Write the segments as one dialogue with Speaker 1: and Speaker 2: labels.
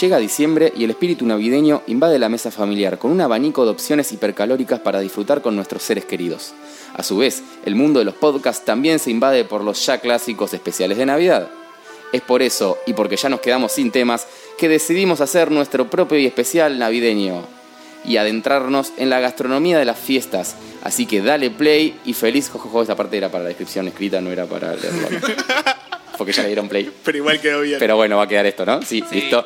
Speaker 1: Llega diciembre y el espíritu navideño invade la mesa familiar con un abanico de opciones hipercalóricas para disfrutar con nuestros seres queridos. A su vez, el mundo de los podcasts también se invade por los ya clásicos especiales de Navidad. Es por eso, y porque ya nos quedamos sin temas, que decidimos hacer nuestro propio y especial navideño y adentrarnos en la gastronomía de las fiestas. Así que dale play y feliz jojojo. Esta parte era para la descripción escrita, no era para leerlo. Porque ya le dieron play.
Speaker 2: Pero igual quedó bien.
Speaker 1: Pero bueno, va a quedar esto, ¿no? Sí, listo.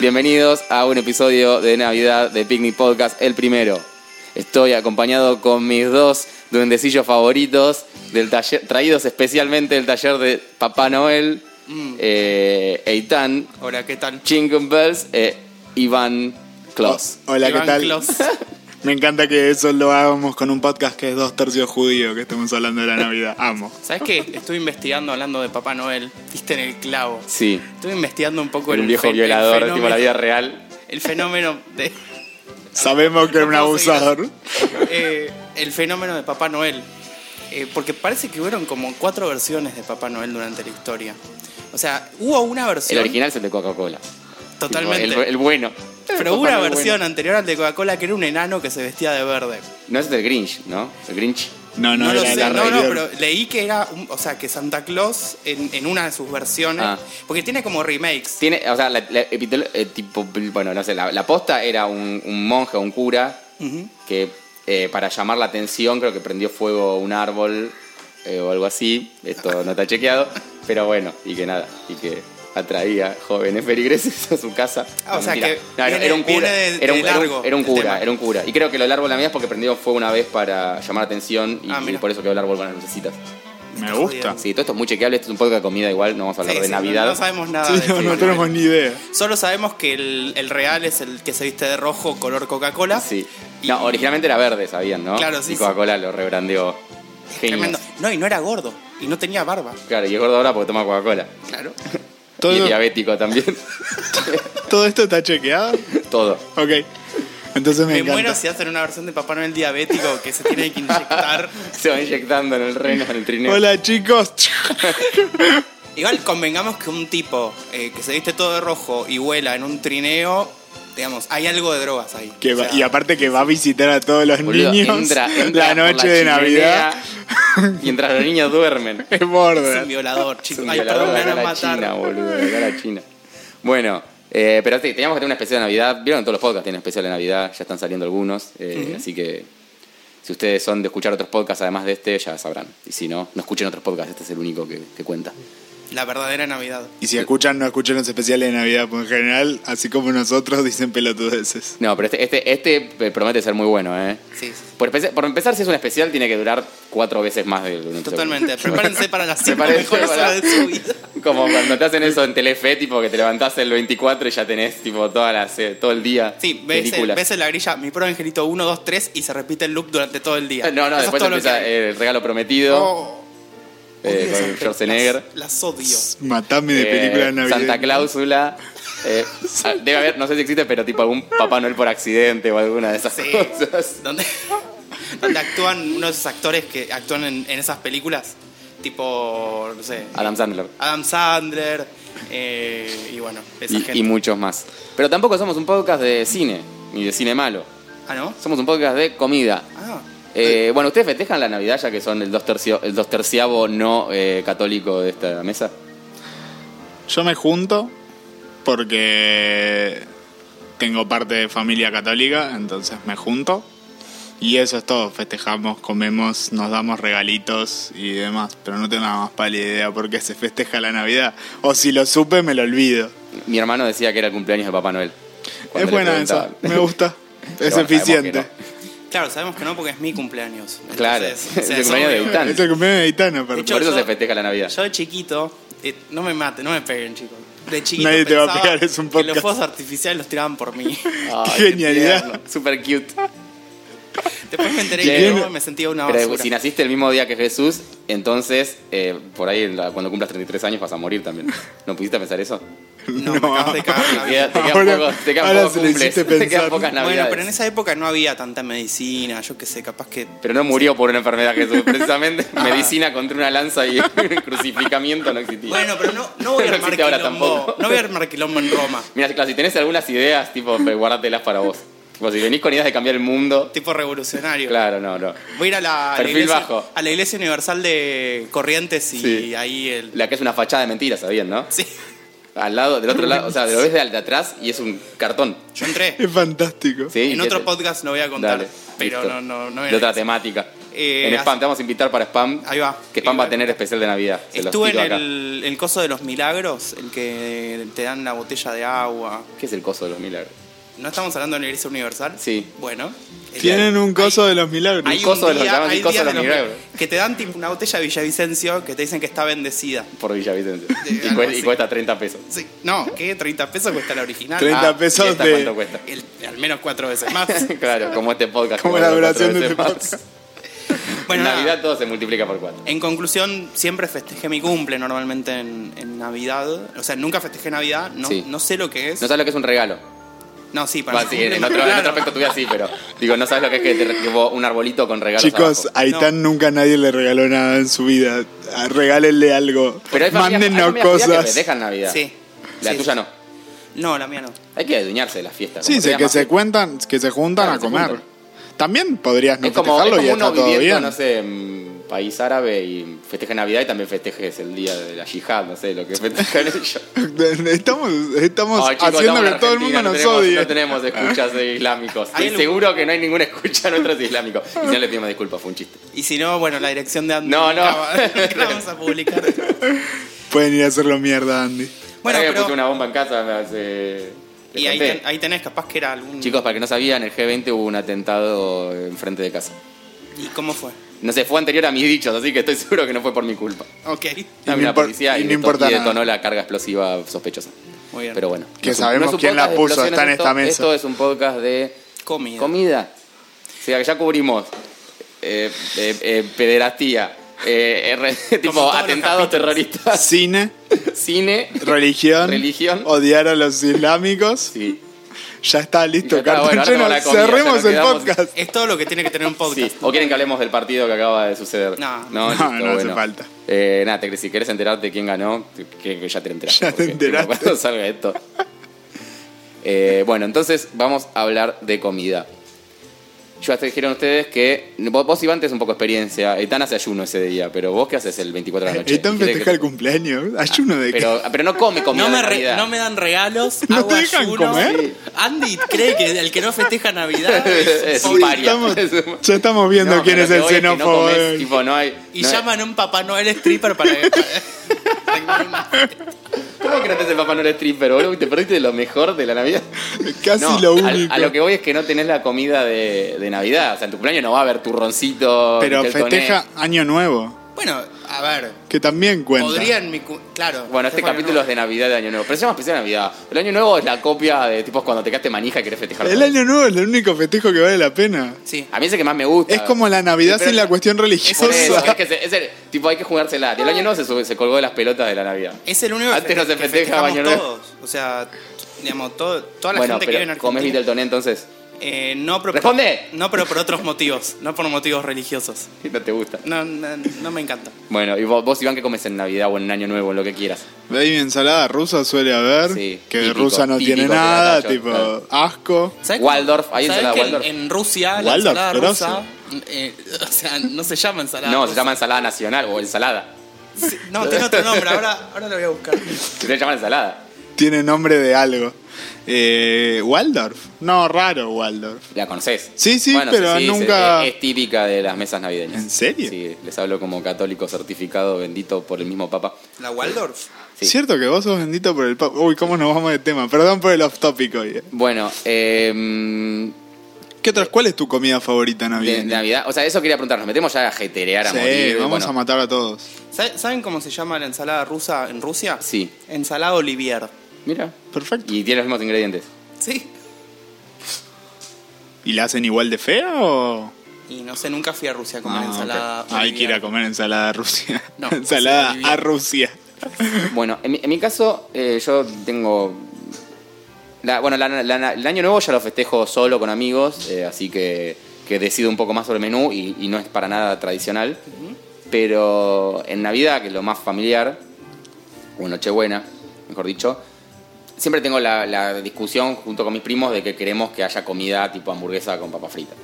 Speaker 1: Bienvenidos a un episodio de Navidad de Picnic Podcast, el primero. Estoy acompañado con mis dos duendecillos favoritos, del taller, traídos especialmente del taller de Papá Noel,
Speaker 3: Mm.
Speaker 1: eh, Eitan,
Speaker 3: Hola, ¿qué tal?
Speaker 1: Jingle Bells, eh, Iván Klaus.
Speaker 2: Hola,
Speaker 3: Iván
Speaker 2: ¿qué tal?
Speaker 3: Klaus.
Speaker 2: Me encanta que eso lo hagamos con un podcast que es dos tercios judío, que estemos hablando de la Navidad. Amo.
Speaker 3: ¿Sabes qué? Estuve investigando, hablando de Papá Noel, viste en el clavo.
Speaker 1: Sí,
Speaker 3: Estuve investigando un poco
Speaker 1: un
Speaker 3: el
Speaker 1: viejo
Speaker 3: fe- el
Speaker 1: violador, tipo
Speaker 3: fenómeno,
Speaker 1: la vida real.
Speaker 3: el fenómeno de
Speaker 2: Sabemos que era un
Speaker 3: No puedo seguir.
Speaker 2: abusador.
Speaker 3: eh, el fenómeno de Papá Noel. Eh, porque parece que hubieron como cuatro versiones de Papá Noel durante la historia. O sea, hubo una
Speaker 1: El
Speaker 3: versión
Speaker 1: original es el de Coca-Cola.
Speaker 3: totalmente.
Speaker 1: Tipo, El, el bueno.
Speaker 3: pero
Speaker 1: El
Speaker 3: hubo una
Speaker 1: Papá Noel
Speaker 3: versión
Speaker 1: bueno.
Speaker 3: anterior al de Coca-Cola que era un enano que se vestía de verde.
Speaker 1: No es del Grinch, ¿no? El Grinch.
Speaker 2: No, no,
Speaker 3: No, lo
Speaker 2: era
Speaker 3: sé,
Speaker 2: la
Speaker 3: no, no,
Speaker 2: anterior.
Speaker 3: pero leí que era, un- o sea, que Santa Claus en, en una de sus versiones,
Speaker 1: Ah.
Speaker 3: porque tiene como remakes.
Speaker 1: Tiene, o sea, la, la epitel- eh, tipo, bueno, no sé, la, la posta era un, un monje, un cura, que eh, para llamar la atención creo que prendió fuego un árbol eh, o algo así, esto no está chequeado, pero bueno, y que nada, y que atraía jóvenes feligreses a su casa.
Speaker 3: Ah, o sea
Speaker 1: mentira.
Speaker 3: que
Speaker 1: No, era,
Speaker 3: viene-
Speaker 1: era un cura,
Speaker 3: viene
Speaker 1: era
Speaker 3: de-
Speaker 1: un,
Speaker 3: de
Speaker 1: era un-
Speaker 3: largo
Speaker 1: era un
Speaker 3: el
Speaker 1: cura,
Speaker 3: tema.
Speaker 1: era un cura. Y creo que lo del árbol de la mía es porque prendió fuego una vez para llamar la atención y,
Speaker 3: Ah,
Speaker 1: y
Speaker 3: mira.
Speaker 1: por eso quedó el árbol con las lucecitas.
Speaker 2: Me
Speaker 3: Está
Speaker 2: gusta.
Speaker 3: jodiendo.
Speaker 1: Sí, todo esto es muy chequeable, esto es un podcast de comida igual, no vamos a hablar
Speaker 3: Sí,
Speaker 1: de
Speaker 3: sí, no-
Speaker 1: Navidad.
Speaker 3: No, sabemos nada.
Speaker 2: Sí,
Speaker 3: de
Speaker 2: no,
Speaker 3: ese
Speaker 2: no
Speaker 3: fenómeno.
Speaker 2: tenemos ni idea.
Speaker 3: Solo sabemos que el, el real es el que se viste de rojo color Coca-Cola.
Speaker 1: Ah, Sí.
Speaker 3: Y-
Speaker 1: No, originalmente era verde, sabían, ¿no?
Speaker 3: Claro, sí,
Speaker 1: Y Coca-Cola lo rebrandeó. Genios.
Speaker 3: Tremendo. No, y no era gordo. Y no tenía barba.
Speaker 1: Claro, y es gordo ahora porque toma Coca-Cola.
Speaker 3: Claro.
Speaker 1: Y es
Speaker 2: Todo,
Speaker 1: diabético también.
Speaker 2: todo esto está chequeado.
Speaker 1: Todo.
Speaker 2: Ok. Entonces me,
Speaker 3: Me,
Speaker 2: encanta.
Speaker 3: muero si hacen una versión de Papá Noel diabético que se tiene que inyectar.
Speaker 1: Se va inyectando en el reno, en el trineo.
Speaker 2: Hola chicos.
Speaker 3: Igual convengamos que un tipo eh, que se viste todo de rojo y vuela en un trineo, digamos, hay algo de drogas ahí.
Speaker 2: Que
Speaker 3: O
Speaker 2: va-
Speaker 3: sea,
Speaker 2: y aparte que va a visitar a todos los
Speaker 1: Boludo,
Speaker 2: niños
Speaker 1: entra, entra
Speaker 2: la noche
Speaker 1: por
Speaker 2: de
Speaker 1: chimenea
Speaker 2: Navidad.
Speaker 1: Mientras los niños duermen.
Speaker 2: Es
Speaker 3: es un
Speaker 2: border.
Speaker 3: violador,
Speaker 1: Es
Speaker 3: chicos.
Speaker 1: un
Speaker 3: Ay,
Speaker 1: violador
Speaker 3: perdón, me
Speaker 1: de
Speaker 3: van a
Speaker 1: cara
Speaker 3: matar.
Speaker 1: china, boludo. De cara china. Bueno, eh, pero sí, teníamos que tener una especial de Navidad. Vieron que todos los podcasts tienen especial de Navidad. Ya están saliendo algunos. eh, Así que si ustedes son de escuchar otros podcasts además de este, ya sabrán. Y si no, no escuchen otros podcasts. Este es el único que, que cuenta.
Speaker 3: La verdadera Navidad.
Speaker 2: Y si escuchan, no escuchan los especiales de Navidad, porque en general, así como nosotros, dicen pelotudeces.
Speaker 1: No, pero este, este, este promete ser muy bueno, ¿eh?
Speaker 3: Sí, sí.
Speaker 1: Por, empezar- por empezar, si es un especial, tiene que durar cuatro veces más de un
Speaker 3: Totalmente.
Speaker 1: segundo.
Speaker 3: Prepárense para las cinco
Speaker 1: Prepárense
Speaker 3: mejores
Speaker 1: para-
Speaker 3: horas de su vida.
Speaker 1: Como cuando te hacen eso en Telefe, tipo que te levantás el 24 y ya tenés tipo todas las, eh, todo el día
Speaker 3: Sí, ves, el-
Speaker 1: películas.
Speaker 3: ves en la grilla Mi Pro Angelito 1, 2, 3 y se repite el loop durante todo el día.
Speaker 1: No, no,
Speaker 3: Eso es
Speaker 1: después
Speaker 3: todo lo que
Speaker 1: empieza eh,
Speaker 3: hay.
Speaker 1: el regalo prometido
Speaker 3: Oh,
Speaker 1: eh,
Speaker 3: odio
Speaker 1: con
Speaker 3: esas
Speaker 1: Schwarzenegger.
Speaker 3: Las, las odio.
Speaker 2: Matame de
Speaker 1: eh,
Speaker 2: película de Navidad.
Speaker 1: Santa Cláusula. eh, ah, debe haber, no sé si existe, pero tipo algún Papá Noel por accidente o alguna de esas
Speaker 3: Sí.
Speaker 1: cosas.
Speaker 3: donde, donde actúan uno de esos actores que actúan en, en esas películas. Tipo, no sé,
Speaker 1: Adam Sandler.
Speaker 3: Adam Sandler. eh, y bueno, esa gente.
Speaker 1: Y, y muchos más. Pero tampoco somos un podcast de cine, ni de cine malo.
Speaker 3: ah, ¿no?
Speaker 1: Somos un podcast de comida.
Speaker 3: Ah,
Speaker 1: Eh, bueno, ¿ustedes festejan la Navidad ya que son el dos, tercio, el dos terciavo no eh, católico de esta mesa?
Speaker 2: Yo me junto porque tengo parte de familia católica, entonces me junto. Y eso es todo, festejamos, comemos, nos damos regalitos y demás. Pero no tengo nada más pálida idea por qué se festeja la Navidad. O si lo supe, me lo olvido.
Speaker 1: Mi hermano decía que era el cumpleaños de Papá Noel. Cuando
Speaker 2: es
Speaker 1: le
Speaker 2: buena
Speaker 1: preguntaba.
Speaker 2: esa, me gusta.
Speaker 1: Pero bueno,
Speaker 2: eficiente.
Speaker 1: sabemos que
Speaker 3: Claro, sabemos que no porque es mi cumpleaños.
Speaker 1: Claro,
Speaker 3: Entonces,
Speaker 1: es el cumpleaños de
Speaker 3: obvio.
Speaker 1: Gaitán.
Speaker 2: Es el cumpleaños de Aitana,
Speaker 1: no.
Speaker 2: pero
Speaker 3: hecho,
Speaker 1: Por eso
Speaker 3: yo-
Speaker 1: se festeja la Navidad.
Speaker 3: Yo de chiquito, eh, no me maten, no me peguen, chicos. De chiquito
Speaker 2: Nadie te va a
Speaker 3: pensaba
Speaker 2: pegar, es un
Speaker 3: que los
Speaker 2: podcast.
Speaker 3: fuegos artificiales los tiraban por mí.
Speaker 1: Ay,
Speaker 2: qué genialidad.
Speaker 1: tierno, Super cute.
Speaker 3: Después me enteré
Speaker 1: Bien.
Speaker 3: que no, me sentía una
Speaker 1: Pero
Speaker 3: basura.
Speaker 1: si naciste el mismo día que Jesús, entonces eh, por ahí la- cuando cumplas 33 años vas a morir también. ¿No pudiste pensar eso?
Speaker 3: No, me acabas de cagar la
Speaker 1: Te queda-
Speaker 3: vida.
Speaker 1: te quedan
Speaker 2: Ahora-
Speaker 1: pocos, te quedan
Speaker 2: ahora
Speaker 1: pocos
Speaker 2: se le
Speaker 1: cumples,
Speaker 2: hiciste
Speaker 1: te quedan
Speaker 2: pensar.
Speaker 1: pocas navidades.
Speaker 3: Ah, Bueno, pero en esa época no había tanta medicina, yo qué sé, capaz que...
Speaker 1: Pero no murió por una enfermedad Jesús, precisamente. Medicina contra una lanza y crucificamiento no existía.
Speaker 3: Bueno, pero no, no voy a
Speaker 1: No
Speaker 3: armar
Speaker 1: existe ahora
Speaker 3: quilombo.
Speaker 1: tampoco.
Speaker 3: No voy a armar quilombo en Roma.
Speaker 1: Mira, claro, si tenés algunas ideas, tipo, pe- guárdatelas para vos. Tipo, si venís con ideas de cambiar el mundo,
Speaker 3: Tipo revolucionario.
Speaker 1: claro, no, no.
Speaker 3: Voy a ir a la, a la
Speaker 1: Perfil
Speaker 3: iglesia,
Speaker 1: bajo.
Speaker 3: a la iglesia universal de Corrientes y
Speaker 1: Sí.
Speaker 3: ahí el...
Speaker 1: La que es una fachada de mentiras, ¿sabían, no?
Speaker 3: Sí,
Speaker 1: Al lado, del otro lado, o sea, lo ves de al- de atrás y es un cartón.
Speaker 3: yo entré.
Speaker 2: es fantástico.
Speaker 1: Sí,
Speaker 3: en
Speaker 1: que
Speaker 3: otro
Speaker 1: te-
Speaker 3: podcast lo voy a contar,
Speaker 1: Dale,
Speaker 3: pero
Speaker 1: listo.
Speaker 3: no, no, no
Speaker 1: De
Speaker 3: era
Speaker 1: otra
Speaker 3: eso.
Speaker 1: temática.
Speaker 3: Eh,
Speaker 1: en
Speaker 3: hace-
Speaker 1: Spam, te vamos a invitar para Spam.
Speaker 3: Ahí va.
Speaker 1: Que Spam
Speaker 3: Ahí
Speaker 1: va
Speaker 3: va.
Speaker 1: a tener especial de Navidad. Se los
Speaker 3: Estuve
Speaker 1: tiro
Speaker 3: en
Speaker 1: acá.
Speaker 3: el, el coso de los milagros, el que te dan la botella de agua.
Speaker 1: ¿Qué es el coso de los milagros?
Speaker 3: ¿No estamos hablando de la iglesia universal?
Speaker 1: Sí.
Speaker 3: Bueno. el-
Speaker 2: Tienen un coso de los milagros.
Speaker 3: hay un
Speaker 1: coso de los-
Speaker 3: día-
Speaker 1: llaman
Speaker 3: hay
Speaker 1: el coso de
Speaker 3: días
Speaker 1: los milagros.
Speaker 3: Que te dan tipo una botella de Villavicencio que te dicen que está bendecida.
Speaker 1: Por Villavicencio.
Speaker 3: De-
Speaker 1: Y, cue- y
Speaker 3: algo
Speaker 1: cuesta,
Speaker 3: así.
Speaker 1: 30 pesos.
Speaker 3: Sí. No, ¿qué? 30 pesos cuesta la original.
Speaker 2: 30
Speaker 1: Ah,
Speaker 2: pesos
Speaker 1: ¿y esta
Speaker 2: de-
Speaker 1: cuánto cuesta?
Speaker 3: El- al menos cuatro veces más.
Speaker 1: claro, como este podcast.
Speaker 2: Como
Speaker 1: que
Speaker 2: la
Speaker 1: vale cuatro
Speaker 2: duración de
Speaker 1: veces
Speaker 2: este
Speaker 1: más.
Speaker 2: podcast.
Speaker 3: Bueno,
Speaker 1: en
Speaker 3: nada.
Speaker 1: Navidad todo se multiplica por 4.
Speaker 3: En conclusión, siempre festejé mi cumple normalmente en, en Navidad. O sea, nunca festejé Navidad. No,
Speaker 1: Sí.
Speaker 3: no sé lo que es.
Speaker 1: No sabes lo que es un regalo.
Speaker 3: No, sí, para
Speaker 1: Va,
Speaker 3: mí
Speaker 1: sí,
Speaker 3: cumple
Speaker 1: en,
Speaker 3: no-
Speaker 1: otro, en
Speaker 3: claro.
Speaker 1: otro aspecto tuyo sí, pero digo, no sabes lo que es que te re- tipo, un arbolito con regalos.
Speaker 2: Chicos,
Speaker 1: abajo.
Speaker 2: a Aitán nunca nadie le regaló nada en su vida. Ah, Regálenle algo.
Speaker 1: Pero hay familias-
Speaker 2: Mándennos
Speaker 1: hay familias que
Speaker 2: cosas.
Speaker 1: festejan Navidad.
Speaker 3: Sí.
Speaker 1: La
Speaker 3: Sí,
Speaker 1: tuya
Speaker 3: sí.
Speaker 1: no.
Speaker 3: No, la mía no.
Speaker 1: Hay que adueñarse de las fiestas.
Speaker 2: Sí,
Speaker 1: como
Speaker 2: sé
Speaker 1: sea
Speaker 2: que
Speaker 1: más-
Speaker 2: se cuentan, que se juntan
Speaker 1: Claro,
Speaker 2: a
Speaker 1: se
Speaker 2: comer.
Speaker 1: juntan.
Speaker 2: También podrías no
Speaker 1: Es como, es
Speaker 2: festejarlo
Speaker 1: como
Speaker 2: y
Speaker 1: uno
Speaker 2: está todo
Speaker 1: viviendo,
Speaker 2: bien.
Speaker 1: no sé, en país árabe y festeje Navidad y también festejes el día de la yihad, no sé, lo que festejan ellos.
Speaker 2: Estamos, estamos
Speaker 1: Ay, chicos,
Speaker 2: haciendo
Speaker 1: estamos
Speaker 2: que
Speaker 1: en
Speaker 2: todo el
Speaker 1: Argentina,
Speaker 2: mundo nos
Speaker 1: no tenemos,
Speaker 2: odie.
Speaker 1: No tenemos escuchas de islámicos. Estoy
Speaker 3: Hay algún-
Speaker 1: seguro que no hay ninguna escucha a nuestros islámicos. Y si no le pedimos disculpas, fue un chiste.
Speaker 3: Y si no, bueno, la dirección de Andy.
Speaker 1: No, no.
Speaker 3: La, va- la vamos a publicar.
Speaker 2: Pueden ir a hacerlo mierda, Andy.
Speaker 3: Bueno,
Speaker 1: Ahora que
Speaker 3: pero.
Speaker 1: puse una bomba en casa me hace- le
Speaker 3: Y ahí,
Speaker 1: conté.
Speaker 3: ten- ahí tenés, capaz que era algún.
Speaker 1: Chicos, para que no sabían, en el G20 hubo un atentado enfrente de casa.
Speaker 3: ¿Y cómo fue?
Speaker 1: No sé, fue anterior a mis dichos, así que estoy seguro que no fue por mi culpa.
Speaker 3: Ok.
Speaker 2: Y no
Speaker 1: Había una
Speaker 2: impor-
Speaker 1: policía y,
Speaker 2: y no
Speaker 1: deto-
Speaker 2: importa
Speaker 1: y
Speaker 2: nada.
Speaker 1: detonó la carga explosiva sospechosa.
Speaker 3: Muy bien.
Speaker 1: Pero bueno.
Speaker 2: Que
Speaker 1: es un-
Speaker 2: sabemos
Speaker 1: es un
Speaker 2: quién la
Speaker 1: podcast de
Speaker 2: puso,
Speaker 1: explosiones,
Speaker 2: está en esta
Speaker 1: esto-
Speaker 2: mesa.
Speaker 1: Esto es un podcast de
Speaker 3: Comida.
Speaker 1: Comida. O sea, que ya cubrimos eh, eh, eh, pederastía, eh, R- tipo
Speaker 3: todos los
Speaker 1: atentados terroristas,
Speaker 2: Cine,
Speaker 1: cine.
Speaker 2: religión,
Speaker 1: Religión.
Speaker 2: odiar a los islámicos.
Speaker 1: Sí.
Speaker 2: Ya está
Speaker 1: Y ya
Speaker 2: listo,
Speaker 1: está, bueno,
Speaker 2: cartón
Speaker 1: ahora
Speaker 2: lleno.
Speaker 1: tenemos la comida,
Speaker 2: Cerremos
Speaker 1: ya
Speaker 2: el
Speaker 1: nos quedamos-
Speaker 2: podcast.
Speaker 3: Es todo lo que tiene que tener un
Speaker 1: Sí.
Speaker 3: podcast.
Speaker 1: ¿O quieren que hablemos del partido que acaba de suceder?
Speaker 3: No.
Speaker 1: no,
Speaker 2: No,
Speaker 1: listo,
Speaker 2: no hace
Speaker 1: bueno.
Speaker 2: falta.
Speaker 1: Eh, nada, te- si querés enterarte quién ganó, que, que ya te lo enteraste.
Speaker 2: Ya te
Speaker 1: porque, tipo,
Speaker 2: enteraste.
Speaker 1: Cuando salga esto. Eh, bueno, entonces vamos a hablar de comida. Yo te dijeron ustedes que vos, vos Iván tenés un poco de experiencia. Etán hace ayuno ese día, pero vos qué haces el 24 de la noche.
Speaker 2: Y tan
Speaker 1: ¿Y querés
Speaker 2: festeja
Speaker 1: que-
Speaker 2: el cumpleaños. Ayuno de qué.
Speaker 1: pero, pero no come comida
Speaker 3: No me,
Speaker 1: de
Speaker 3: re-
Speaker 1: Navidad.
Speaker 3: no me dan regalos,
Speaker 2: ¿No
Speaker 3: hago
Speaker 2: te dejan
Speaker 3: ayuno.
Speaker 2: comer?
Speaker 3: Andy cree que el que no festeja Navidad
Speaker 1: Es
Speaker 3: es
Speaker 1: un
Speaker 3: pobre.
Speaker 1: paria.
Speaker 2: Estamos- ya estamos viendo
Speaker 1: No,
Speaker 2: quién
Speaker 1: pero
Speaker 2: es
Speaker 1: lo
Speaker 2: el
Speaker 1: que voy que no
Speaker 2: xenófobo. eh.
Speaker 1: comés,
Speaker 2: hoy.
Speaker 1: tipo, no hay-
Speaker 3: Y
Speaker 1: no hay-
Speaker 3: llaman a un Papá Noel stripper para que. para-
Speaker 1: ¿Cómo que no tenés el Papá Noel stripper, boludo? Te perdiste de lo mejor de la Navidad.
Speaker 2: Casi
Speaker 1: No,
Speaker 2: lo
Speaker 1: a-
Speaker 2: único.
Speaker 1: A, lo que voy es que no tenés la comida de, de Navidad. O sea, en tu cumpleaños no va a haber turroncito.
Speaker 2: Pero
Speaker 1: Michel Toné.
Speaker 2: festeja Año Nuevo,
Speaker 3: bueno, a ver.
Speaker 2: que también cuenta.
Speaker 3: Podrían mi. cu- Claro.
Speaker 1: Bueno, este capítulo es de Navidad de Año Nuevo. Pero se llama especial Navidad. El Año Nuevo es la copia de tipos cuando te quedaste manija y querés festejar.
Speaker 2: El Año Nuevo es el único festejo que vale la pena.
Speaker 3: Sí.
Speaker 1: A mí es el que más me gusta.
Speaker 2: Es como la Navidad
Speaker 1: Ah. Pero-
Speaker 2: sin la cuestión
Speaker 1: Por eso,
Speaker 2: religiosa.
Speaker 1: es que se- es el- tipo, hay que jugársela. El Año Nuevo se, sube- se colgó de las pelotas de la Navidad.
Speaker 3: Es el único
Speaker 1: Antes
Speaker 3: que,
Speaker 1: no se
Speaker 3: que
Speaker 1: festejaba
Speaker 3: festejamos
Speaker 1: Año Nuevo.
Speaker 3: todos. O sea, digamos, todo, toda la
Speaker 1: Bueno,
Speaker 3: gente que vive en
Speaker 1: pero comés
Speaker 3: Argentina.
Speaker 1: Middleton entonces.
Speaker 3: Eh, no, pero
Speaker 1: ¡Responde!
Speaker 3: No, pero por otros motivos. No por motivos religiosos.
Speaker 1: No te gusta.
Speaker 3: No, no, no me encanta.
Speaker 1: Bueno, y vos, vos Iván, ¿qué comes en Navidad o en Año Nuevo, en lo que quieras?
Speaker 2: Hay ensalada rusa suele haber,
Speaker 1: Sí,
Speaker 2: que
Speaker 1: típico,
Speaker 2: rusa no
Speaker 1: típico
Speaker 2: tiene
Speaker 1: de la
Speaker 2: nada,
Speaker 1: Nacho,
Speaker 2: tipo
Speaker 1: claro.
Speaker 2: asco.
Speaker 3: cómo-
Speaker 1: Waldorf, ahí
Speaker 3: ¿sabés
Speaker 1: ensalada
Speaker 3: que en-
Speaker 1: Waldorf.
Speaker 3: En Rusia, la
Speaker 2: Waldorf,
Speaker 3: ensalada
Speaker 2: grosso.
Speaker 3: rusa. eh, o sea, no se llama ensalada
Speaker 1: No,
Speaker 3: rusa.
Speaker 1: se llama ensalada nacional o ensalada.
Speaker 3: Sí, No, tiene otro nombre. Ahora, ahora lo voy a buscar.
Speaker 1: Se llama ensalada.
Speaker 2: Tiene nombre de algo. Eh, Waldorf. No, raro Waldorf.
Speaker 1: La conoces.
Speaker 2: Sí, sí, pero
Speaker 1: se-
Speaker 2: nunca-
Speaker 1: es, es típica de las mesas navideñas.
Speaker 2: ¿En serio?
Speaker 1: Sí, les hablo como católico certificado, bendito por el mismo Papa.
Speaker 3: ¿La Waldorf?
Speaker 1: Sí.
Speaker 2: Cierto que vos sos bendito por el papa. Uy, cómo nos vamos de tema. Perdón por el off topic hoy. eh.
Speaker 1: Bueno, eh,
Speaker 2: ¿Qué otras? ¿Cuál es tu comida favorita
Speaker 1: de
Speaker 2: navideña?
Speaker 1: Navidad. O sea, eso quería preguntar. Nos metemos ya a jeterear a
Speaker 2: Sí,
Speaker 1: morir.
Speaker 2: vamos
Speaker 1: bueno.
Speaker 2: a matar a todos.
Speaker 3: ¿Sabe- ¿Saben cómo se llama la ensalada rusa en Rusia?
Speaker 1: Sí.
Speaker 3: Ensalada Olivier.
Speaker 1: Mira.
Speaker 2: Perfecto.
Speaker 1: Y tiene los mismos ingredientes.
Speaker 3: Sí.
Speaker 2: ¿Y la hacen igual de fea o...?
Speaker 3: Y no sé, nunca fui a Rusia a comer
Speaker 2: Ah, ok.
Speaker 3: ensalada.
Speaker 2: Hay que ir a
Speaker 3: Olivier.
Speaker 2: comer ensalada a Rusia.
Speaker 3: No,
Speaker 2: ensalada
Speaker 3: ensalada
Speaker 2: a Rusia.
Speaker 1: Bueno, en mi, en mi caso, eh, yo tengo. la- bueno, la- la- la- el año nuevo ya lo festejo solo con amigos, eh, así que, que decido un poco más sobre el menú y, y no es para nada tradicional. Pero en Navidad, que es lo más familiar, o en Nochebuena, mejor dicho, siempre tengo la, la discusión junto con mis primos de que queremos que haya comida tipo hamburguesa con papa frita.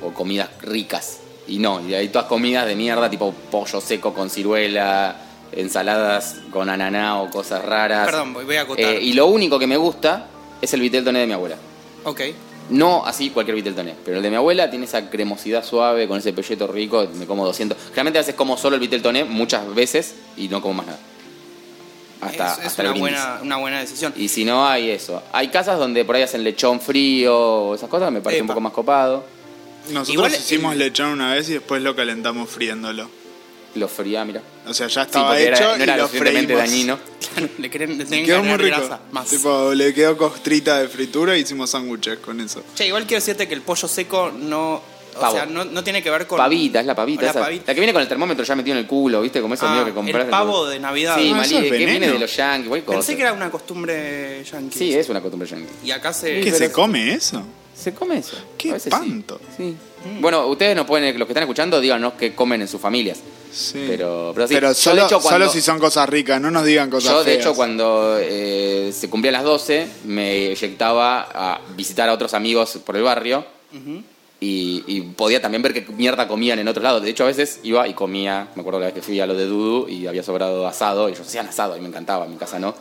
Speaker 1: O comidas ricas. Y no, y hay todas comidas de mierda, tipo pollo seco con ciruela, ensaladas con ananá o cosas raras.
Speaker 3: Perdón, voy- voy a acotar.
Speaker 1: Eh, y lo único que me gusta es el viteltoné de mi abuela.
Speaker 3: Ok.
Speaker 1: No así cualquier viteltoné, pero el de mi abuela tiene esa cremosidad suave, con ese pelleto rico, me como 200. Realmente a veces como solo el viteltoné, muchas veces, y no como más nada. Hasta,
Speaker 3: es es
Speaker 1: hasta el
Speaker 3: una,
Speaker 1: brindis.
Speaker 3: buena, una buena decisión.
Speaker 1: Y si no hay eso. Hay casas donde por ahí hacen lechón frío o esas cosas, me parece un
Speaker 3: Epa.
Speaker 1: poco más copado.
Speaker 2: Nosotros
Speaker 3: Igual el-
Speaker 2: hicimos lechón una vez y después lo calentamos friéndolo.
Speaker 1: Lo fría, mira.
Speaker 2: O sea, ya
Speaker 1: Sí,
Speaker 2: estaba
Speaker 1: porque
Speaker 2: hecho
Speaker 1: era, no era
Speaker 2: y
Speaker 1: lo
Speaker 2: lo
Speaker 1: suficientemente
Speaker 2: freímos.
Speaker 1: dañino.
Speaker 3: Claro, le quieren, le tienen que
Speaker 2: Quedó muy
Speaker 3: agregar
Speaker 2: rico.
Speaker 3: grasa más.
Speaker 2: Tipo, le quedó costrita de fritura y hicimos sándwiches con eso.
Speaker 3: Che, igual quiero decirte que el pollo seco no. O
Speaker 1: Pavo.
Speaker 3: sea, no, no tiene que ver con.
Speaker 1: Pavita, es la pavita.
Speaker 3: La
Speaker 1: esa.
Speaker 3: pavita.
Speaker 1: La que viene con el termómetro ya metido en el culo, ¿viste? Como eso
Speaker 3: Ah,
Speaker 1: mío que compras.
Speaker 3: el pavo de Navidad.
Speaker 1: Sí,
Speaker 2: Ah,
Speaker 1: malí,
Speaker 2: eso es
Speaker 1: ¿de ¿qué viene
Speaker 2: veneno.
Speaker 1: de los yankees? Cualquier cosa.
Speaker 3: Pensé que era una costumbre yanqui.
Speaker 1: Sí, es una costumbre yankee.
Speaker 3: Y acá se.
Speaker 2: ¿Qué
Speaker 1: pero
Speaker 2: se
Speaker 1: es-
Speaker 2: come eso?
Speaker 1: ¿Se come eso?
Speaker 2: ¡Qué
Speaker 1: A veces sí.
Speaker 2: espanto!
Speaker 1: Sí. Bueno, ustedes nos pueden, los que están escuchando, díganos qué comen en sus familias.
Speaker 2: Sí.
Speaker 1: Pero- pero sí, yo, de
Speaker 2: solo,
Speaker 1: hecho, cuando-
Speaker 2: solo si son cosas ricas, no nos digan cosas
Speaker 1: Yo, de
Speaker 2: feas.
Speaker 1: hecho, cuando eh, se cumplían las 12, me eyectaba a visitar a otros amigos por el barrio y, y podía también ver qué mierda comían en otros lados. De hecho, a veces iba y comía, me acuerdo la vez que fui a lo de Dudu y había sobrado asado, y ellos hacían asado y me encantaba, en mi casa no,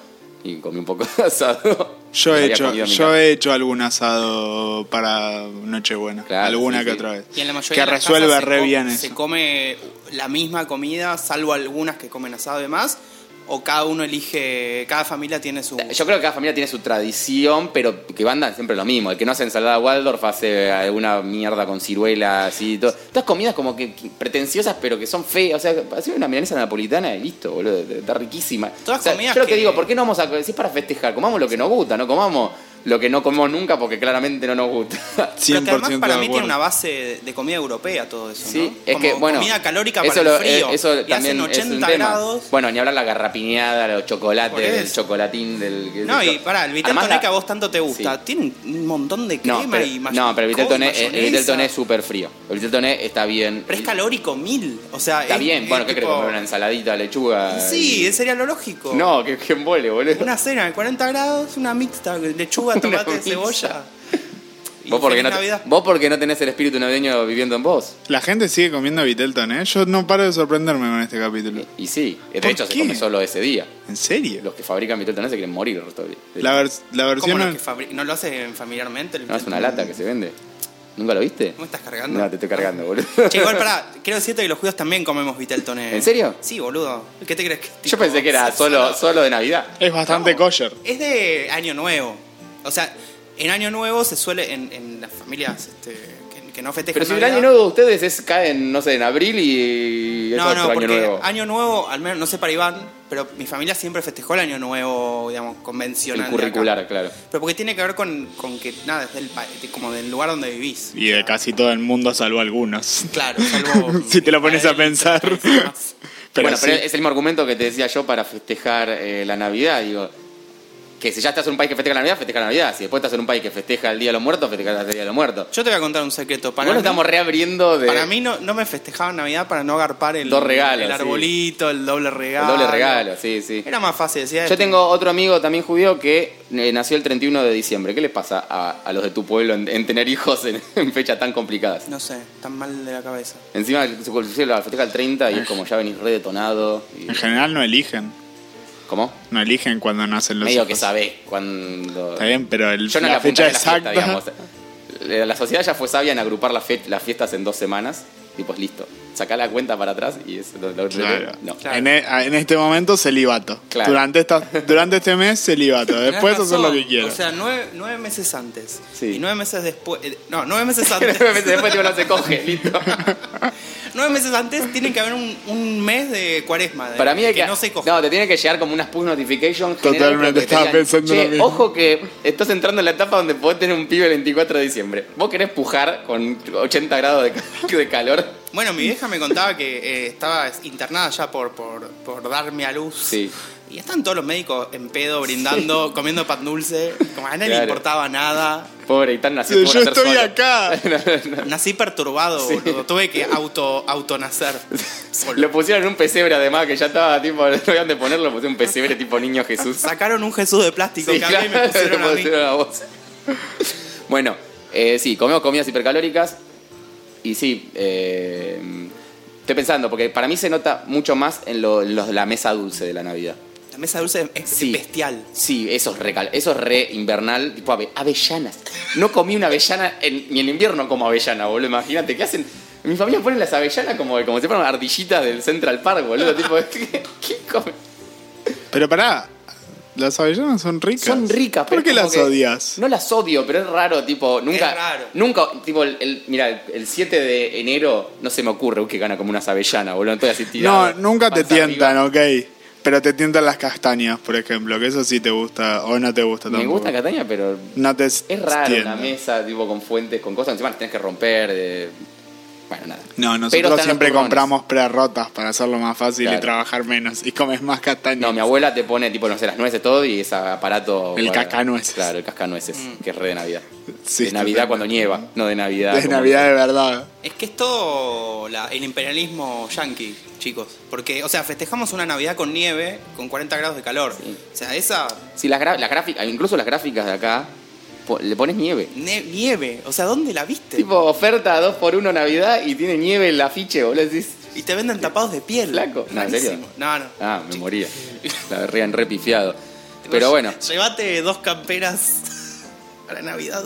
Speaker 1: y comí un poco de asado.
Speaker 2: Yo
Speaker 1: Que
Speaker 2: he,
Speaker 1: había
Speaker 2: hecho,
Speaker 1: comido en mi
Speaker 2: yo
Speaker 1: casa.
Speaker 2: he hecho algún asado para Nochebuena.
Speaker 1: Claro,
Speaker 2: alguna
Speaker 1: sí,
Speaker 2: que
Speaker 1: sí.
Speaker 2: otra vez.
Speaker 3: Y en la mayoría
Speaker 2: que
Speaker 3: de las
Speaker 2: resuelve
Speaker 3: casas se
Speaker 2: re
Speaker 3: co-
Speaker 2: bien
Speaker 3: Se
Speaker 2: eso.
Speaker 3: come la misma comida, salvo algunas que comen asado y más. O cada uno elige. Cada familia tiene su.
Speaker 1: Yo creo que cada familia tiene su tradición, pero que van siempre lo mismo. El que no hace ensalada Waldorf hace alguna mierda con ciruela, así. Todo. Todas comidas como que que pretenciosas, pero que son feas. O sea, hacer una milanesa napolitana y listo, boludo. Está riquísima.
Speaker 3: Todas
Speaker 1: O sea,
Speaker 3: comidas
Speaker 1: Yo lo que
Speaker 3: que-
Speaker 1: digo, ¿por qué no vamos a.? Si es para festejar, comamos lo que nos gusta, no comamos lo que no comemos nunca porque claramente no nos gusta.
Speaker 3: Pero que
Speaker 2: 100%
Speaker 3: además para
Speaker 2: de
Speaker 3: mí
Speaker 2: acuerdo.
Speaker 3: tiene una base de- de comida europea todo eso,
Speaker 1: Sí,
Speaker 3: ¿no?
Speaker 1: es
Speaker 3: Como
Speaker 1: que bueno.
Speaker 3: comida calórica
Speaker 1: eso
Speaker 3: para
Speaker 1: lo-
Speaker 3: el frío.
Speaker 1: eh, Eso
Speaker 3: y
Speaker 1: también
Speaker 3: hacen
Speaker 1: es un
Speaker 3: 80
Speaker 1: tema.
Speaker 3: grados.
Speaker 1: Bueno, ni hablar la garrapiñada, los
Speaker 3: Por
Speaker 1: chocolates,
Speaker 3: eso.
Speaker 1: el chocolatín del. qué sé
Speaker 3: No,
Speaker 1: yo.
Speaker 3: y pará, el vitel
Speaker 1: Además,
Speaker 3: toné
Speaker 1: la-
Speaker 3: que a vos tanto te gusta,
Speaker 1: Sí.
Speaker 3: tiene un montón de crema
Speaker 1: No, pero,
Speaker 3: y
Speaker 1: no, pero el vitel toné,
Speaker 3: mayonesa.
Speaker 1: el vitel toné es súper frío. El vitel toné está bien.
Speaker 3: Pero es calórico mil, o sea...
Speaker 1: Está
Speaker 3: es-
Speaker 1: bien,
Speaker 3: es
Speaker 1: bueno, ¿qué
Speaker 3: eh, tipo-
Speaker 1: querés comer? Una ensaladita, lechuga.
Speaker 3: Sí, sería lo lógico.
Speaker 1: No, que, que embole, boludo.
Speaker 3: Una cena de 40 grados, una mixta, lechuga,
Speaker 1: Una
Speaker 3: tomate,
Speaker 1: mixta.
Speaker 3: cebolla. Y
Speaker 1: ¿Vos, porque
Speaker 3: feliz
Speaker 1: no te-
Speaker 3: Navidad.
Speaker 1: vos porque no tenés el espíritu navideño viviendo en vos.
Speaker 2: La gente sigue comiendo Vitelton, ¿eh? Yo no paro de sorprenderme con este capítulo.
Speaker 1: Y sí, de
Speaker 2: ¿Por
Speaker 1: hecho se
Speaker 2: qué?
Speaker 1: come solo ese día.
Speaker 2: ¿En serio?
Speaker 1: Los que fabrican vitel toné se quieren morir. Rostovi.
Speaker 2: La, vers- la
Speaker 3: ¿Cómo
Speaker 2: versión...
Speaker 3: no, que fabri- no lo hacen familiarmente? el
Speaker 1: No, es una
Speaker 3: vitel
Speaker 1: lata que se vende. ¿Nunca lo viste?
Speaker 3: ¿Cómo estás cargando?
Speaker 1: No, te estoy cargando, boludo.
Speaker 3: Che, igual pará, quiero decirte que los judíos también comemos Viteltoné.
Speaker 1: ¿En serio?
Speaker 3: Sí, boludo. ¿Qué te crees que es,
Speaker 1: Yo
Speaker 3: tipo,
Speaker 1: pensé que era solo, solo de Navidad.
Speaker 2: Es bastante
Speaker 3: No,
Speaker 2: kosher.
Speaker 3: Es de Año Nuevo. O sea, en Año Nuevo se suele, en, en las familias este, que, que no festejan.
Speaker 1: Pero si el
Speaker 3: Navidad-
Speaker 1: año nuevo de ustedes es, cae en, no sé, en abril y es
Speaker 3: No,
Speaker 1: otro
Speaker 3: no,
Speaker 1: año
Speaker 3: porque
Speaker 1: nuevo.
Speaker 3: Año Nuevo, al menos no sé para Iván, pero mi familia siempre festejó el Año Nuevo, digamos, convencional.
Speaker 1: El
Speaker 3: de
Speaker 1: curricular,
Speaker 3: acá.
Speaker 1: claro.
Speaker 3: Pero porque tiene que ver con, con que, nada, es del, pa- de- como del lugar donde vivís.
Speaker 2: Y de casi todo el mundo, salvo algunos.
Speaker 3: Claro, salvo.
Speaker 2: Si te lo pones a pensar.
Speaker 3: Pero
Speaker 2: Pero
Speaker 1: bueno,
Speaker 2: sí.
Speaker 1: pero es el mismo argumento que te decía yo para festejar eh, la Navidad. Digo, que si ya estás en un país que festeja la Navidad, festeja la Navidad. Si después estás en un país que festeja el Día de los Muertos, festeja el Día de los Muertos.
Speaker 3: Yo te voy a contar un secreto. Para
Speaker 1: Bueno,
Speaker 3: mí-
Speaker 1: estamos reabriendo de
Speaker 3: Para mí no, no me festejaban Navidad para no agarpar el,
Speaker 1: Dos regalos,
Speaker 3: el
Speaker 1: sí.
Speaker 3: arbolito, el doble
Speaker 1: el
Speaker 3: regalo.
Speaker 1: doble regalo, sí, sí.
Speaker 3: Era más fácil, este decía.
Speaker 1: Yo tengo otro amigo también judío que eh, nació el 31 de diciembre. ¿Qué les pasa a, a los de tu pueblo en, en tener hijos en, en fechas tan complicadas?
Speaker 3: No sé, tan mal de la cabeza.
Speaker 1: Encima su se lo festeja el 30 y es como ya venís re detonado. y-
Speaker 2: En general no eligen.
Speaker 1: ¿Cómo?
Speaker 2: No eligen cuando nacen los
Speaker 1: Medio que
Speaker 2: hijos.
Speaker 1: sabés cuando...
Speaker 2: Está bien, pero el,
Speaker 1: Yo no
Speaker 2: la,
Speaker 1: la
Speaker 2: fecha
Speaker 1: fecha la fiesta, Eh,
Speaker 2: exacta...
Speaker 1: digamos. La sociedad ya fue sabia en agrupar las, fe- las fiestas en dos semanas y pues listo. sacá la cuenta para atrás y es lo, lo-
Speaker 2: Claro.
Speaker 1: no.
Speaker 3: Claro.
Speaker 2: En, e- en este momento celibato.
Speaker 1: Claro.
Speaker 2: Durante, esta, durante este mes celibato.
Speaker 3: Tenés
Speaker 2: Después hacer lo
Speaker 3: razón.
Speaker 2: que quieras.
Speaker 3: O sea, nueve, nueve meses antes.
Speaker 1: Sí.
Speaker 3: Y nueve meses después. eh, No, nueve meses antes.
Speaker 1: Nueve meses después tipo no se coge, listo.
Speaker 3: nueve meses antes tiene que haber un, un mes de cuaresma. de-
Speaker 1: Para mí hay
Speaker 3: que,
Speaker 1: que,
Speaker 3: no se coge.
Speaker 1: No, te tiene que llegar como unas push notifications.
Speaker 2: Totalmente, estaba pensando lo mismo".
Speaker 1: Ojo que estás entrando en la etapa donde podés tener un pibe el 24 de diciembre. Vos querés pujar con 80 grados de, ca- de calor.
Speaker 3: Bueno, mi vieja me contaba que eh, estaba internada ya por, por, por darme a luz.
Speaker 1: Sí.
Speaker 3: Y están todos los médicos en pedo, brindando, comiendo pan dulce. Como a nadie
Speaker 1: Claro.
Speaker 3: le importaba nada.
Speaker 1: Pobre, y tan nací
Speaker 2: Sí,
Speaker 1: por
Speaker 2: yo
Speaker 1: nacer
Speaker 2: estoy
Speaker 1: solo.
Speaker 2: acá.
Speaker 3: Nací perturbado, boludo. Tuve que auto, autonacer. Solo.
Speaker 1: Lo pusieron en un pesebre además, que ya estaba tipo, no habían de ponerlo, pusieron un pesebre tipo niño Jesús.
Speaker 3: Sacaron un Jesús de plástico
Speaker 1: Sí,
Speaker 3: que a mí me
Speaker 1: claro,
Speaker 3: pusieron a
Speaker 1: te
Speaker 3: mí.
Speaker 1: pusieron a vos. bueno, eh, sí, comemos comidas hipercalóricas. Y sí, eh, estoy pensando, porque para mí se nota mucho más en, lo- en los de la mesa dulce de la Navidad.
Speaker 3: La mesa dulce es
Speaker 1: Sí.
Speaker 3: bestial.
Speaker 1: Sí, eso es re, cal- eso es re invernal, tipo ave- avellanas. No comí una avellana en- ni en invierno como avellana, boludo. Imagínate, ¿qué hacen? Mi familia pone las avellanas como, como si fueran ardillitas del Central Park, boludo. Tipo, ¿qué, qué come?
Speaker 2: Pero pará, las avellanas son ricas.
Speaker 1: Son ricas, pero
Speaker 2: ¿Por qué
Speaker 1: como
Speaker 2: las
Speaker 1: que-
Speaker 2: odias?
Speaker 1: No las odio, pero es raro, tipo, nunca.
Speaker 3: Es raro.
Speaker 1: Nunca, tipo, el, el- mira, el 7 de enero no se me ocurre uh, que gana como unas avellanas, boludo. Entonces así
Speaker 2: No,
Speaker 1: tirado.
Speaker 2: nunca te
Speaker 1: panza
Speaker 2: tientan,
Speaker 1: arriba.
Speaker 2: ok. Pero te tientan las castañas, por ejemplo, que eso sí te gusta o no te gusta
Speaker 1: Me
Speaker 2: tampoco.
Speaker 1: gusta Cataña, pero
Speaker 2: No te
Speaker 1: es raro
Speaker 2: tientan.
Speaker 1: una mesa, tipo, con fuentes, con cosas. Encima las tenés que romper. de- Bueno, nada.
Speaker 2: No,
Speaker 1: Pero
Speaker 2: nosotros
Speaker 1: están
Speaker 2: siempre
Speaker 1: los turrones.
Speaker 2: compramos prerrotas para hacerlo más fácil y
Speaker 1: Claro.
Speaker 2: trabajar menos. Y comes más castañas.
Speaker 1: No, mi abuela te pone, tipo, no sé, las nueces todo y ese aparato.
Speaker 2: El
Speaker 1: para-
Speaker 2: cascanueces.
Speaker 1: Claro, el cascanueces,
Speaker 3: Mm.
Speaker 1: que es re de Navidad.
Speaker 2: Sí,
Speaker 1: de Navidad
Speaker 2: totalmente.
Speaker 1: cuando nieva, no de Navidad.
Speaker 2: Es
Speaker 1: como-
Speaker 2: Navidad de verdad.
Speaker 3: Es que es todo la- el imperialismo yanqui, chicos. Porque, o sea, festejamos una Navidad con nieve, con 40 grados de calor. O sea, esa
Speaker 1: Sí, las, gra- las gráficas, incluso las gráficas de acá, po- le pones nieve.
Speaker 3: ne- nieve, o sea, ¿dónde la viste?
Speaker 1: Tipo oferta 2x1 Navidad y tiene nieve el afiche, boludo. Decís,
Speaker 3: Y te venden tapados de piel.
Speaker 1: Flaco. No, ¿en serio?
Speaker 3: Rarísimo. No, no.
Speaker 1: ah, me moría. La habrían repifiado. Pero bueno,
Speaker 3: Llévate dos camperas para Navidad.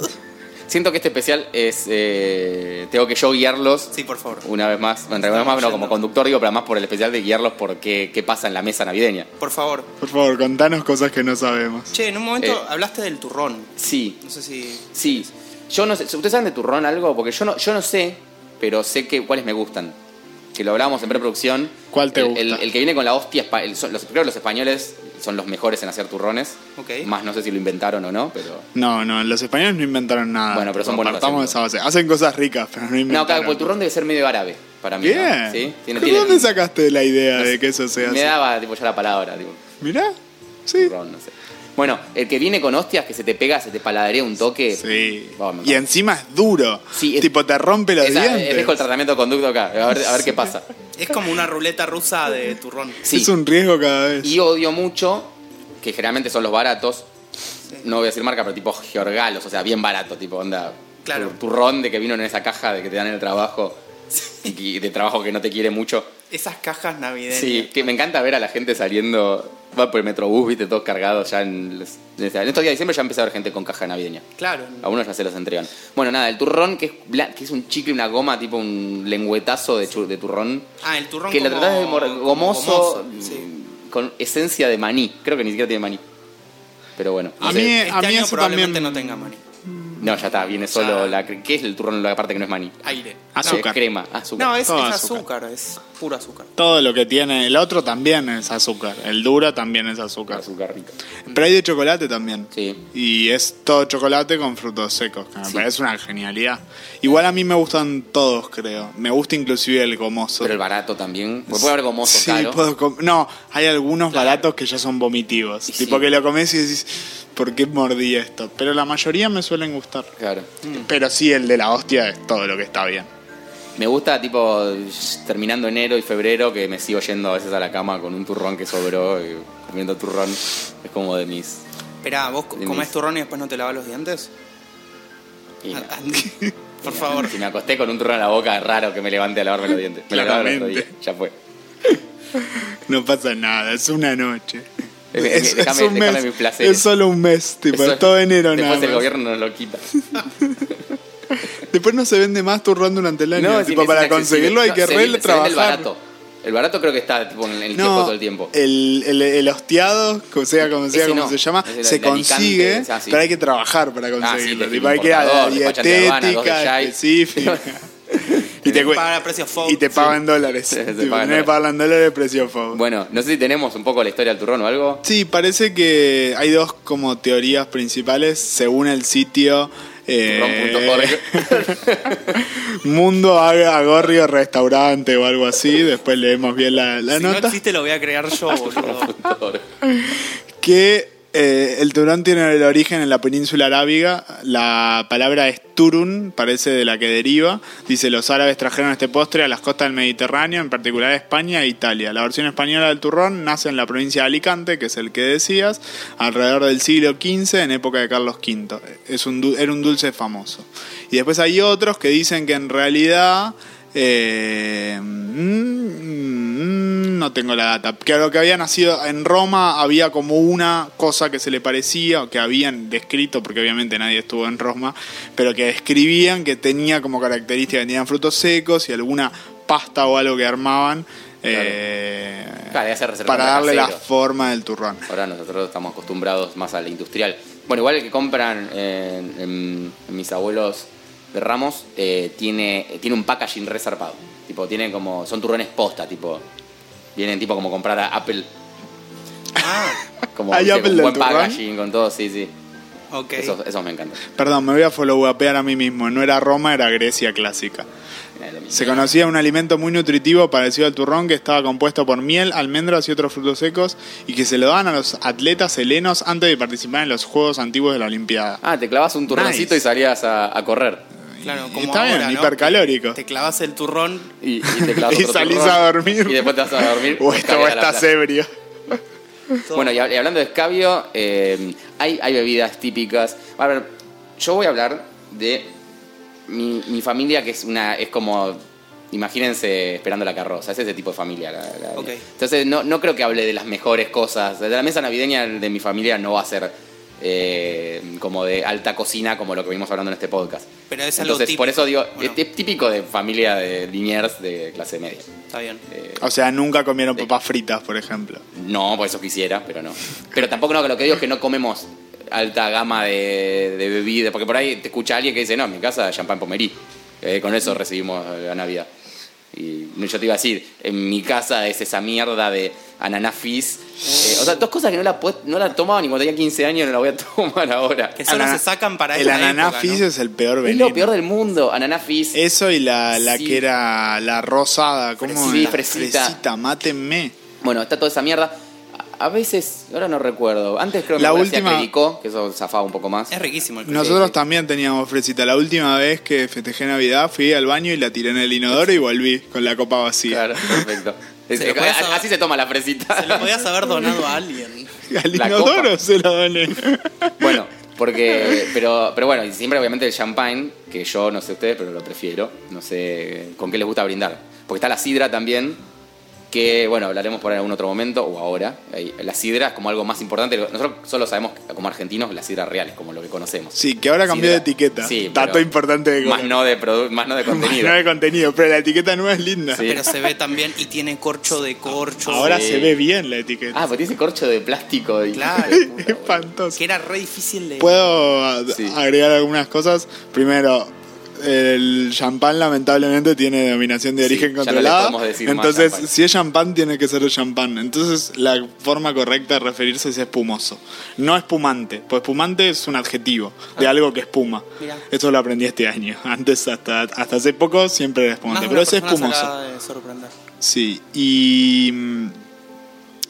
Speaker 1: siento que este especial es. eh, tengo que yo guiarlos
Speaker 3: Sí, por favor.
Speaker 1: una vez más. Bueno, una vez más, no, como
Speaker 3: yendo.
Speaker 1: conductor, digo, pero más por el especial de guiarlos por qué, qué pasa en la mesa navideña.
Speaker 3: Por favor.
Speaker 2: Por favor, contanos cosas que no sabemos.
Speaker 3: Che, en un momento
Speaker 1: Eh.
Speaker 3: hablaste del turrón.
Speaker 1: Sí,
Speaker 3: No sé si.
Speaker 1: sí. Yo no sé. ¿Ustedes saben de turrón algo? Porque yo no, yo no sé, pero sé que cuáles me gustan. Que lo hablábamos en preproducción.
Speaker 2: ¿Cuál te
Speaker 1: El-
Speaker 2: gusta?
Speaker 1: El, el que viene con la hostia, espa- el- son- los, creo que los españoles son los mejores en hacer turrones.
Speaker 3: Ok.
Speaker 1: Más no sé si lo inventaron o no, pero.
Speaker 2: No, no, los españoles no inventaron nada.
Speaker 1: Bueno, pero son buenos
Speaker 2: Partamos de esa base. Hacen cosas ricas, pero no inventaron.
Speaker 1: No, claro, porque el turrón debe ser medio árabe para mí. ¿no?
Speaker 2: Bien.
Speaker 1: ¿Sí? Tiene-
Speaker 2: ¿De
Speaker 1: tiene-
Speaker 2: dónde sacaste la idea
Speaker 1: no sé,
Speaker 2: de que eso se hace?
Speaker 1: Me daba tipo ya la palabra, tipo,
Speaker 2: Mirá. Sí.
Speaker 1: turrón, no sé. Bueno, el que viene con hostias que se te pega, se te paladrea un toque.
Speaker 2: Sí.
Speaker 1: Oh, me
Speaker 2: y encima es duro.
Speaker 1: Sí, es-
Speaker 2: tipo, te rompe los
Speaker 1: Esa- eh,
Speaker 2: dientes.
Speaker 1: dejo el tratamiento de conducto acá, a ver, a ver qué pasa.
Speaker 3: Es como una ruleta rusa de turrón.
Speaker 1: Sí.
Speaker 2: Es un riesgo cada vez.
Speaker 1: Y odio mucho, que generalmente son los baratos, no voy a decir marca, pero tipo Georgalos, o sea, bien barato, tipo onda.
Speaker 3: Claro.
Speaker 1: tur- Turrón de que vino en esa caja de que te dan en el trabajo y de trabajo que no te quiere mucho.
Speaker 3: Esas cajas navideñas.
Speaker 1: Sí, que me encanta ver a la gente saliendo, va por el metrobús, viste, todos cargados ya en, los- en estos días de diciembre ya empieza a ver gente con caja navideña.
Speaker 3: Claro.
Speaker 1: A unos ya se los entregan. Bueno, nada, el turrón, que es, bla- que es un chicle, una goma, tipo un lengüetazo de, chu- de turrón,
Speaker 3: Ah, el turrón
Speaker 1: que lo
Speaker 3: como-
Speaker 1: tratás de mor-
Speaker 3: como
Speaker 1: gomoso, mm,
Speaker 3: sí.
Speaker 1: con esencia de maní. Creo que ni siquiera tiene maní. Pero bueno. no
Speaker 2: Eh, A
Speaker 1: sé.
Speaker 2: mí-
Speaker 3: Este año
Speaker 2: eso
Speaker 3: probablemente
Speaker 2: también-
Speaker 3: no tenga maní.
Speaker 1: No, ya está, viene solo
Speaker 3: Ya.
Speaker 1: la... cre- ¿Qué es el turrón, la parte que no es maní?
Speaker 3: Aire.
Speaker 2: Azúcar.
Speaker 1: Eh, crema, azúcar.
Speaker 3: No, es,
Speaker 2: Todo
Speaker 3: es
Speaker 2: azúcar.
Speaker 3: azúcar, es puro azúcar.
Speaker 2: Todo lo que tiene. El otro también es azúcar. El duro también es azúcar.
Speaker 1: azúcar rica.
Speaker 2: Pero hay de chocolate también.
Speaker 1: Sí.
Speaker 2: Y es todo chocolate con frutos secos, que me
Speaker 1: Sí.
Speaker 2: parece una genialidad. Igual a mí me gustan todos, creo. Me gusta inclusive el gomoso.
Speaker 1: Pero el barato también. Porque Pues puede haber gomoso
Speaker 2: sí,
Speaker 1: caro.
Speaker 2: puedo com- no, hay algunos baratos que ya son vomitivos.
Speaker 1: Y
Speaker 2: tipo
Speaker 1: sí.
Speaker 2: que lo comes y decís, ¿por qué mordí esto? Pero la mayoría me suelen gustar.
Speaker 1: Claro.
Speaker 2: Pero sí, el de la hostia es todo lo que está bien.
Speaker 1: Me gusta, tipo, terminando enero y febrero, que me sigo yendo a veces a la cama con un turrón que sobró, y comiendo turrón. Es como de mis.
Speaker 3: Esperá, ¿vos
Speaker 1: De
Speaker 3: comés
Speaker 1: mis-
Speaker 3: turrón y después no te lavas los dientes? Ah,
Speaker 1: y me-
Speaker 3: Por favor.
Speaker 1: Si me acosté con un turrón en la boca, es raro que me levante a lavarme los dientes. Me lo lavo el otro día,
Speaker 2: Claramente.
Speaker 1: Ya fue.
Speaker 2: No pasa nada, es una noche.
Speaker 1: Es- es- déjame- déjame mis placeres.
Speaker 2: es solo un mes, tipo,
Speaker 1: Eso-
Speaker 2: es todo enero
Speaker 1: Después
Speaker 2: nada
Speaker 1: el
Speaker 2: más.
Speaker 1: gobierno nos lo quita.
Speaker 2: Después no se vende más turrón durante el año.
Speaker 1: No, es
Speaker 2: tipo,
Speaker 1: inacces-
Speaker 2: para
Speaker 1: inaccesible.
Speaker 2: conseguirlo hay
Speaker 1: No,
Speaker 2: que
Speaker 1: se
Speaker 2: re
Speaker 1: vende- se vende
Speaker 2: trabajar.
Speaker 1: el barato. El barato creo que está tipo, en el tiempo todo el tiempo.
Speaker 2: Eh. El, el- el hosteado, como sea como, sea,
Speaker 1: Ese
Speaker 2: como
Speaker 1: no.
Speaker 2: se llama,
Speaker 1: Ese, la-
Speaker 2: se
Speaker 1: la
Speaker 2: consigue,
Speaker 1: Alicante, ah, sí.
Speaker 2: pero hay que trabajar para
Speaker 1: Ah, sí,
Speaker 2: conseguirlo.
Speaker 1: que
Speaker 2: tipo,
Speaker 1: tiene
Speaker 2: hay que ir a la
Speaker 1: importador, despachante de Habana, dos de
Speaker 2: dietética
Speaker 1: Jai.
Speaker 2: específica. y, te,
Speaker 3: Te
Speaker 2: cu-
Speaker 3: pagan a precio Fox.
Speaker 2: y te pagan dólares.
Speaker 1: Se pagan
Speaker 2: Tipo, no me
Speaker 1: dólares.
Speaker 2: pagan dólares, precio FOB.
Speaker 1: Bueno, no sé si tenemos un poco la historia del turrón o algo.
Speaker 2: Sí, parece que hay dos como teorías principales según el sitio eh,
Speaker 1: Turrón.org.
Speaker 2: Mundo Ag- Agorrio Restaurante o algo así. Después leemos bien la, la
Speaker 3: si no
Speaker 2: nota.
Speaker 3: existe lo voy a crear yo, boludo.
Speaker 1: Turrón.org.
Speaker 2: que eh, el turrón tiene el origen en la península arábiga. La palabra es turun, parece de la que deriva. Dice, los árabes trajeron este postre a las costas del Mediterráneo, en particular a España e Italia. La versión española del turrón nace en la provincia de Alicante, que es el que decías, alrededor del siglo XV, en época de Carlos V. Es un, du- era un dulce famoso. Y después hay otros que dicen que en realidad... eh, mm, mm, no tengo la data. Claro que había nacido en Roma, había como una cosa que se le parecía, o que habían descrito, porque obviamente nadie estuvo en Roma, pero que describían que tenía como característica que tenían frutos secos y alguna pasta o algo que armaban eh,
Speaker 1: Claro, ya se reservan
Speaker 2: para
Speaker 1: para
Speaker 2: darle la
Speaker 1: casero.
Speaker 2: forma del turrón.
Speaker 1: Ahora nosotros estamos acostumbrados más al industrial. Bueno, igual el que compran eh, en- en mis abuelos de Ramos, eh, tiene, tiene un packaging resarpado. Tipo, tienen como. Son turrones posta, tipo. Vienen tipo como comprar a Apple.
Speaker 3: Ah,
Speaker 1: Como
Speaker 2: ¿Hay
Speaker 1: viste,
Speaker 2: Apple
Speaker 1: con
Speaker 2: del
Speaker 1: buen
Speaker 2: turrón?
Speaker 1: packaging, con todo, sí, sí.
Speaker 3: ok.
Speaker 1: Esos, esos me encantan.
Speaker 2: Perdón, me voy a follow-upear a mí mismo. No era Roma, era Grecia clásica.
Speaker 1: Eh, lo mismo.
Speaker 2: Se conocía un alimento muy nutritivo parecido al turrón que estaba compuesto por miel, almendras y otros frutos secos y que se lo daban a los atletas helenos antes de participar en los Juegos Antiguos de la Olimpiada.
Speaker 1: Ah, te clavas un turroncito
Speaker 2: Nice.
Speaker 1: y salías a, a correr.
Speaker 3: Claro,
Speaker 2: Y
Speaker 3: como
Speaker 2: está bien,
Speaker 3: ahora, ¿no?
Speaker 2: hipercalórico.
Speaker 3: Te clavas el turrón.
Speaker 1: Y, y te clavas
Speaker 2: Y
Speaker 1: otro
Speaker 2: salís
Speaker 1: turrón,
Speaker 2: a dormir.
Speaker 1: Y después te vas a dormir.
Speaker 2: o esta- o
Speaker 1: Salías a la
Speaker 2: estás
Speaker 1: plaza.
Speaker 2: ebrio.
Speaker 3: todo.
Speaker 1: Bueno, y hab- y hablando de escabio, eh, hay, hay bebidas típicas. A ver, yo voy a hablar de mi, mi familia, que es una es como, imagínense, esperando la carroza. Es ese tipo de familia. la- la-
Speaker 3: Ok.
Speaker 1: Entonces, no, no creo que hable de las mejores cosas. De la mesa navideña de mi familia no va a ser eh, como de alta cocina, como lo que venimos hablando en este podcast.
Speaker 3: Pero es algo
Speaker 1: Entonces, por
Speaker 3: típico.
Speaker 1: eso digo,
Speaker 3: Bueno.
Speaker 1: es, es típico de familia de Liniers de clase media.
Speaker 3: Está bien.
Speaker 1: Eh,
Speaker 2: O sea, nunca comieron papas fritas, por ejemplo.
Speaker 1: no, por eso quisiera, pero no. Pero tampoco no, que lo que digo es que no comemos alta gama de, de bebidas, porque por ahí te escucha alguien que dice, no, en mi casa champán pomerí. Eh, con eso recibimos la Navidad. Y yo te iba a decir, en mi casa es esa mierda de ananá fizz. Eh, o sea, dos cosas que no la, puedo- no la tomaba ni cuando tenía 15 años, no la voy a tomar ahora.
Speaker 3: Que solo
Speaker 2: Ananá-
Speaker 3: se sacan para
Speaker 2: El
Speaker 3: esta
Speaker 2: ananá
Speaker 3: época,
Speaker 2: fizz
Speaker 3: ¿no?
Speaker 2: es el peor
Speaker 1: Es
Speaker 2: veneno.
Speaker 1: lo peor del mundo, ananá fizz.
Speaker 2: Eso y la, la
Speaker 1: Sí.
Speaker 2: que era la rosada, como
Speaker 1: Sí,
Speaker 2: la
Speaker 1: fresita.
Speaker 2: fresita, mátenme.
Speaker 1: Bueno, está toda esa mierda. A a veces, ahora no recuerdo. Antes creo que
Speaker 2: La
Speaker 1: me parecía
Speaker 2: última-
Speaker 1: Clericó, que eso zafaba un poco más.
Speaker 3: Es riquísimo el
Speaker 1: No.
Speaker 2: Nosotros
Speaker 1: sí.
Speaker 2: también teníamos fresita. La última vez que festejé Navidad fui al baño y la tiré en el inodoro y volví con la copa vacía.
Speaker 1: Claro, perfecto. Es-
Speaker 3: Se lo
Speaker 1: eh,
Speaker 3: podés
Speaker 1: a-
Speaker 3: a-
Speaker 1: así se toma la fresita.
Speaker 3: Se lo podías haber donado a alguien.
Speaker 2: Al
Speaker 1: La
Speaker 2: inodoro
Speaker 1: copa.
Speaker 2: se la doné.
Speaker 1: Bueno, porque. Pero, pero bueno, y siempre obviamente el champagne, que yo no sé ustedes, pero lo prefiero. No sé con qué les gusta brindar. Porque está la sidra también, que bueno, hablaremos por ahí en algún otro momento o ahora. Ahí, La sidra es como algo más importante. Nosotros solo sabemos, como argentinos, la sidra real es como lo que conocemos.
Speaker 2: Sí, que ahora cambió de
Speaker 1: Sidra.
Speaker 2: etiqueta.
Speaker 1: Sí,
Speaker 2: Dato
Speaker 1: pero
Speaker 2: importante de
Speaker 1: Más no de, produ- más no de contenido.
Speaker 2: no de contenido, pero la etiqueta nueva es linda.
Speaker 1: Sí.
Speaker 3: Pero se ve también y tiene corcho de corcho.
Speaker 2: Ahora
Speaker 1: Sí.
Speaker 2: se ve bien la etiqueta.
Speaker 1: Ah, porque tiene ese corcho de plástico. y-
Speaker 3: Claro.
Speaker 1: Puta, boludo.
Speaker 2: Espantoso.
Speaker 3: Que era re difícil de.
Speaker 2: Puedo a-
Speaker 1: Sí.
Speaker 2: agregar algunas cosas. Primero, el champán lamentablemente tiene denominación de
Speaker 1: Sí,
Speaker 2: origen
Speaker 1: ya no le
Speaker 2: controlada.
Speaker 1: podemos decir más
Speaker 2: entonces,
Speaker 1: champán.
Speaker 2: si es champán, tiene que ser champán. Entonces, la forma correcta de referirse es espumoso. No espumante, pues espumante es un adjetivo de algo que espuma.
Speaker 3: Ah. Mirá.
Speaker 2: Eso lo aprendí este año. Antes, hasta, hasta hace poco, siempre era
Speaker 3: Más de
Speaker 2: espumante.
Speaker 3: una
Speaker 2: Pero es
Speaker 3: persona se
Speaker 2: espumoso.
Speaker 3: acaba de sorprender.
Speaker 2: Sí, y mm,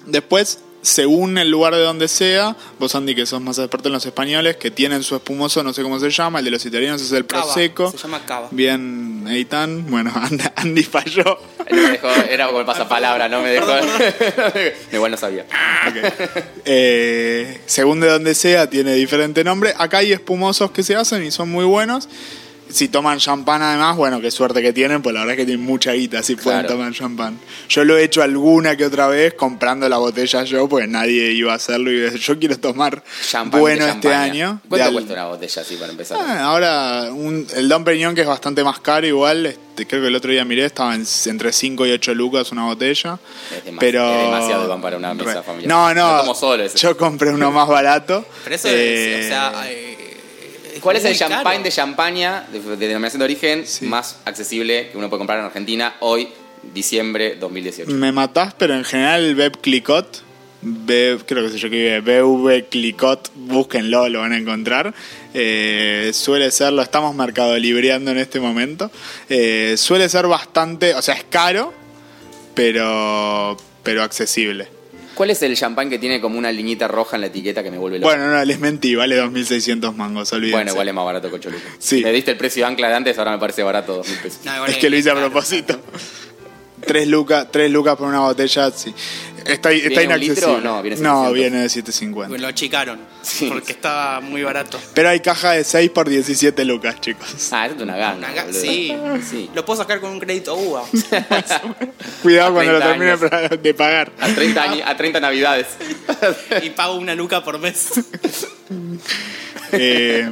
Speaker 2: después, según el lugar de donde sea, vos Andy que sos más experto en los españoles, que tienen su espumoso, no sé cómo se llama, el de los italianos es el
Speaker 3: Cava,
Speaker 2: prosecco.
Speaker 3: Se llama cava.
Speaker 2: Bien, Eitan, bueno, And- Andy falló.
Speaker 1: No me dejó- era como el pasapalabra, no me dejó. Igual no sabía.
Speaker 2: Ah, Ok. Eh, según de donde sea, tiene diferente nombre. Acá hay espumosos que se hacen y son muy buenos. si toman champán además, bueno, qué suerte que tienen, pues la verdad es que tienen mucha guita si pueden
Speaker 1: Claro.
Speaker 2: tomar champán. Yo lo he hecho alguna que otra vez comprando la botella yo, pues nadie iba a hacerlo y yo quiero tomar
Speaker 1: Champán de
Speaker 2: bueno este
Speaker 1: champaña.
Speaker 2: año.
Speaker 1: ¿Cuánto
Speaker 2: De al-
Speaker 1: cuesta una botella así para empezar?
Speaker 2: Ah, ahora un- el Don Periñón que es bastante más caro igual, este, creo que el otro día miré, estaba en- entre 5 y 8 lucas una botella.
Speaker 1: Es demasi-
Speaker 2: pero...
Speaker 1: es demasiado pan para una mesa familiar.
Speaker 2: No,
Speaker 1: Yo
Speaker 2: no,
Speaker 1: como solo ese.
Speaker 2: yo compré uno más barato.
Speaker 3: Pero eso
Speaker 2: Eh,
Speaker 3: es, o sea... eh,
Speaker 1: ¿Cuál es el
Speaker 3: muy caro.
Speaker 1: champán de champaña de, de denominación de origen más accesible que uno puede comprar en Argentina hoy, diciembre 2018?
Speaker 2: Me matás, pero en general Beb Clicot, Beb- creo que se yo que BV Clicot, búsquenlo, lo van a encontrar. Eh, suele ser, lo estamos mercadolibreando en este momento. Eh, suele ser bastante, o sea, es caro, pero, pero accesible.
Speaker 1: ¿Cuál es el champán que tiene como una liñita roja en la etiqueta que me vuelve loco?
Speaker 2: Bueno, no, les mentí, vale 2.600 mangos, olvídense.
Speaker 1: Bueno, igual es más barato que Choluco.
Speaker 2: Sí.
Speaker 1: Me diste el precio ancla de antes, ahora me parece barato 2000 pesos.
Speaker 3: No, igual
Speaker 2: Es que lo hice a
Speaker 3: caro.
Speaker 2: propósito. Tres lucas, tres lucas por una botella, sí. Está, está
Speaker 1: ¿Viene un litro?
Speaker 2: inaccesible.
Speaker 1: No, viene
Speaker 2: no,
Speaker 1: 700.
Speaker 2: viene de 750.
Speaker 3: Pues Lo achicaron,
Speaker 1: Sí.
Speaker 3: porque estaba muy barato.
Speaker 2: Pero hay caja de 6 por 17 lucas, chicos.
Speaker 1: Ah, eso es una ganga.
Speaker 3: Una ga-
Speaker 1: boludo.
Speaker 3: sí.
Speaker 1: sí.
Speaker 3: Lo puedo sacar con un crédito UBA.
Speaker 2: Cuidado
Speaker 1: A
Speaker 2: cuando lo
Speaker 1: 30
Speaker 2: termine de pagar.
Speaker 1: A 30, añi- a 30 navidades.
Speaker 3: y pago una luca por mes.
Speaker 2: Eh,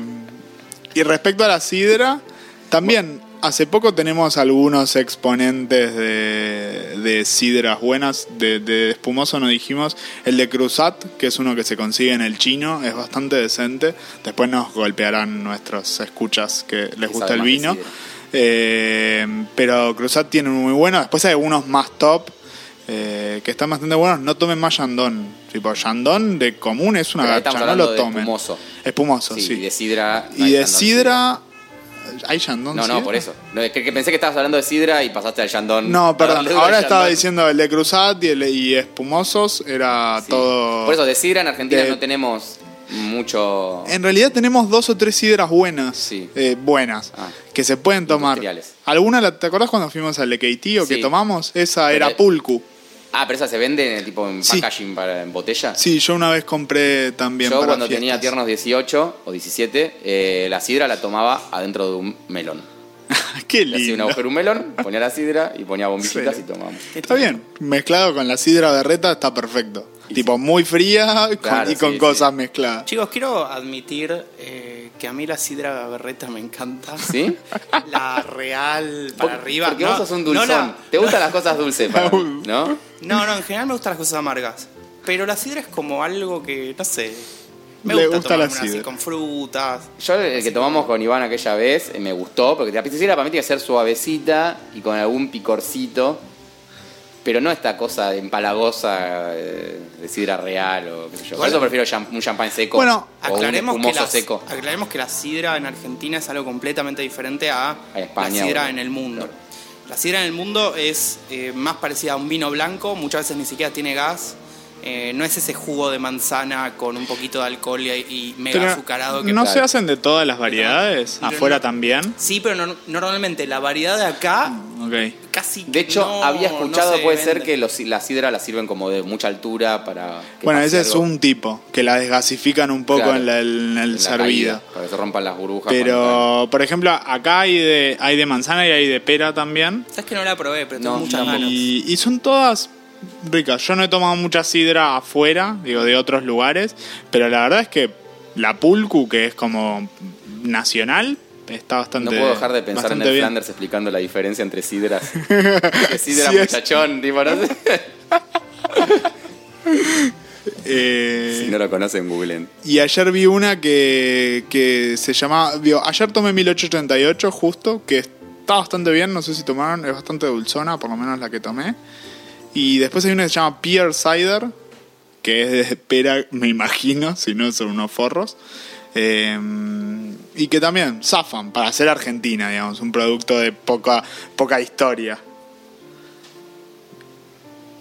Speaker 2: y respecto a la sidra, también hace poco tenemos algunos exponentes de, de sidras buenas. De, de espumoso no dijimos. El de Cruzat, que es uno que se consigue en el chino, es bastante decente. Después nos golpearán nuestros escuchas que les
Speaker 1: Que
Speaker 2: gusta
Speaker 1: saben
Speaker 2: el
Speaker 1: más de
Speaker 2: vino.
Speaker 1: sidra.
Speaker 2: Eh, pero Cruzat tiene uno muy bueno. Después hay algunos más top. eh, que están bastante buenos, no tomen más Yandón. Tipo, Yandón de común es una
Speaker 1: Pero ahí estamos
Speaker 2: gacha, no lo
Speaker 1: hablando de
Speaker 2: tomen.
Speaker 1: espumoso.
Speaker 2: Espumoso,
Speaker 1: Sí,
Speaker 2: sí.
Speaker 1: Y de sidra. no
Speaker 2: Y
Speaker 1: hay
Speaker 2: de
Speaker 1: Shandong
Speaker 2: Sidra. ¿Hay Shandong?
Speaker 1: No,
Speaker 2: sidra?
Speaker 1: no, por eso. No, es que, que pensé que estabas hablando de sidra y pasaste al Yandón.
Speaker 2: No, perdón.
Speaker 1: Al
Speaker 2: Ahora
Speaker 1: Yandón.
Speaker 2: estaba diciendo el de Cruzat y, el, y Espumosos era
Speaker 1: Sí.
Speaker 2: todo.
Speaker 1: Por eso, de sidra en Argentina
Speaker 2: de-
Speaker 1: no tenemos mucho.
Speaker 2: En realidad tenemos dos o tres sidras buenas.
Speaker 1: Sí.
Speaker 2: eh, buenas.
Speaker 1: Ah.
Speaker 2: Que se pueden tomar.
Speaker 1: Industriales.
Speaker 2: ¿Alguna la- te acordás cuando fuimos al de Keití o que
Speaker 1: Sí.
Speaker 2: tomamos? Esa
Speaker 1: Pero-
Speaker 2: era Pulcu.
Speaker 1: Ah, pero esa se vende eh, tipo en
Speaker 2: Sí.
Speaker 1: packaging, para, en botella.
Speaker 2: Sí, yo una vez compré también.
Speaker 1: Yo
Speaker 2: para
Speaker 1: cuando
Speaker 2: fiestas.
Speaker 1: tenía tiernos 18 o 17, eh, la sidra la tomaba adentro de un melón.
Speaker 2: Qué
Speaker 1: Le hacía un
Speaker 2: lindo.
Speaker 1: agujero a un melón, ponía la sidra y ponía bombillitas
Speaker 2: Sí.
Speaker 1: y tomábamos.
Speaker 2: Está bien, mezclado con la sidra de reta está perfecto. tipo, muy fría con-
Speaker 1: Claro,
Speaker 2: y con
Speaker 1: sí,
Speaker 2: cosas
Speaker 1: sí.
Speaker 2: mezcladas.
Speaker 3: Chicos, quiero admitir eh, que a mí la sidra berreta me encanta.
Speaker 1: ¿Sí?
Speaker 3: La real para
Speaker 1: Por-
Speaker 3: arriba.
Speaker 1: Porque
Speaker 3: no,
Speaker 1: vos sos un
Speaker 3: no
Speaker 1: dulzón.
Speaker 3: la-
Speaker 1: Te gustan las cosas dulces, para mí, ¿no?
Speaker 3: No, no, en general me gustan las cosas amargas. Pero la sidra es como algo que, no sé. Me
Speaker 2: Le
Speaker 3: gusta,
Speaker 2: gusta la
Speaker 3: tomar una así
Speaker 2: sidra.
Speaker 3: con frutas.
Speaker 1: Yo el que tomamos con Iván aquella vez eh, me gustó, porque la pizzería para mí tiene que ser suavecita y con algún picorcito, pero no esta cosa empalagosa eh, de sidra real o qué sé yo. Por
Speaker 3: Igual-
Speaker 1: eso prefiero champ- un champán seco.
Speaker 2: Bueno,
Speaker 1: o un
Speaker 3: Aclaremos que,
Speaker 1: espumoso
Speaker 3: la,
Speaker 1: seco.
Speaker 3: aclaremos que la sidra en Argentina es algo completamente diferente a,
Speaker 1: A España,
Speaker 3: la sidra
Speaker 1: bueno,
Speaker 3: en el mundo.
Speaker 1: claro.
Speaker 3: La sidra en el mundo es eh, más parecida a un vino blanco, muchas veces ni siquiera tiene gas. eh, no es ese jugo de manzana con un poquito de alcohol y, y mega
Speaker 2: Pero,
Speaker 3: azucarado que
Speaker 2: ¿No se
Speaker 1: tal.
Speaker 2: hacen de todas las variedades?
Speaker 3: Pero
Speaker 2: ¿Afuera
Speaker 3: no-
Speaker 2: también?
Speaker 3: Sí, pero no- normalmente la variedad de acá
Speaker 2: Ok.
Speaker 3: casi que
Speaker 1: De hecho,
Speaker 3: no-
Speaker 1: había
Speaker 3: no
Speaker 1: escuchado,
Speaker 3: se
Speaker 1: puede ser
Speaker 3: vende.
Speaker 1: que los, la sidra la sirven como de mucha altura para... que
Speaker 2: Bueno,
Speaker 1: pase
Speaker 2: ese es
Speaker 1: algo
Speaker 2: un tipo, que la desgasifican un poco
Speaker 1: Claro.
Speaker 2: en, la- en
Speaker 1: en
Speaker 2: el
Speaker 1: la
Speaker 2: servido.
Speaker 1: caída, Para que se rompan las burbujas. cuando
Speaker 2: Pero, por ejemplo, acá hay de, hay de manzana y hay de pera también.
Speaker 3: Sabes que no la probé, pero tengo
Speaker 1: No,
Speaker 3: muchas
Speaker 1: tampoco.
Speaker 3: ganas.
Speaker 2: Y, y son todas ricas. Yo no he tomado mucha sidra afuera, digo, de otros lugares, pero la verdad es que la pulcu, que es como nacional, está
Speaker 1: caen. No
Speaker 2: bastante
Speaker 1: puedo dejar de pensar en
Speaker 2: bastante
Speaker 1: el
Speaker 2: bien.
Speaker 1: Flanders explicando la diferencia entre sidras. Porque sidra
Speaker 2: Sí es.
Speaker 1: muchachón, tipo, no sé.
Speaker 2: Eh,
Speaker 1: Si no lo conocen, googleen.
Speaker 2: Y ayer vi una que, que se llama. digo, ayer tomé 1888, justo, que está bastante bien, no sé si tomaron, es bastante dulzona, por lo menos la que tomé. Y después hay una que se llama Pier Cider, que es de pera, me imagino, si no son unos forros. Eh, y que también zafan para ser argentina, digamos, un producto de poca, poca historia.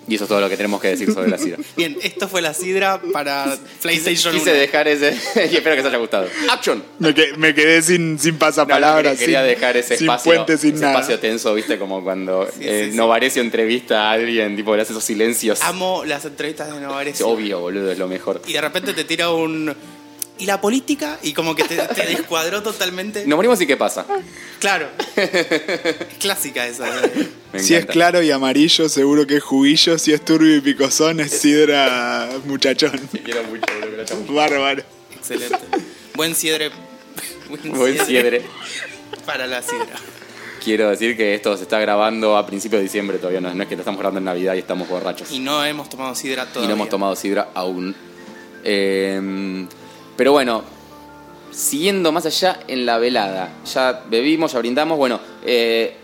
Speaker 1: Y eso es todo lo que tenemos que decir sobre la sidra.
Speaker 3: Bien, esto fue la sidra para PlayStation 1.
Speaker 1: Quise dejar ese. y espero que os haya gustado. ¡Action!
Speaker 2: Me, que- me quedé sin, sin
Speaker 1: No,
Speaker 2: pasapalabras.
Speaker 1: no, quería
Speaker 2: sin-
Speaker 1: dejar ese
Speaker 2: sin
Speaker 1: espacio,
Speaker 2: puente, sin
Speaker 1: ese
Speaker 2: nada.
Speaker 1: espacio tenso, viste, como cuando eh,
Speaker 3: sí, sí.
Speaker 1: Novarecio entrevista a alguien, tipo, le hace esos silencios.
Speaker 3: Amo las entrevistas de Novares.
Speaker 1: Obvio, boludo, es lo mejor.
Speaker 3: Y de repente te tira un. ¿y la política? Y como que te, te descuadró totalmente.
Speaker 1: Nos morimos y qué pasa.
Speaker 2: Ah,
Speaker 3: Claro. Es clásica esa. eh.
Speaker 1: Me
Speaker 2: Si es
Speaker 1: encanta.
Speaker 2: claro y amarillo, seguro que es juguillo. Si es turbio y picosón, es sidra muchachón.
Speaker 1: Te quiero mucho, boludo, la chamo.
Speaker 2: Bárbaro.
Speaker 3: Excelente. Buen siedre.
Speaker 1: Buen siedre.
Speaker 3: Para la sidra.
Speaker 1: Quiero decir que esto se está grabando a principios de diciembre todavía, no, no es que lo estamos grabando en Navidad y estamos borrachos.
Speaker 3: Y no hemos tomado sidra todavía.
Speaker 1: Y no hemos tomado sidra aún. Eh, pero bueno, siguiendo más allá en la velada. Ya bebimos, ya brindamos. Bueno, eh,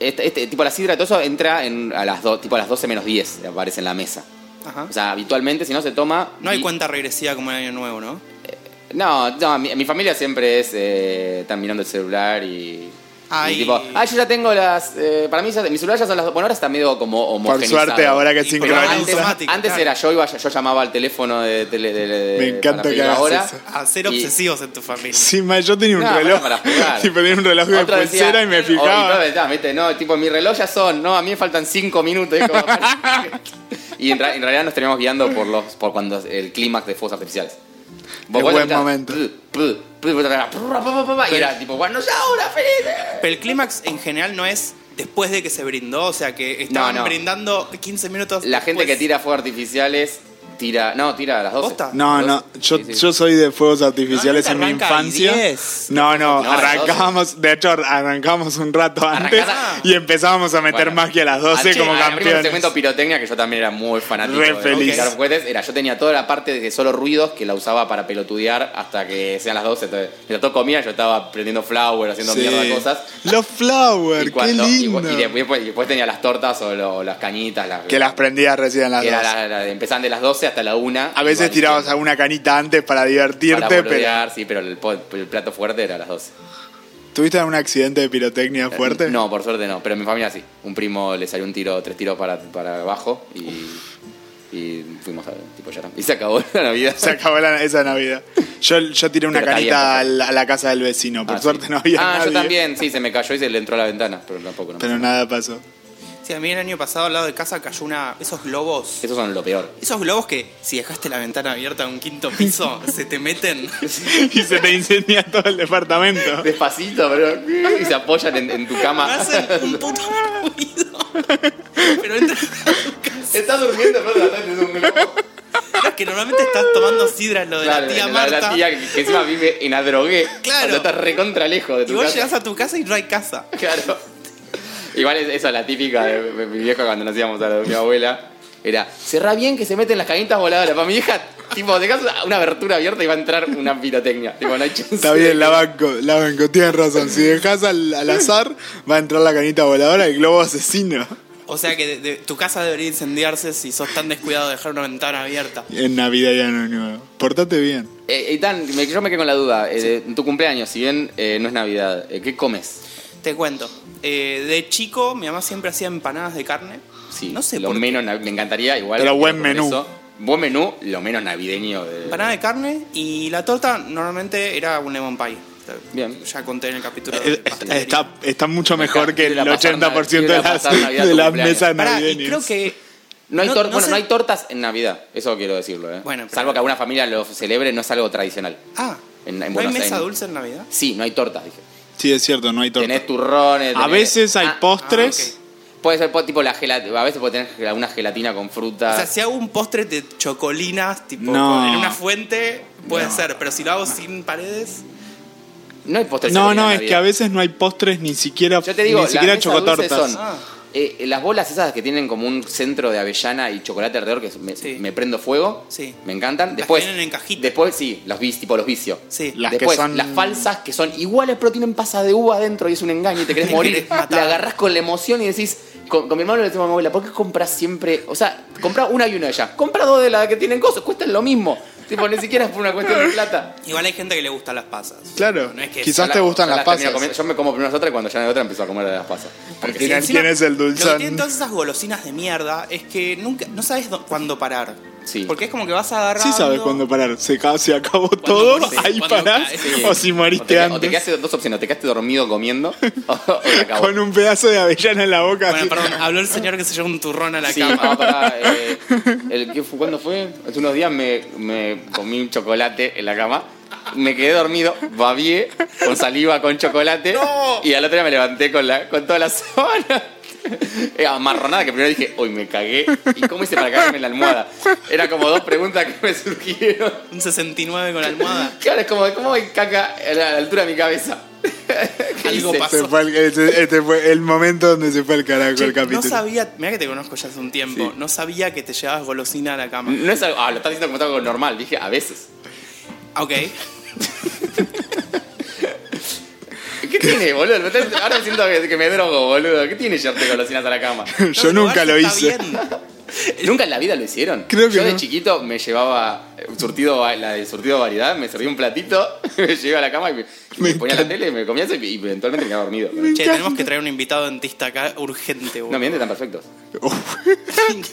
Speaker 1: este, este- tipo la sidra, todo eso entra en, a las do- tipo a las 12 menos 10, aparece en la mesa.
Speaker 3: Ajá.
Speaker 1: O sea, habitualmente si no se toma...
Speaker 3: No hay
Speaker 1: y-
Speaker 3: cuenta regresiva como en Año Nuevo, ¿no?
Speaker 1: No, no, mi, mi familia siempre es. eh, están mirando el celular y.
Speaker 3: Ay.
Speaker 1: y tipo, ah, yo ya tengo las. eh, para mí, ya, mi celular ya son las. Bueno, ahora está medio como
Speaker 2: Por
Speaker 1: homogenizado.
Speaker 2: suerte, ahora que
Speaker 3: Y por lo
Speaker 1: Pero
Speaker 3: menos
Speaker 2: sincroniza.
Speaker 1: antes,
Speaker 3: automático,
Speaker 1: antes
Speaker 3: claro.
Speaker 1: era yo, iba, yo llamaba al teléfono de tele. de- de-
Speaker 2: Me encanta
Speaker 1: para pedir
Speaker 2: que hagas
Speaker 1: ahora.
Speaker 2: eso.
Speaker 3: A ser
Speaker 1: Y-
Speaker 3: obsesivos en tu familia.
Speaker 2: Sí, ma, yo tenía un
Speaker 1: No,
Speaker 2: reloj.
Speaker 1: para jugar.
Speaker 2: Tipo, tenía un reloj de
Speaker 1: Otro decía-
Speaker 2: pulsera y me
Speaker 1: o- y todo,
Speaker 2: fijaba.
Speaker 1: está, viste, no, tipo, mi reloj ya son, no, a mí me faltan cinco minutos. Y, es como- Y en, ra- en realidad nos teníamos guiando por los por cuando el clímax de fuegos artificiales.
Speaker 2: Qué
Speaker 1: vos
Speaker 2: buen
Speaker 1: escuchás,
Speaker 2: momento.
Speaker 1: "Pu, pu, pu", Y era tipo, bueno, ya ahora, feliz.
Speaker 3: Pero el clímax en general no es después de que se brindó, o sea que estaban
Speaker 1: No, no.
Speaker 3: brindando 15 minutos.
Speaker 1: La gente que
Speaker 3: después.
Speaker 1: tira fuegos artificiales tira. No, tira a las 12.
Speaker 3: ¿Posta?
Speaker 2: No, no, yo,
Speaker 1: Sí, sí.
Speaker 2: yo soy de fuegos artificiales
Speaker 3: No,
Speaker 2: en mi
Speaker 3: arranca a
Speaker 2: infancia.
Speaker 3: 10.
Speaker 2: No, no,
Speaker 1: No, a las
Speaker 2: arrancábamos, de hecho arrancábamos un rato antes
Speaker 1: Arrancás
Speaker 2: y empezábamos a meter
Speaker 1: Bueno. Ah,
Speaker 2: magia a las 12
Speaker 1: Anoche,
Speaker 2: como
Speaker 1: abrimos el
Speaker 2: campeones.
Speaker 1: segmento pirotecnia que yo también era muy fanático.
Speaker 2: Re
Speaker 1: de
Speaker 2: feliz.
Speaker 1: tirar cohetes. Era, yo tenía toda la parte de solo ruidos que la usaba para pelotudear hasta que sean las 12. Entonces, mientras todo comía, yo estaba prendiendo flower, haciendo mierda de cosas.
Speaker 2: Los
Speaker 1: Y,
Speaker 2: Flower, qué
Speaker 1: cuando- y-
Speaker 2: lindo.
Speaker 1: y después, y después tenía las tortas o, lo- o las cañitas. Las,
Speaker 2: que las prendías recién a las
Speaker 1: que era
Speaker 2: 12.
Speaker 1: la- la- empezaban de las 12 hasta la 1.
Speaker 2: A veces tirabas alguna canita antes para
Speaker 1: Para
Speaker 2: divertirte, pero
Speaker 1: boludear, sí, pero el, po- el plato fuerte era a las 12.
Speaker 2: ¿tuviste algún accidente de pirotecnia fuerte?
Speaker 1: Eh, No, por suerte no, pero en mi familia sí. Un primo le salió un tiro, tres tiros para, para abajo y, y fuimos a tipo ya. está. Y se acabó la Navidad.
Speaker 2: Se acabó la- esa Navidad. Yo, yo tiré una
Speaker 1: Pero está
Speaker 2: canita
Speaker 1: bien,
Speaker 2: al- a la casa del vecino, por
Speaker 1: Ah,
Speaker 2: suerte
Speaker 1: sí.
Speaker 2: no había
Speaker 1: Ah, yo
Speaker 2: nadie.
Speaker 1: también, sí, se me cayó y se le entró a la ventana, pero tampoco no.
Speaker 2: Pero nada pasó.
Speaker 3: Sí, a mí el año pasado al lado de casa cayó una. Esos globos.
Speaker 1: Esos son lo peor.
Speaker 3: Esos globos que si dejaste la ventana abierta a un quinto piso, se te meten.
Speaker 2: Y se te incendia todo el departamento.
Speaker 1: Despacito, pero. Y se apoyan en, en tu
Speaker 3: No
Speaker 1: cama.
Speaker 3: hacen un puto ruido. Pero entra.
Speaker 1: Estás durmiendo, pero atrás tenés un globo.
Speaker 3: Es que normalmente estás tomando sidra lo de
Speaker 1: Claro,
Speaker 3: la tía
Speaker 1: la,
Speaker 3: Marta.
Speaker 1: la tía que, que encima vive en adrogué.
Speaker 3: Claro.
Speaker 1: O sea, estás recontra lejos de
Speaker 3: Y
Speaker 1: tu
Speaker 3: vos
Speaker 1: casa.
Speaker 3: llegás a tu casa y no hay casa.
Speaker 1: Claro. Igual es- esa es la típica de mi- mi vieja cuando nos íbamos a la de mi abuela. Era, cerrá bien que se meten las cañitas voladoras. Para mi vieja, tipo, dejas una abertura abierta y va a entrar una pirotecnia. Tipo, no hay chance.
Speaker 2: Está bien, la banco, la banco, tienes razón. Si dejas al, al azar, va a entrar la canita voladora y globo asesino.
Speaker 3: O sea que de- de- tu casa debería incendiarse si sos tan descuidado de dejar una ventana abierta.
Speaker 2: En Navidad y Año Nuevo. Portate bien.
Speaker 1: Eh, Eitan, me- yo me quedé con la duda. Eh, de- tu cumpleaños, si bien eh, no es Navidad, eh, ¿qué comes?
Speaker 3: Te cuento. eh, de chico, mi mamá siempre hacía empanadas de carne.
Speaker 1: Sí,
Speaker 3: no sé
Speaker 1: lo
Speaker 3: por qué.
Speaker 1: menos nav- Me encantaría igual.
Speaker 2: Pero
Speaker 1: quiero
Speaker 2: buen
Speaker 1: comer
Speaker 2: menú.
Speaker 1: eso. Buen menú, lo menos navideño. de-
Speaker 3: Empanada de carne y la torta normalmente era un lemon pie.
Speaker 1: Bien.
Speaker 3: Ya conté en el capítulo de
Speaker 2: Eh,
Speaker 3: pastelería.
Speaker 2: Está, está mucho mejor que el
Speaker 1: Quiero ir a pasar
Speaker 2: 80% de
Speaker 1: Navidad,
Speaker 2: las,
Speaker 1: quiero ir a pasar Navidad
Speaker 2: de
Speaker 1: tu
Speaker 2: las
Speaker 1: cumpleaños.
Speaker 2: mesas
Speaker 3: Pará, y creo
Speaker 2: navideñas.
Speaker 3: que.
Speaker 1: No hay,
Speaker 3: no-
Speaker 1: tor-
Speaker 3: no
Speaker 1: bueno,
Speaker 3: sé-
Speaker 1: no hay tortas en Navidad, eso quiero decirlo. ¿eh?
Speaker 3: Bueno, pero-
Speaker 1: Salvo que alguna familia lo celebre, no es algo tradicional.
Speaker 3: Ah,
Speaker 1: En- en
Speaker 3: ¿no hay
Speaker 1: Buenos
Speaker 3: mesa
Speaker 1: Aires.
Speaker 3: dulce en Navidad?
Speaker 1: Sí, no hay tortas, dije.
Speaker 2: Sí, es cierto, no hay torta.
Speaker 1: Tenés turrones.
Speaker 2: A
Speaker 1: tenés-
Speaker 2: veces hay
Speaker 1: Ah,
Speaker 2: postres.
Speaker 1: Puede ser po- tipo la gelatina. A veces puede tener gel- alguna gelatina con fruta.
Speaker 3: O sea, si hago un postre de chocolinas, tipo
Speaker 2: No.
Speaker 3: con- en una fuente, puede
Speaker 2: No.
Speaker 3: ser, pero si lo hago sin paredes.
Speaker 1: no hay postres.
Speaker 2: No,
Speaker 1: en
Speaker 2: no, es
Speaker 1: Navidad.
Speaker 2: que a veces no hay postres ni siquiera,
Speaker 1: Yo te digo,
Speaker 2: ni
Speaker 1: las
Speaker 2: siquiera
Speaker 1: mesas dulces
Speaker 2: chocotortas.
Speaker 1: son,
Speaker 3: Ah.
Speaker 1: eh, eh, las bolas esas que tienen como un centro de avellana y chocolate alrededor que me,
Speaker 3: Sí.
Speaker 1: me prendo fuego.
Speaker 3: Sí.
Speaker 1: Me encantan.
Speaker 3: Las
Speaker 1: Después.
Speaker 3: que vienen en cajita.
Speaker 1: Después sí, los vis, tipo los vicios.
Speaker 3: Sí.
Speaker 2: Las que
Speaker 1: Después,
Speaker 2: son-
Speaker 1: las falsas que son iguales pero tienen pasas de uva adentro y es un engaño y te querés
Speaker 3: Te
Speaker 1: morir.
Speaker 3: querés matar.
Speaker 1: La agarrás con la emoción y decís, con, con mi hermano le decimos a mi abuela, ¿por qué compras siempre? O sea, compra una y una de ellas. Compra dos de las que tienen cosas, cuestan lo mismo. Tipo, ni siquiera es por una cuestión de plata.
Speaker 3: Igual hay gente que le gustan las pasas.
Speaker 2: Claro,
Speaker 3: No es que
Speaker 2: quizás
Speaker 1: Yo
Speaker 2: te
Speaker 1: la-
Speaker 2: gustan
Speaker 1: yo
Speaker 2: las
Speaker 1: termino
Speaker 2: pasas.
Speaker 1: comiendo- yo me como primero las otras y cuando ya no hay otra empiezo a comer las pasas. Porque
Speaker 2: final,
Speaker 3: encima,
Speaker 2: ¿quién es el
Speaker 3: Lo que
Speaker 2: dulzón?
Speaker 3: tienen todas esas golosinas de mierda es que nunca, no sabes dó- cuándo parar.
Speaker 1: Sí.
Speaker 3: Porque es como que vas agarrando.
Speaker 2: Sí sabes cuándo parar. Se, ca- se acabó todo,
Speaker 3: morís,
Speaker 2: ahí
Speaker 3: cuando
Speaker 2: parás.
Speaker 3: caes,
Speaker 1: sí.
Speaker 2: O si
Speaker 1: o te,
Speaker 2: moriste
Speaker 1: o te
Speaker 2: antes.
Speaker 1: quedaste dos opciones, o te quedaste dormido comiendo o, o te acabó.
Speaker 2: Con un pedazo de avellana en la boca.
Speaker 3: Bueno,
Speaker 2: así.
Speaker 3: perdón, habló el señor que se llevó un turrón a la
Speaker 1: Sí,
Speaker 3: cama.
Speaker 1: ah, pará, eh, el, ¿qué fue? ¿Cuándo fue? Hace unos días me, me comí un chocolate en la cama me quedé dormido, babié, con saliva, con chocolate.
Speaker 3: No.
Speaker 1: Y al otro día me levanté con, la, con toda la zona. Era amarronada que primero dije, hoy me cagué. ¿Y cómo hice para cagarme en la almohada? Era como dos preguntas que me surgieron.
Speaker 3: Un 69 con la almohada.
Speaker 1: Claro, es como, ¿cómo hay caca a la altura de mi cabeza? ¿Qué
Speaker 3: Algo
Speaker 1: hice?
Speaker 3: pasó.
Speaker 2: Se fue al- este, este fue el momento donde se fue el carajo
Speaker 3: Che,
Speaker 2: el capítulo.
Speaker 3: no sabía, mira que te conozco ya hace un tiempo, no sabía que te llevabas golosina a la cama.
Speaker 2: Mm.
Speaker 1: No es algo, ah, lo estás diciendo como algo normal, dije, a veces.
Speaker 3: Ah, Ok.
Speaker 1: ¿Qué tiene, boludo? Me estás- Ahora me siento que, que me drogo, boludo. ¿Qué tiene llevarte golosinas a la cama?
Speaker 2: Yo
Speaker 3: No,
Speaker 2: nunca lo
Speaker 3: está
Speaker 2: hice.
Speaker 3: bien.
Speaker 1: Nunca en la vida lo hicieron.
Speaker 2: Creo que
Speaker 1: Yo de
Speaker 2: no.
Speaker 1: chiquito me llevaba eh, surtido, a- la de surtido variedad, me servía un platito, me llevaba a la cama y me, y me
Speaker 2: Me
Speaker 1: ponía la
Speaker 2: encanta.
Speaker 1: tele, me comía eso y y eventualmente me quedaba dormido.
Speaker 3: Che, tenemos que traer un invitado dentista acá urgente,
Speaker 1: No,
Speaker 3: boludo.
Speaker 1: mi dientes están perfectos.
Speaker 2: Uf,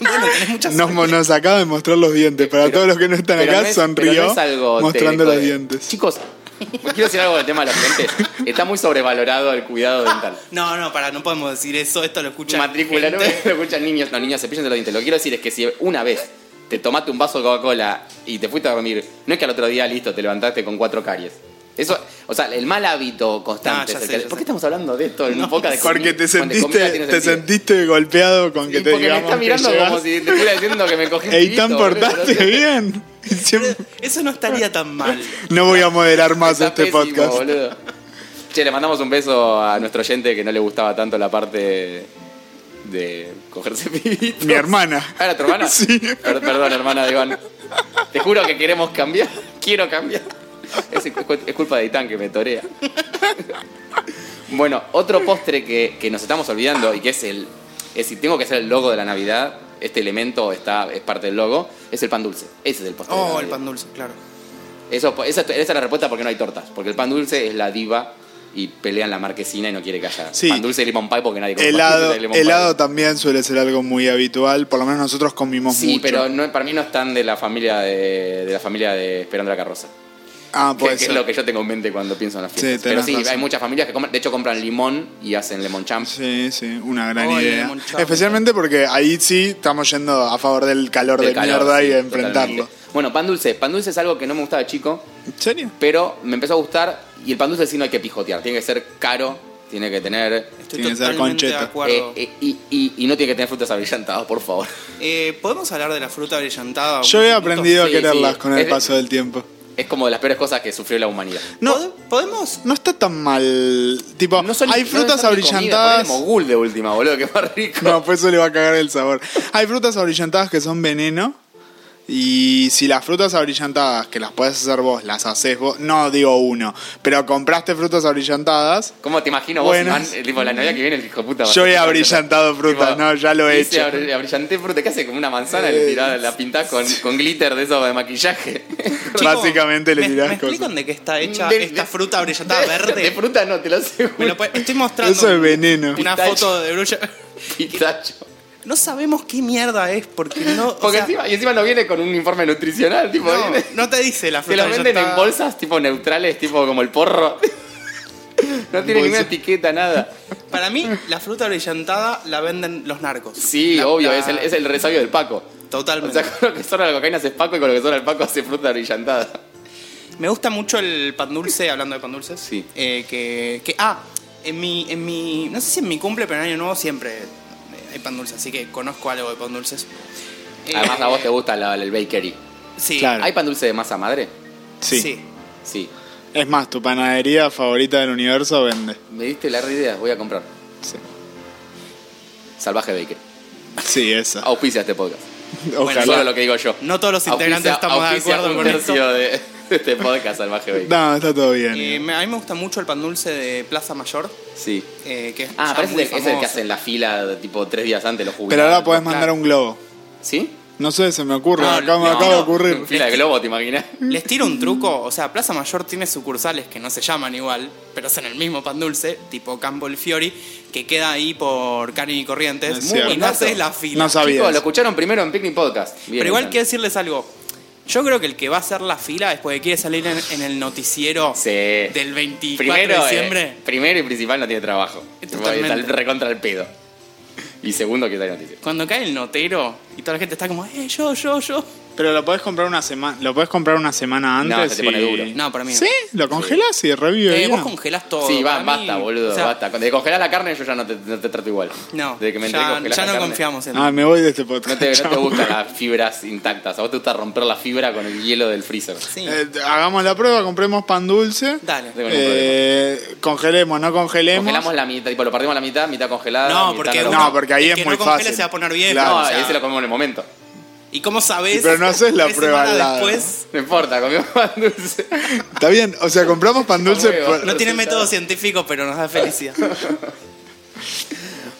Speaker 3: bueno, tenés muchas
Speaker 2: nos, nos acaba de mostrar los dientes. Para
Speaker 1: Pero-
Speaker 2: todos los que no están
Speaker 1: pero
Speaker 2: acá,
Speaker 1: no es- pero
Speaker 2: sonrió
Speaker 1: no es algo
Speaker 2: mostrando
Speaker 1: técnico
Speaker 2: los
Speaker 1: de-
Speaker 2: dientes.
Speaker 1: Chicos, quiero decir algo del tema de los dientes. Está muy sobrevalorado el cuidado dental.
Speaker 3: No, no, para, no podemos decir eso, esto lo escucha.
Speaker 1: matrícula, no
Speaker 3: gente.
Speaker 1: lo escuchan niños. No, niños, cepillense los dientes. Lo que quiero decir es que si una vez te tomaste un vaso de Coca-Cola y te fuiste a dormir, no es que al otro día, listo, te levantaste con cuatro caries. Eso, o sea, el mal hábito constante.
Speaker 3: No, Ah, ya
Speaker 1: es el
Speaker 3: sé,
Speaker 1: que-
Speaker 3: ya
Speaker 1: ¿Por
Speaker 3: sé.
Speaker 1: qué estamos hablando de esto en un
Speaker 3: No,
Speaker 1: poca de
Speaker 2: Porque te
Speaker 1: comi- cuando comida
Speaker 2: sentiste,
Speaker 1: tiene
Speaker 2: te
Speaker 1: sentido?
Speaker 2: sentiste golpeado con
Speaker 1: Y
Speaker 2: que te
Speaker 1: porque me
Speaker 2: digamos
Speaker 1: está mirando
Speaker 2: que
Speaker 1: como
Speaker 2: llegas-
Speaker 1: si te estuviera diciendo que me cogiste.
Speaker 2: Ey, tan portaste
Speaker 1: portátil
Speaker 2: bien. Siempre-
Speaker 3: Eso no estaría tan mal.
Speaker 2: No voy a moderar más
Speaker 1: Está
Speaker 2: este
Speaker 1: pésimo,
Speaker 2: podcast.
Speaker 1: boludo. Che, le mandamos un beso a nuestro oyente que no le gustaba tanto la parte de cogerse pibitos.
Speaker 2: Mi hermana.
Speaker 1: ¿Ah, era tu hermana?
Speaker 2: Sí.
Speaker 1: Per- perdón, hermana de Iván. Te juro que queremos cambiar. Quiero cambiar. Es, es cu- es culpa de Itán que me torea. Bueno, otro postre que, que nos estamos olvidando y que es el. Es si tengo que hacer el logo de la Navidad, este elemento está, es parte del logo, es el pan dulce. Ese es el postre. de
Speaker 3: Oh,
Speaker 1: Navidad.
Speaker 3: el pan dulce, claro.
Speaker 1: Eso, pues, esa, esa es la respuesta porque no hay tortas. Porque el pan dulce es la diva y pelean la marquesina y no quiere que haya
Speaker 2: Sí.
Speaker 1: pan dulce y limón pie porque nadie come pan
Speaker 2: Helado,
Speaker 1: dulce y limón pie.
Speaker 2: helado también suele ser algo muy habitual. Por lo menos nosotros comimos
Speaker 1: Sí,
Speaker 2: mucho.
Speaker 1: pero no- para mí no están de la familia de, de la familia de Esperando la Carroza.
Speaker 2: ah,
Speaker 1: Que,
Speaker 2: puede
Speaker 1: que es
Speaker 2: ser.
Speaker 1: lo que yo tengo en mente cuando pienso en las
Speaker 2: Sí,
Speaker 1: fiestas. pero
Speaker 2: tenés
Speaker 1: sí,
Speaker 2: razón.
Speaker 1: hay muchas familias que compran- de hecho compran limón y hacen lemon champ.
Speaker 2: Sí, sí, una gran
Speaker 3: Oye,
Speaker 2: idea.
Speaker 3: lemon chop.
Speaker 2: Especialmente porque ahí sí estamos yendo a favor del calor
Speaker 1: del
Speaker 2: de
Speaker 1: calor,
Speaker 2: mierda
Speaker 1: sí,
Speaker 2: y enfrentarlo.
Speaker 1: totalmente. Bueno, pan dulce. Pan dulce es algo que no me gustaba de chico,
Speaker 2: ¿En serio?
Speaker 1: pero me empezó a gustar y el pan dulce sí no hay que pijotear. Tiene que ser caro, tiene que tener
Speaker 3: Estoy
Speaker 2: Tiene que ser
Speaker 3: totalmente de
Speaker 2: concheta.
Speaker 3: acuerdo.
Speaker 1: Eh, eh, y, y- y no tiene que tener frutas abrillantadas, por favor.
Speaker 3: Eh, ¿Podemos hablar de la fruta brillantada?
Speaker 2: Yo he aprendido
Speaker 1: sí,
Speaker 2: a quererlas
Speaker 1: sí.
Speaker 2: con el
Speaker 1: Es-
Speaker 2: paso del tiempo.
Speaker 1: Es como de las peores cosas que sufrió la humanidad.
Speaker 2: No.
Speaker 3: No. ¿Podemos?
Speaker 2: No está tan mal. Tipo,
Speaker 1: No son ni-
Speaker 2: hay
Speaker 1: no
Speaker 2: frutas
Speaker 1: son ni comida,
Speaker 2: abrillantadas.
Speaker 1: ponele mogul de última, boludo, que más rico.
Speaker 2: No, pues eso le va a cagar el sabor. Hay frutas abrillantadas que son veneno. Y si las frutas abrillantadas que las puedes hacer vos, las haces vos, no digo uno, pero compraste frutas abrillantadas.
Speaker 1: ¿Cómo te imagino vos,
Speaker 2: Bueno.
Speaker 1: Iván, eh, tipo, la Navidad que viene, el hijo de puta? va a
Speaker 2: Yo he
Speaker 1: hacer-
Speaker 2: abrillantado frutas,
Speaker 1: Tipo,
Speaker 2: no, ya lo he
Speaker 1: hice
Speaker 2: hecho. Eh,
Speaker 1: abri- abrillanté fruta, ¿qué hace? Como una manzana, le tirás- la pintás con, con glitter de eso de maquillaje.
Speaker 3: Chicos,
Speaker 2: Básicamente le
Speaker 3: ¿me-
Speaker 2: tirás
Speaker 3: ¿Me
Speaker 2: cosas.
Speaker 3: explican de qué está hecha
Speaker 1: De-
Speaker 3: esta
Speaker 1: de-
Speaker 3: fruta brillantada verde?
Speaker 1: De fruta no, te lo aseguro.
Speaker 3: Me lo puede- estoy mostrando
Speaker 2: Eso es veneno.
Speaker 3: una
Speaker 1: Pistacho.
Speaker 3: foto de brulla.
Speaker 1: Pitacho.
Speaker 3: No sabemos qué mierda es porque no. o
Speaker 1: Porque
Speaker 3: sea,
Speaker 1: encima, y encima no viene con un informe nutricional, tipo,
Speaker 3: no,
Speaker 1: viene-
Speaker 3: no te dice la
Speaker 1: Te lo
Speaker 3: fruta
Speaker 1: venden en
Speaker 3: brillantada.
Speaker 1: bolsas tipo neutrales, tipo como el porro. No tiene
Speaker 2: Bolsa.
Speaker 1: ninguna etiqueta, nada.
Speaker 3: Para mí, la fruta brillantada la venden los narcos.
Speaker 1: Sí,
Speaker 3: La-
Speaker 1: obvio,
Speaker 3: la-
Speaker 1: es el, es el resabio del Paco. O
Speaker 3: Totalmente.
Speaker 1: sea, con lo que sobra la cocaína hace Paco y con lo que sobra el Paco hace fruta brillantada.
Speaker 3: Me gusta mucho el pan dulce, hablando de pan dulce.
Speaker 1: Sí.
Speaker 3: Eh, que, que- ah, en mi, en mi, no sé si en mi cumple, pero en Año Nuevo siempre eh, hay pan dulce, así que conozco algo de pan dulces. Eh,
Speaker 1: Además, a vos te gusta la- el bakery.
Speaker 3: Sí,
Speaker 2: Claro.
Speaker 1: ¿Hay pan dulce de masa madre?
Speaker 2: Sí.
Speaker 3: sí.
Speaker 1: Sí.
Speaker 2: Es más, tu panadería favorita del universo vende.
Speaker 1: Me diste la re idea, voy a comprar.
Speaker 2: Sí,
Speaker 1: Salvaje Baker.
Speaker 2: Sí, esa.
Speaker 1: Auspicia este podcast.
Speaker 2: Ojalá.
Speaker 1: Solo lo que digo yo.
Speaker 3: No todos los integrantes estamos de
Speaker 1: auspicia
Speaker 3: acuerdo
Speaker 1: un
Speaker 3: con esto.
Speaker 1: tercio de de este podcast, Salvaje Baker.
Speaker 2: No, está todo bien.
Speaker 3: Eh, me- a mí me gusta mucho el pan dulce de Plaza Mayor,
Speaker 1: Sí.
Speaker 3: eh, que es
Speaker 1: Ah,
Speaker 3: ya
Speaker 1: parece que
Speaker 3: muy
Speaker 1: es el que
Speaker 3: famoso.
Speaker 1: hacen la fila de, tipo tres días antes, los jubilados.
Speaker 2: pero ahora podés
Speaker 3: claro.
Speaker 2: mandar un globo.
Speaker 1: ¿Sí?
Speaker 2: No sé, se me ocurre.
Speaker 3: No,
Speaker 2: acá me
Speaker 3: no,
Speaker 2: acaba de
Speaker 3: no.
Speaker 2: ocurrir.
Speaker 1: Fila de globo, ¿te imaginas?
Speaker 3: Les tiro un truco, o sea, Plaza Mayor tiene sucursales que no se llaman igual, pero hacen el mismo pan dulce, tipo Campo el Fiori, que queda ahí por Cani y Corrientes.
Speaker 2: Es
Speaker 3: Muy
Speaker 2: cierto.
Speaker 3: y no haces la fila.
Speaker 2: No sabía.
Speaker 1: Chicos,
Speaker 2: eso.
Speaker 1: lo escucharon primero en Picnic Podcast. Bien,
Speaker 3: pero igual
Speaker 1: Ethan.
Speaker 3: quiero decirles algo. Yo creo que el que va a hacer la fila después de quiere salir en, en el noticiero
Speaker 1: Sí.
Speaker 3: del 24
Speaker 1: primero, eh,
Speaker 3: de diciembre.
Speaker 1: primero y principal no tiene trabajo.
Speaker 3: Totalmente.
Speaker 1: Está el recontra el pedo. Y segundo, que está noticias.
Speaker 3: Cuando cae el notero y toda la gente está como, eh, yo, yo, yo.
Speaker 2: Pero lo podés comprar una semana, lo podés comprar una semana
Speaker 1: No,
Speaker 2: antes.
Speaker 1: se te pone
Speaker 2: y-
Speaker 1: duro.
Speaker 3: No, para mí no.
Speaker 2: Sí, lo congelás y revive.
Speaker 3: Eh, vos
Speaker 2: bien.
Speaker 3: congelás todo.
Speaker 1: Sí, va,
Speaker 3: Para mí,
Speaker 1: basta, boludo,
Speaker 3: o sea,
Speaker 1: basta. Cuando te congelás la carne, yo ya no te, no te trato igual.
Speaker 3: No,
Speaker 1: Desde que me enteré que
Speaker 3: ya,
Speaker 1: congelás
Speaker 3: ya
Speaker 1: la
Speaker 3: no
Speaker 1: carne,
Speaker 3: confiamos en
Speaker 2: Ah, me voy de este podcast.
Speaker 1: No te, no te
Speaker 2: chao.
Speaker 1: gustan las fibras intactas. A vos te gusta romper la fibra con el hielo del freezer.
Speaker 3: Sí.
Speaker 2: Eh, hagamos la prueba, compremos pan dulce.
Speaker 3: Dale.
Speaker 1: Tengo ningún problema.
Speaker 2: Eh, congelemos, no congelemos.
Speaker 1: Congelamos la mitad, tipo, lo partimos a la mitad, mitad congelada.
Speaker 3: No,
Speaker 1: mitad
Speaker 3: porque
Speaker 1: normal.
Speaker 2: no,
Speaker 3: uno-
Speaker 2: porque ahí
Speaker 3: el
Speaker 2: es
Speaker 3: que
Speaker 2: muy
Speaker 3: no congela
Speaker 2: fácil.
Speaker 3: se va a poner viejo.
Speaker 2: Claro,
Speaker 1: No,
Speaker 3: o sea,
Speaker 1: ese lo comemos en el momento.
Speaker 3: ¿Y cómo sabés?
Speaker 2: Pero no haces la
Speaker 3: Tres
Speaker 2: prueba
Speaker 3: semanas
Speaker 2: al lado.
Speaker 3: después.
Speaker 1: No importa, comimos pan dulce.
Speaker 2: Está bien, o sea, compramos pan
Speaker 1: Con
Speaker 2: dulce.
Speaker 1: huevo.
Speaker 2: por-
Speaker 1: No
Speaker 3: No tiene
Speaker 1: resultado.
Speaker 3: método científico, pero nos da felicidad.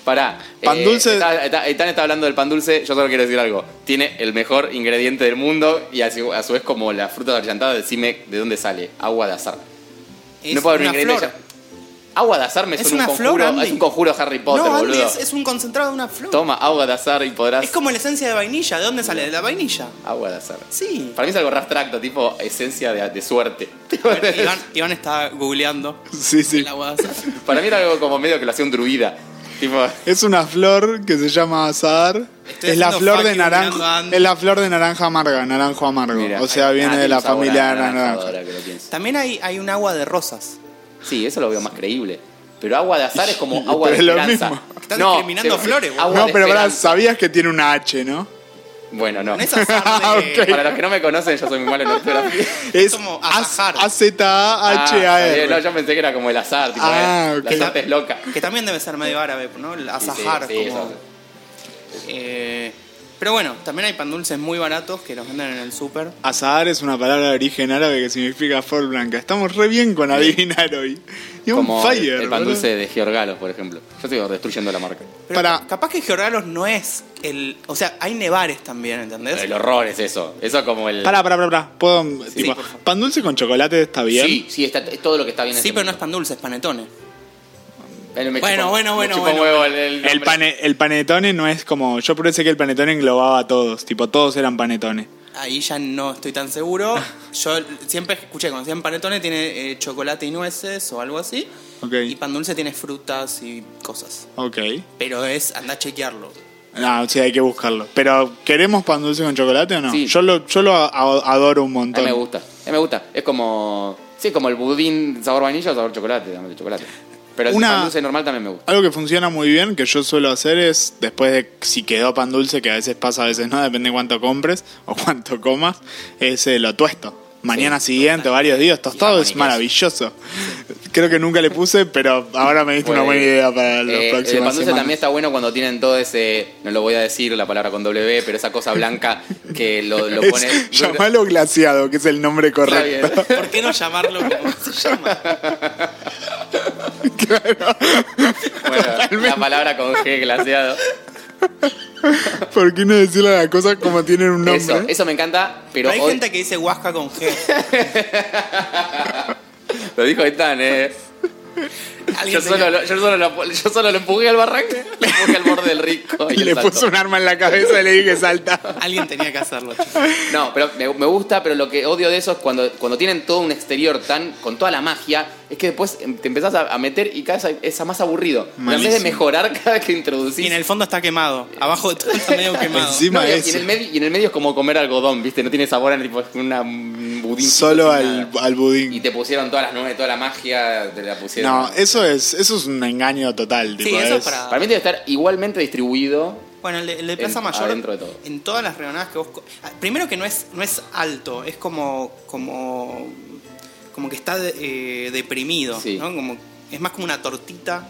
Speaker 1: Pará. eh,
Speaker 2: Pan dulce-
Speaker 1: está- está- Ethan está hablando del pan dulce. Yo solo quiero decir algo. Tiene el mejor ingrediente del mundo y a su, a su vez, como la fruta adelantada, decime de dónde sale. Agua de azar.
Speaker 3: Es
Speaker 1: no puedo haber un
Speaker 3: una
Speaker 1: ingrediente.
Speaker 3: flor.
Speaker 1: ya- Agua de azar me
Speaker 3: Es
Speaker 1: suena un
Speaker 3: una flor,
Speaker 1: conjuro.
Speaker 3: Andy.
Speaker 1: es un conjuro Harry Potter,
Speaker 3: no, Andy,
Speaker 1: boludo.
Speaker 3: es, es un concentrado de una flor.
Speaker 1: Toma agua de azar y podrás.
Speaker 3: Es como la esencia de vainilla. ¿De dónde sale? De la vainilla.
Speaker 1: Agua de azar.
Speaker 3: Sí.
Speaker 1: Para mí es algo re abstracto, tipo esencia de, de suerte.
Speaker 3: Iván, Iván está googleando
Speaker 2: Sí, sí.
Speaker 3: el agua de azar.
Speaker 1: Para mí era algo como medio que lo hacía un druida. Tipo,
Speaker 2: Es una flor que se llama azar.
Speaker 3: Estoy
Speaker 2: Es la
Speaker 3: haciendo
Speaker 2: flor de
Speaker 3: fucking mirando a
Speaker 2: naranja.
Speaker 3: Andy.
Speaker 2: Es la flor de naranja amarga, naranjo amargo.
Speaker 1: mira,
Speaker 2: o sea,
Speaker 1: ah,
Speaker 2: viene
Speaker 1: tiene
Speaker 2: de la
Speaker 1: un sabor a
Speaker 2: familia de la
Speaker 1: naranja,
Speaker 2: naranja.
Speaker 1: ahora que lo pienso.
Speaker 3: También hay, hay un agua de rosas.
Speaker 1: Sí, eso lo veo más creíble. Pero agua de azar es como agua de
Speaker 2: Pero es lo
Speaker 1: esperanza.
Speaker 2: mismo.
Speaker 3: Están discriminando
Speaker 1: sí,
Speaker 3: flores, boludo.
Speaker 1: agua
Speaker 2: No,
Speaker 1: de
Speaker 2: pero pará,
Speaker 1: esperanza.
Speaker 2: sabías que tiene una H, ¿no?
Speaker 1: Bueno, no.
Speaker 3: No es azar de...
Speaker 2: Ah, Ok.
Speaker 1: Para los que no me conocen, yo soy muy malo en ortografía.
Speaker 2: Es
Speaker 3: como azajar.
Speaker 1: Ah, está bien, no,
Speaker 2: A-Z-A-H-A-R.
Speaker 1: yo pensé que era como el azar, tipo,
Speaker 2: Ah,
Speaker 1: eh,
Speaker 2: ok.
Speaker 1: la suerte es loca.
Speaker 3: Que también debe ser medio árabe, ¿no? El
Speaker 1: Sí, sí,
Speaker 3: Azajar,
Speaker 1: sí,
Speaker 3: como...
Speaker 1: eso.
Speaker 3: Eh, pero bueno, también hay pan dulces muy baratos que los venden en el súper.
Speaker 2: Azahar es una palabra de origen árabe que significa flor blanca. Estamos re bien con adivinar hoy. Y un
Speaker 1: Como
Speaker 2: fire.
Speaker 1: el, el pan
Speaker 2: boludo.
Speaker 1: dulce de Georgalos, por ejemplo. Yo estoy destruyendo la marca.
Speaker 3: Pero
Speaker 2: Para-
Speaker 3: capaz que Georgalos no es el... O sea, hay nevares también, ¿entendés?
Speaker 1: El horror es eso. Eso como el...
Speaker 2: Pará, pará, pará, pará. Puedo, tipo,
Speaker 3: por favor.
Speaker 2: pan dulce con chocolate está bien.
Speaker 1: Sí, sí, está, es todo lo que está bien en
Speaker 3: Sí,
Speaker 1: este
Speaker 3: pero no es
Speaker 1: mundo.
Speaker 3: pan dulce, es panetone.
Speaker 1: Él me
Speaker 3: Bueno,
Speaker 1: chupa-
Speaker 3: bueno,
Speaker 1: me
Speaker 3: bueno,
Speaker 1: chupa
Speaker 3: bueno,
Speaker 1: un huevo
Speaker 3: bueno.
Speaker 1: el- el
Speaker 2: El,
Speaker 1: nombre.
Speaker 2: pane- el panetone no es como. Yo pensé que el panetone englobaba a todos. Tipo, todos eran panetone.
Speaker 3: Ahí ya no estoy tan seguro. Yo siempre escuché que cuando decían panetone tiene eh, chocolate y nueces o algo así.
Speaker 2: Ok.
Speaker 3: Y pan dulce tiene frutas y cosas.
Speaker 2: Ok.
Speaker 3: Pero es, anda a chequearlo.
Speaker 2: No, sí, hay que buscarlo. Pero, ¿queremos pan dulce con chocolate o no?
Speaker 1: Sí.
Speaker 2: Yo lo, yo lo a- a- adoro
Speaker 1: A
Speaker 2: un
Speaker 1: mí
Speaker 2: montón.
Speaker 1: me gusta, a mí me gusta. Es como. Sí, es como el budín sabor vainilla o sabor chocolate, dame de chocolate. Pero
Speaker 2: Una-
Speaker 1: el pan dulce normal también me gusta.
Speaker 2: Algo que funciona muy bien, que yo suelo hacer es, después de si quedó pan dulce, que a veces pasa, a veces no, depende de cuánto compres o cuánto comas, es eh, lo tuesto. Mañana siguiente, varios días, tostado es
Speaker 1: jamón y queso.
Speaker 2: maravilloso. Creo que nunca le puse, pero ahora me diste una buena idea para los
Speaker 1: Eh, el
Speaker 2: próximos
Speaker 1: pan dulce también está bueno cuando tienen todo ese. No lo voy a decir la palabra con W, pero esa cosa blanca que lo, lo pone.
Speaker 2: Llamalo glaciado, que es el nombre
Speaker 1: Está bien.
Speaker 2: correcto.
Speaker 3: ¿Por qué no llamarlo como se llama?
Speaker 1: Bueno, la palabra con G glaseado.
Speaker 2: ¿Por qué no decirle a la cosa como tienen un nombre?
Speaker 1: Eso, eso me encanta, pero,
Speaker 3: Pero hay
Speaker 1: hoy-
Speaker 3: gente que dice huasca con G.
Speaker 1: lo dijo Ethan, eh. Yo
Speaker 3: Alguien tenía-
Speaker 1: solo, lo, yo, solo lo, yo solo lo empujé al barranco, lo empujé al borde del rico. Y
Speaker 2: Y
Speaker 1: él
Speaker 2: le
Speaker 1: saltó.
Speaker 2: puse un arma en la cabeza y le dije salta.
Speaker 3: Alguien tenía que hacerlo. chicos.
Speaker 1: No, pero me, me gusta, pero lo que odio de eso es cuando, cuando tienen todo un exterior tan con toda la magia, es que después em, te empezás a, a meter y cada vez es más aburrido. Y En vez de
Speaker 2: Malísimo.
Speaker 1: mejorar cada vez que introducís.
Speaker 3: Y en el fondo está quemado. Abajo de todo está medio quemado.
Speaker 2: Encima-
Speaker 1: No, y, y
Speaker 2: ese.
Speaker 1: en el medio, y en el medio es como comer algodón, ¿viste? No tiene sabor a tipo, una un budín.
Speaker 2: Solo
Speaker 1: sin
Speaker 2: al,
Speaker 1: nada.
Speaker 2: al budín.
Speaker 1: Y te pusieron todas las nubes, toda la magia, te la pusieron.
Speaker 2: No, eso es, eso es un engaño total.
Speaker 3: Sí,
Speaker 2: tipo,
Speaker 3: eso
Speaker 2: es-
Speaker 3: para-
Speaker 1: Para mí debe estar igualmente distribuido.
Speaker 3: Bueno, el de, el de Plaza
Speaker 1: En-
Speaker 3: Mayor.
Speaker 1: adentro de todo.
Speaker 3: En todas las rebanadas que vos. co- ah, Primero que no es, no es alto, es como. como. como que está de- eh, deprimido.
Speaker 1: Sí.
Speaker 3: ¿no? Como, es más como una tortita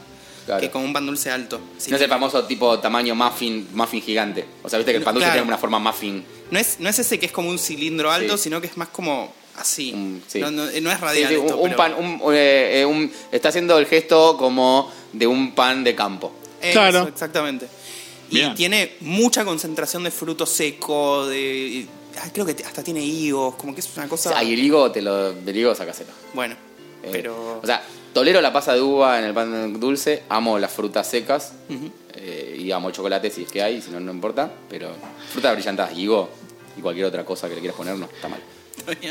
Speaker 1: Claro.
Speaker 3: que como un pan dulce alto. Sí.
Speaker 1: No es el famoso tipo tamaño muffin, muffin gigante. O sea, viste que el pan dulce
Speaker 3: Claro.
Speaker 1: tiene una forma muffin.
Speaker 3: No es, no es ese que es como un cilindro alto,
Speaker 1: Sí.
Speaker 3: sino que es más como así.
Speaker 1: Mm, sí.
Speaker 3: no, no- no es
Speaker 1: Sí,
Speaker 3: radial.
Speaker 1: sí, un,
Speaker 3: esto,
Speaker 1: un
Speaker 3: pero-
Speaker 1: pan, un- eh, eh, un- está haciendo el gesto como de un pan de campo.
Speaker 3: Eso,
Speaker 2: Claro.
Speaker 3: exactamente. Y
Speaker 2: Bien.
Speaker 3: tiene mucha concentración de fruto seco, de. ay, creo que te- hasta tiene higos, como que es una
Speaker 1: O
Speaker 3: cosa.
Speaker 1: sea, y el higo, te lo, del higo sacáselo.
Speaker 3: Bueno,
Speaker 1: Eh,
Speaker 3: pero.
Speaker 1: O sea, tolero la pasa de uva en el pan dulce, amo las frutas secas
Speaker 3: Ujú.
Speaker 1: eh, y amo el chocolate si es que hay, si no, no importa. Pero frutas brillantadas, higo y cualquier otra cosa que le quieras poner, no, está mal.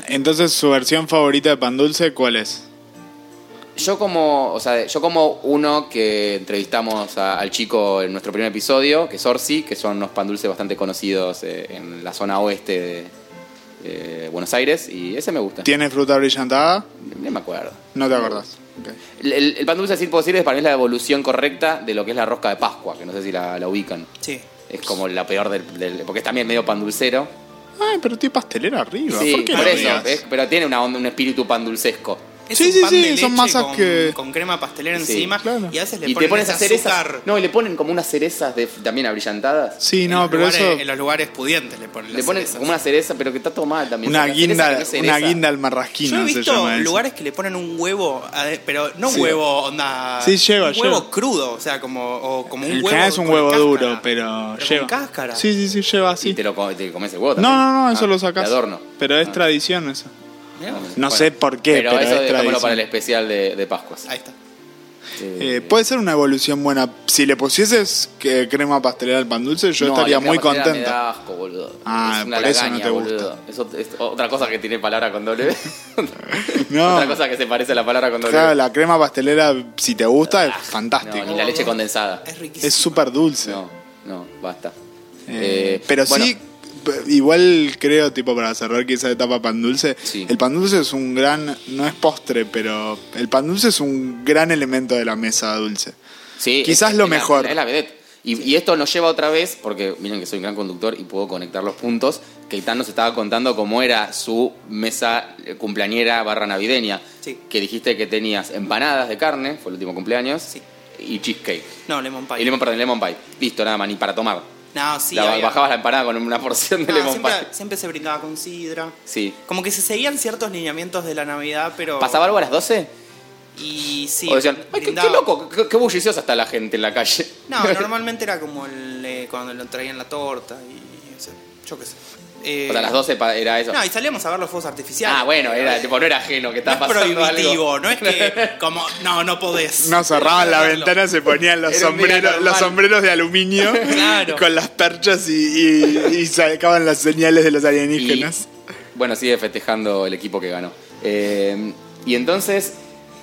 Speaker 2: Entonces, ¿su versión favorita de pan dulce cuál es?
Speaker 1: Yo como, o sea, yo como uno que entrevistamos a- al chico en nuestro primer episodio, que es Orsi, que son unos pan dulces bastante conocidos eh, en la zona oeste de, eh, Buenos Aires y ese me gusta.
Speaker 2: ¿Tiene fruta brillantada?
Speaker 1: No me acuerdo.
Speaker 2: No te acordás. Ok.
Speaker 1: El, el, el pan dulce así puedo decir, para mí es la evolución correcta de lo que es la rosca de Pascua, que no sé si la, la ubican.
Speaker 3: Sí.
Speaker 1: Es como la peor del, del- Porque es también medio pan dulcero.
Speaker 2: Ay, pero tiene pastelera arriba.
Speaker 1: Sí,
Speaker 2: ¿Por qué
Speaker 1: por,
Speaker 2: lo
Speaker 1: eso.
Speaker 2: odias?
Speaker 1: es- pero tiene una onda, un espíritu pan dulcesco.
Speaker 3: Es
Speaker 2: Sí,
Speaker 3: un
Speaker 2: sí,
Speaker 3: pan
Speaker 2: sí,
Speaker 3: de
Speaker 2: son
Speaker 3: leche
Speaker 2: masas
Speaker 3: con,
Speaker 2: que-
Speaker 3: con crema pastelera
Speaker 1: Sí,
Speaker 3: encima
Speaker 2: claro.
Speaker 3: y a veces le
Speaker 1: y te
Speaker 3: ponen
Speaker 1: pones a hacer
Speaker 3: azúcar.
Speaker 1: esas. No, y le ponen como unas cerezas de, también abrillantadas.
Speaker 2: Sí,
Speaker 3: en
Speaker 2: no,
Speaker 3: los
Speaker 2: pero
Speaker 3: lugares-
Speaker 2: eso.
Speaker 3: En los lugares pudientes le ponen
Speaker 1: Le
Speaker 3: las
Speaker 1: ponen
Speaker 3: cerezas.
Speaker 1: como una cereza, pero que está todo mal también.
Speaker 2: Una
Speaker 1: O sea, la cereza que
Speaker 2: guinda,
Speaker 1: no es cereza.
Speaker 2: una guinda al marrasquino
Speaker 3: Yo he
Speaker 2: se llama
Speaker 3: visto
Speaker 2: eso.
Speaker 3: lugares que le ponen un huevo, ade- pero no
Speaker 2: Sí.
Speaker 3: huevo onda.
Speaker 2: Sí, lleva,
Speaker 3: un huevo
Speaker 2: lleva.
Speaker 3: crudo, o sea, como, o como un
Speaker 2: El
Speaker 3: huevo.
Speaker 2: que es un
Speaker 3: con
Speaker 2: huevo
Speaker 3: cáscara.
Speaker 2: duro, pero, lleva.
Speaker 3: Con cáscara.
Speaker 2: Sí, sí, sí, lleva
Speaker 1: Y
Speaker 2: así.
Speaker 1: te, lo, co- te comes el huevo
Speaker 2: No,
Speaker 1: también.
Speaker 2: no, no, eso
Speaker 1: Ah,
Speaker 2: lo sacás.
Speaker 1: De adorno.
Speaker 2: Pero es
Speaker 1: Ah.
Speaker 2: tradición eso.
Speaker 3: Mirá vos.
Speaker 2: No sé por qué, pero es
Speaker 1: eso dejámoslo
Speaker 2: tradición.
Speaker 1: para el especial de, de Pascuas.
Speaker 3: Ahí está.
Speaker 1: Eh,
Speaker 2: Eh, puede ser una evolución buena. Si le pusieses que crema pastelera al pan dulce, yo
Speaker 1: no,
Speaker 2: estaría
Speaker 1: la
Speaker 2: muy
Speaker 1: crema pastelera
Speaker 2: contento.
Speaker 1: Me da asco, boludo.
Speaker 2: Ah,
Speaker 1: es una
Speaker 2: por eso no
Speaker 1: lagaña,
Speaker 2: te gusta.
Speaker 1: boludo. Eso es otra cosa que tiene palabra con W.
Speaker 2: No.
Speaker 1: otra cosa que se parece a la palabra con W.
Speaker 2: Claro, la crema pastelera, si te gusta, es fantástica.
Speaker 1: No, ni la leche condensada.
Speaker 3: Es riquísimo.
Speaker 2: Es súper dulce.
Speaker 1: No, no, basta.
Speaker 2: Eh,
Speaker 1: Eh,
Speaker 2: pero
Speaker 1: bueno,
Speaker 2: sí, p- igual creo, tipo, para cerrar que esa etapa pan dulce,
Speaker 1: Sí.
Speaker 2: el pan dulce es un gran, no es postre, pero el pan dulce es un gran elemento de la mesa dulce.
Speaker 1: sí,
Speaker 2: quizás
Speaker 1: es-
Speaker 2: lo
Speaker 1: es la-
Speaker 2: mejor.
Speaker 1: es la vedette. Y, y esto nos lleva otra vez, porque miren que soy un gran conductor y puedo conectar los puntos, que Itán nos estaba contando cómo era su mesa eh, cumpleañera barra navideña,
Speaker 3: Sí.
Speaker 1: que dijiste que tenías empanadas de carne, fue el último cumpleaños,
Speaker 3: Sí.
Speaker 1: y cheesecake.
Speaker 3: No, lemon pie.
Speaker 1: Y lemon, perdón, lemon pie. Listo, nada más, ni para tomar.
Speaker 3: No, sí.
Speaker 1: La-
Speaker 3: había-
Speaker 1: bajabas la empanada con una porción de
Speaker 3: No,
Speaker 1: lemon
Speaker 3: siempre,
Speaker 1: pie.
Speaker 3: siempre se brindaba con sidra.
Speaker 1: Sí.
Speaker 3: Como que se seguían ciertos lineamientos de la Navidad, pero.
Speaker 1: ¿Pasaba algo a las 12?
Speaker 3: Y Oh. sí.
Speaker 1: o decían, "Ay, qué, qué
Speaker 3: brindaba-
Speaker 1: loco, qué, qué bulliciosa está la gente en la calle.
Speaker 3: No, normalmente era como el, eh, cuando lo traían la torta y. o sea, yo qué sé. Eh,
Speaker 1: O sea, a las 12 pa- era eso.
Speaker 3: No, y salíamos a ver los fuegos artificiales.
Speaker 1: ah, bueno, era, tipo, no era ajeno que
Speaker 3: No es
Speaker 1: estaba pasando
Speaker 3: prohibitivo,
Speaker 1: algo.
Speaker 3: no es que como no, no podés.
Speaker 2: No cerraban la
Speaker 3: Era
Speaker 2: ventana, se ponían los
Speaker 1: Era un día
Speaker 2: sombreros,
Speaker 1: normal.
Speaker 2: los sombreros de aluminio
Speaker 3: Claro.
Speaker 2: con las perchas y, y- y sacaban las señales de los
Speaker 1: Y,
Speaker 2: alienígenas.
Speaker 1: bueno, sigue festejando el equipo que ganó. Eh, y entonces,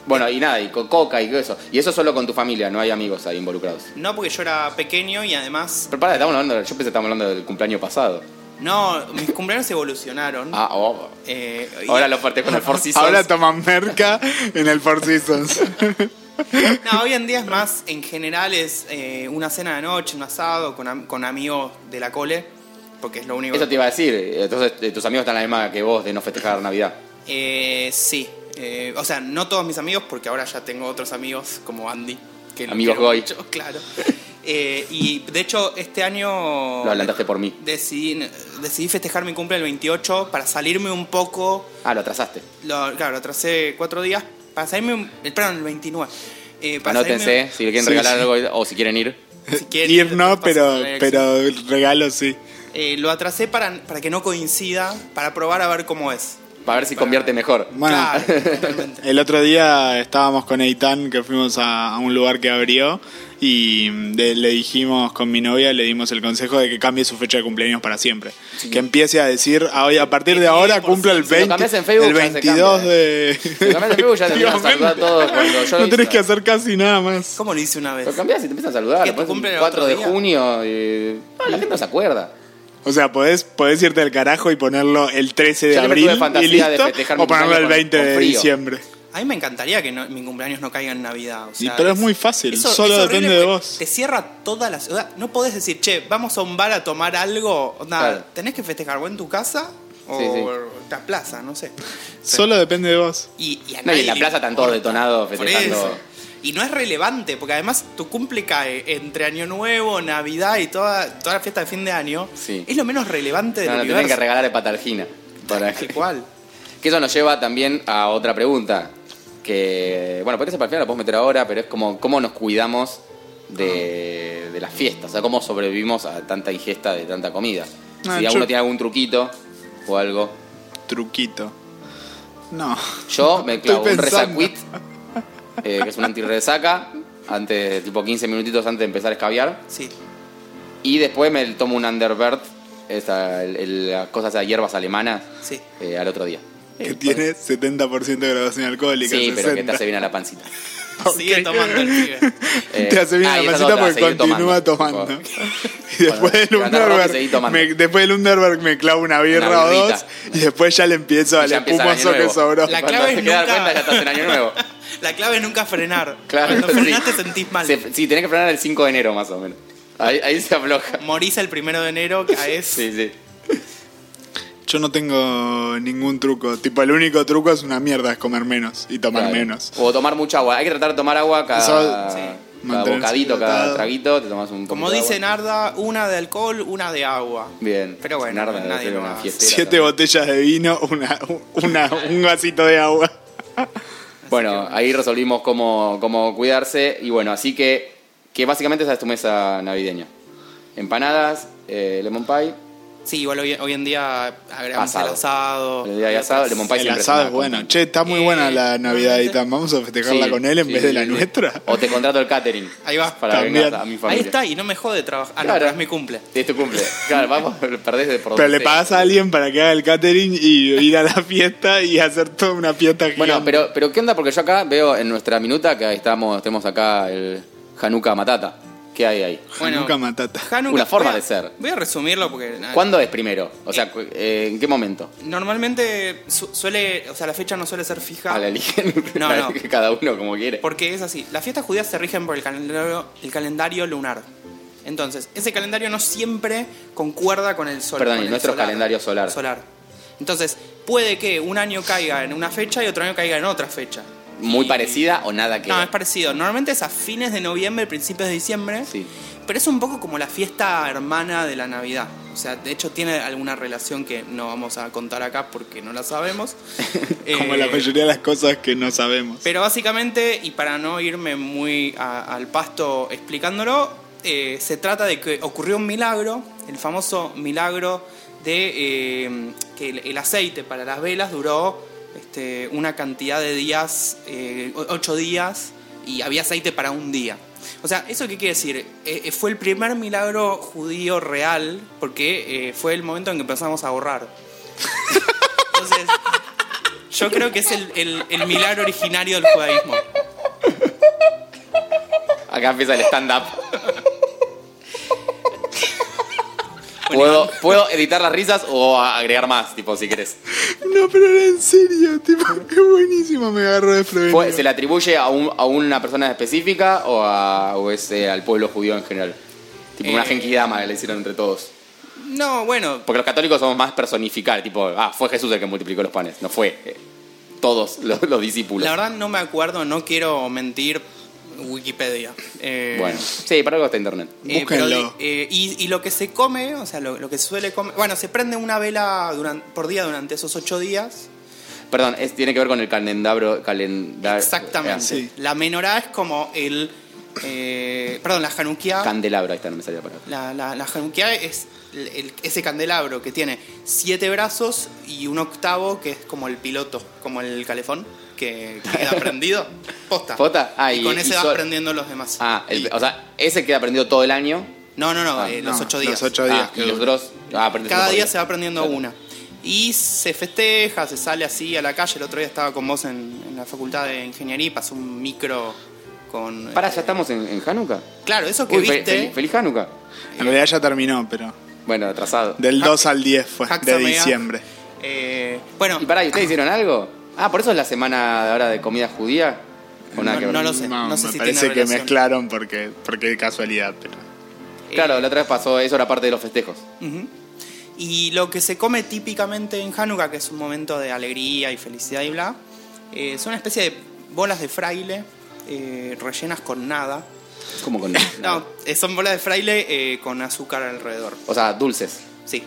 Speaker 1: bueno, y nada, y con coca y eso. Y eso solo con tu familia, no hay amigos ahí involucrados.
Speaker 3: No, porque yo era pequeño y además.
Speaker 1: Pero pará, estamos hablando, yo pensé que estábamos hablando del cumpleaños pasado.
Speaker 3: No, mis cumpleaños evolucionaron.
Speaker 1: Ah, oh.
Speaker 3: Eh, y-
Speaker 1: Ahora lo partí con el Four Seasons.
Speaker 2: Ahora toman merca en el Four Seasons.
Speaker 3: No, hoy en día es más, en general es eh, una cena de noche, un asado con, am- con amigos de la cole, porque es lo único.
Speaker 1: Eso te iba a decir. Entonces, eh, tus amigos están en la misma que vos de no festejar Navidad.
Speaker 3: Eh, sí. Eh, o sea, no todos mis amigos, porque ahora ya tengo otros amigos como Andy. Que lo
Speaker 1: Amigos
Speaker 3: quiero
Speaker 1: goy.
Speaker 3: mucho, claro. Eh, y de hecho, este año.
Speaker 1: Lo adelantaste por mí.
Speaker 3: decidí, decidí festejar mi cumple el 28 para salirme un poco.
Speaker 1: Ah, lo atrasaste.
Speaker 3: Lo, claro, lo atrasé cuatro días. Para salirme un. eh, Perdón, el 29. Eh, para
Speaker 1: Anótense,
Speaker 3: salirme-
Speaker 1: si le quieren
Speaker 2: Sí,
Speaker 1: regalar
Speaker 2: sí.
Speaker 1: algo o si quieren ir.
Speaker 3: si quieren
Speaker 2: Ir no,
Speaker 3: pasen
Speaker 2: pero,
Speaker 3: por el-
Speaker 2: pero regalo sí.
Speaker 3: Eh, lo atrasé para, para que no coincida, para probar a ver cómo es.
Speaker 1: Para ver si convierte mejor.
Speaker 2: Bueno,
Speaker 3: Claro, totalmente.
Speaker 2: El otro día estábamos con Eitan, que fuimos a, a un lugar que abrió y mm, de- le dijimos con mi novia, le dimos el consejo de que cambie su fecha de cumpleaños para siempre. Que empiece a decir, "Ah, oye, a partir de ahora cumple el
Speaker 1: Si lo
Speaker 2: 20,
Speaker 1: cambias en Facebook,
Speaker 2: el
Speaker 1: ya se
Speaker 2: 22
Speaker 1: cambia,
Speaker 2: de...
Speaker 1: Lo cambias de Facebook, ya te empiezan a saludar
Speaker 2: Efectivamente.
Speaker 1: todos cuando yo lo
Speaker 2: No tenés
Speaker 1: hice.
Speaker 2: que hacer casi nada más.
Speaker 3: ¿Cómo lo hice una vez?
Speaker 1: Lo cambias y te empiezan a saludar.
Speaker 3: ¿Qué,
Speaker 1: Lo
Speaker 3: tu
Speaker 1: pones
Speaker 3: cumple
Speaker 1: el
Speaker 3: el
Speaker 1: 4
Speaker 3: otro
Speaker 1: de
Speaker 3: día?
Speaker 1: junio. y- Ah, la gente no se acuerda.
Speaker 2: O sea, podés, podés irte al carajo y ponerlo el 13 de
Speaker 1: Yo siempre
Speaker 2: abril
Speaker 1: tuve
Speaker 2: y
Speaker 1: fantasía de
Speaker 2: listo,
Speaker 1: festejar mi
Speaker 2: o ponerlo
Speaker 1: cumpleaños
Speaker 2: el
Speaker 1: con-
Speaker 2: 20
Speaker 1: con
Speaker 2: de
Speaker 1: frío.
Speaker 2: diciembre.
Speaker 3: A mí me encantaría que no- mi cumpleaños no caiga en Navidad. o
Speaker 2: Y-
Speaker 3: sea,
Speaker 2: pero es muy fácil,
Speaker 3: eso-
Speaker 2: solo
Speaker 3: es horrible
Speaker 2: depende de
Speaker 3: porque
Speaker 2: vos.
Speaker 3: Te cierra toda la ciudad. No podés decir, che, vamos a un bar a tomar algo. Onda,
Speaker 1: Claro.
Speaker 3: Tenés que festejar o en tu casa o
Speaker 1: Sí, sí.
Speaker 3: en la plaza, no sé.
Speaker 2: Solo depende de vos.
Speaker 3: Y,
Speaker 1: No,
Speaker 3: y a
Speaker 1: y en
Speaker 3: nadie
Speaker 1: la
Speaker 3: le
Speaker 1: plaza están todos
Speaker 3: importa.
Speaker 1: detonados
Speaker 3: Por
Speaker 1: festejando.
Speaker 3: eso. Y no es relevante, porque además tu cumple cae entre Año Nuevo, Navidad y toda, toda la fiesta de fin de año.
Speaker 1: Sí.
Speaker 3: Es lo menos relevante del
Speaker 1: No, no, te tienen
Speaker 3: universo.
Speaker 1: que regalar hepatalgina. Para
Speaker 3: Tal
Speaker 1: que...
Speaker 3: cual.
Speaker 1: que eso nos lleva también a otra pregunta. Que, bueno, parece para el final la podemos meter ahora, pero es como cómo nos cuidamos
Speaker 3: Ah.
Speaker 1: de, de las fiestas. O sea, cómo sobrevivimos a tanta ingesta de tanta comida.
Speaker 2: Ah,
Speaker 1: si
Speaker 2: yo-
Speaker 1: alguno tiene algún truquito o algo.
Speaker 2: Truquito. No.
Speaker 1: Yo me
Speaker 2: Estoy
Speaker 1: clavo un
Speaker 2: pensando.
Speaker 1: resaquit, eh, que es un antirresaca, antes, tipo 15 minutitos antes de empezar a escabiar.
Speaker 3: Sí.
Speaker 1: Y después me tomo un underbird, esa, el- el- las cosas de hierbas alemanas,
Speaker 3: Sí.
Speaker 1: eh, al otro día.
Speaker 2: Que tiene 70% de graduación alcohólica.
Speaker 1: Sí, pero que te
Speaker 2: 60.
Speaker 1: hace bien a la pancita.
Speaker 3: Sigue tomando el pibe.
Speaker 1: Eh,
Speaker 2: Te hace bien
Speaker 1: ah, y
Speaker 2: la
Speaker 1: esa es
Speaker 2: pasita
Speaker 1: otra,
Speaker 2: porque
Speaker 1: seguir
Speaker 2: continúa
Speaker 1: tomando.
Speaker 2: tomando. Y después del
Speaker 1: levanta la ropa y seguí
Speaker 2: Underberg,
Speaker 1: tomando.
Speaker 2: me, después del Underberg me clavo una birra o
Speaker 1: birrita.
Speaker 2: dos y después ya le empiezo al
Speaker 1: ya empieza el año
Speaker 2: espumoso que
Speaker 1: nuevo.
Speaker 2: sobró.
Speaker 3: La
Speaker 1: Cuando
Speaker 3: clave
Speaker 1: te
Speaker 3: es
Speaker 1: das
Speaker 3: nunca-
Speaker 1: cuenta ya estás en año nuevo.
Speaker 3: La clave es nunca frenar.
Speaker 1: Claro.
Speaker 3: Cuando frenás
Speaker 1: sí.
Speaker 3: te sentís mal.
Speaker 1: Se- sí, tenés que frenar el 5 de enero más o menos. Ahí, ahí se afloja.
Speaker 3: Morís el primero de enero, caes.
Speaker 1: Sí, sí.
Speaker 2: Yo no tengo ningún truco. Tipo, el único truco es una mierda, es comer menos y tomar
Speaker 1: Claro.
Speaker 2: menos.
Speaker 1: O tomar mucha agua. Hay que tratar de tomar agua cada,
Speaker 2: Eso-
Speaker 3: Sí.
Speaker 1: cada
Speaker 2: Mantenerse
Speaker 1: bocadito, cada
Speaker 2: hidratado.
Speaker 1: traguito. Te tomas un
Speaker 3: Como
Speaker 1: poquito de
Speaker 3: dice
Speaker 1: agua.
Speaker 3: Narda, una de alcohol, una de agua.
Speaker 1: Bien.
Speaker 3: Pero bueno,
Speaker 1: Narda debe
Speaker 3: nadie
Speaker 1: ser
Speaker 3: lo
Speaker 1: una
Speaker 3: hace.
Speaker 1: fiestera
Speaker 2: Siete
Speaker 1: también.
Speaker 2: botellas de vino, una, una, un vasito de agua.
Speaker 1: Bueno, ahí resolvimos cómo, cómo cuidarse. Y bueno, así que, que básicamente esa es tu mesa navideña. Empanadas, eh, lemon pie,
Speaker 3: Sí, igual hoy, hoy en día agregamos
Speaker 1: Asado.
Speaker 3: el asado.
Speaker 1: el día de asado, lemon pie
Speaker 2: El
Speaker 1: siempre es
Speaker 2: asado
Speaker 1: una
Speaker 2: es bueno.
Speaker 1: acompañante.
Speaker 2: Che, está muy
Speaker 3: Eh,
Speaker 2: buena la Navidadita. Vamos a festejarla
Speaker 1: Sí,
Speaker 2: con él en
Speaker 1: sí,
Speaker 2: vez de
Speaker 1: sí,
Speaker 2: la
Speaker 1: sí.
Speaker 2: nuestra.
Speaker 1: O te contrato el catering.
Speaker 3: Ahí va.
Speaker 1: Para que
Speaker 2: También.
Speaker 1: vengas a mi
Speaker 3: Ahí
Speaker 1: familia.
Speaker 3: está, y no me jode trabajar. Ah, no,
Speaker 1: Claro.
Speaker 3: pero es mi cumple.
Speaker 1: Sí, es tu cumple. Claro, vamos, perdés de por
Speaker 2: Pero
Speaker 1: donde
Speaker 2: le
Speaker 1: sea.
Speaker 2: pagas a alguien para que haga el catering y ir a la fiesta y hacer toda una fiesta gigante.
Speaker 1: Bueno, pero, pero ¿qué onda? Porque yo acá veo en nuestra minuta que ahí estamos, tenemos acá el Hanukkah Matata. ¿Qué hay ahí?
Speaker 3: Bueno,
Speaker 2: Nunca matata.
Speaker 3: Hanukkah-
Speaker 1: Una forma
Speaker 3: voy a-
Speaker 1: de ser.
Speaker 3: Voy a resumirlo porque. nada,
Speaker 1: ¿Cuándo es primero? O sea, cu- eh, ¿en qué momento?
Speaker 3: Normalmente su- suele. O sea, la fecha no suele ser fija.
Speaker 1: Ah, la eligen
Speaker 3: No, no.
Speaker 1: cada uno como quiere.
Speaker 3: Porque es así, las fiestas judías se rigen por el calendario, el calendario lunar. Entonces, ese calendario no siempre concuerda con el sol.
Speaker 1: Perdón,
Speaker 3: con
Speaker 1: y
Speaker 3: el
Speaker 1: nuestro calendario solar.
Speaker 3: Solar. Entonces, puede que un año caiga en una fecha y otro año caiga en otra fecha.
Speaker 1: Muy
Speaker 3: Y-
Speaker 1: parecida o nada que
Speaker 3: No,
Speaker 1: ver.
Speaker 3: es parecido. Normalmente es a fines de noviembre, principios de diciembre.
Speaker 1: Sí.
Speaker 3: Pero es un poco como la fiesta hermana de la Navidad. O sea, de hecho tiene alguna relación que no vamos a contar acá porque no la sabemos.
Speaker 2: Como
Speaker 3: Eh,
Speaker 2: la mayoría de las cosas que no sabemos.
Speaker 3: pero básicamente, y para no irme muy a- al pasto explicándolo, eh, se trata de que ocurrió un milagro, el famoso milagro de eh, que el, el aceite para las velas duró este, una cantidad de días, eh, o- ocho días, y había aceite para un día. O sea, ¿eso qué quiere decir? Eh, eh, fue el primer milagro judío real porque eh, fue el momento en que empezamos a ahorrar. Entonces, yo creo que es el, el- el milagro originario del judaísmo.
Speaker 1: Acá empieza el stand-up. ¿Puedo, ¿Puedo editar las risas o a- agregar más, tipo, si querés?
Speaker 2: No, pero era en serio, tipo, qué buenísimo, me agarró de
Speaker 1: Fue- ¿Se
Speaker 2: prevenido.
Speaker 1: le atribuye a, un- a una persona específica o, a, o es eh, al pueblo judío en general? Tipo, una
Speaker 3: Eh.
Speaker 1: genkidama que le hicieron entre todos.
Speaker 3: No, bueno,
Speaker 1: Porque los católicos somos más personificar, tipo, ah, fue Jesús el que multiplicó los panes, no fue eh, todos los, los discípulos.
Speaker 3: la verdad no me acuerdo, no quiero mentir Wikipedia. Eh,
Speaker 1: Bueno, sí, para algo está internet.
Speaker 3: eh, pero
Speaker 2: Búsquenlo.
Speaker 3: de- eh, y, y lo que se come, o sea, lo, lo que se suele comer. Bueno, se prende una vela duran- por día durante esos ocho días.
Speaker 1: Perdón, es- tiene que ver con el calendabro, calendario.
Speaker 3: Exactamente.
Speaker 2: sí.
Speaker 3: La menorá es como el. eh, perdón, la januquía.
Speaker 1: Candelabro, ahí está, no me salía la palabra.
Speaker 3: La, la, la Hanukkah es el- el- ese candelabro que tiene siete brazos y un octavo que es como el piloto, como el calefón, que queda prendido. Posta.
Speaker 1: Posta. Ah,
Speaker 3: y,
Speaker 1: y-
Speaker 3: con
Speaker 1: y
Speaker 3: ese vas
Speaker 1: sol-
Speaker 3: prendiendo los demás.
Speaker 1: Ah, el- o sea, ese queda prendido todo el año.
Speaker 3: no, no, no,
Speaker 1: Ah,
Speaker 3: eh,
Speaker 2: no,
Speaker 3: los ocho
Speaker 2: los
Speaker 3: días.
Speaker 2: ocho días
Speaker 1: Ah,
Speaker 2: que
Speaker 1: y los
Speaker 2: dura.
Speaker 1: otros. Ah, prende
Speaker 3: Cada
Speaker 1: solo por
Speaker 3: día se va prendiendo
Speaker 1: Claro.
Speaker 3: una. Y se festeja, se sale así a la calle. El otro día estaba con vos en, en la facultad de ingeniería y pasó un micro con.
Speaker 1: Pará,
Speaker 3: eh,
Speaker 1: ya estamos en, en Hanukkah.
Speaker 3: Claro, eso que
Speaker 1: Uy, fe-
Speaker 3: viste.
Speaker 1: fel- feliz Hanukkah.
Speaker 2: En realidad ya terminó, pero
Speaker 1: Bueno, atrasado.
Speaker 2: del 2 al 10 fue,
Speaker 3: Hack
Speaker 2: de
Speaker 3: Samea.
Speaker 2: diciembre.
Speaker 3: eh, bueno,
Speaker 1: Y pará, ¿y ustedes hicieron algo? Ah, por eso es la semana de ahora de comida judía. ¿O nada
Speaker 3: No,
Speaker 1: que ver?
Speaker 3: no lo sé,
Speaker 2: No,
Speaker 3: no sé
Speaker 2: me
Speaker 3: si tiene
Speaker 2: parece que
Speaker 3: relación.
Speaker 2: mezclaron porque, porque de casualidad, pero...
Speaker 1: Claro, la otra vez pasó, eso era parte de los festejos.
Speaker 3: Ujú. Y lo que se come típicamente en Hanukkah, que es un momento de alegría y felicidad y bla, eh, son una especie de bolas de fraile eh, rellenas con nada.
Speaker 1: ¿Cómo con
Speaker 3: No, eh, son bolas de fraile eh, con azúcar alrededor,
Speaker 1: O sea, dulces.
Speaker 3: sí.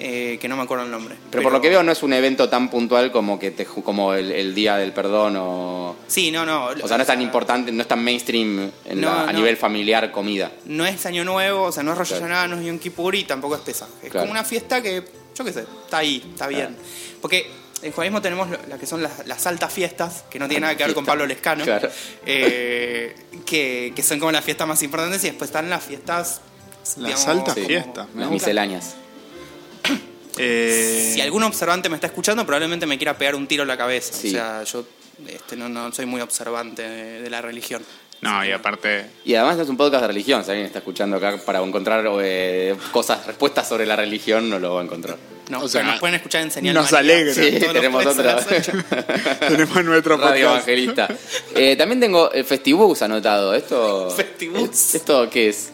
Speaker 3: Eh, que no me acuerdo el nombre.
Speaker 1: Pero, por lo que veo no es un evento tan puntual como que te ju- como el, el día del perdón o
Speaker 3: Sí, no, no.
Speaker 1: o sea no es tan importante no es tan mainstream en la-
Speaker 3: No,
Speaker 1: a
Speaker 3: no.
Speaker 1: nivel familiar comida
Speaker 3: No es Año Nuevo, o sea, no es Rosh
Speaker 1: Claro.
Speaker 3: Hashanah, no es Yom Kippur y tampoco es Pesaj. Es
Speaker 1: Claro.
Speaker 3: como una fiesta que, yo qué sé, está ahí, está bien. Porque en judaísmo tenemos lo- las que son las, las altas fiestas, que no tiene nada que ver con Pablo Lescano,
Speaker 1: Claro.
Speaker 3: eh, que, que son como las fiestas más importantes y después están las fiestas...
Speaker 2: Las altas
Speaker 1: sí.
Speaker 2: fiestas, me
Speaker 1: las
Speaker 2: gusta.
Speaker 1: misceláneas
Speaker 2: Eh,
Speaker 3: Si algún observante me está escuchando, probablemente me quiera pegar un tiro en la cabeza.
Speaker 1: Sí.
Speaker 3: O sea, yo Este, no, no soy muy observante de, de la religión.
Speaker 2: No,
Speaker 3: Así
Speaker 2: y
Speaker 3: que-
Speaker 2: aparte,
Speaker 1: Y además es un podcast de religión. Si alguien está escuchando acá para encontrar eh, cosas, respuestas sobre la religión, no lo va a encontrar.
Speaker 3: No,
Speaker 2: O
Speaker 3: pero
Speaker 2: sea,
Speaker 3: nos pueden escuchar en señal.
Speaker 2: nos
Speaker 3: María.
Speaker 2: alegra.
Speaker 1: Sí,
Speaker 3: Todos los
Speaker 1: tenemos
Speaker 3: jueves a
Speaker 1: otra.
Speaker 3: las ocho.
Speaker 2: tenemos nuestro
Speaker 1: Radio
Speaker 2: podcast.
Speaker 1: Evangelista. Eh, también tengo el Festibus anotado. Esto.
Speaker 3: Festibus.
Speaker 1: ¿Esto qué es?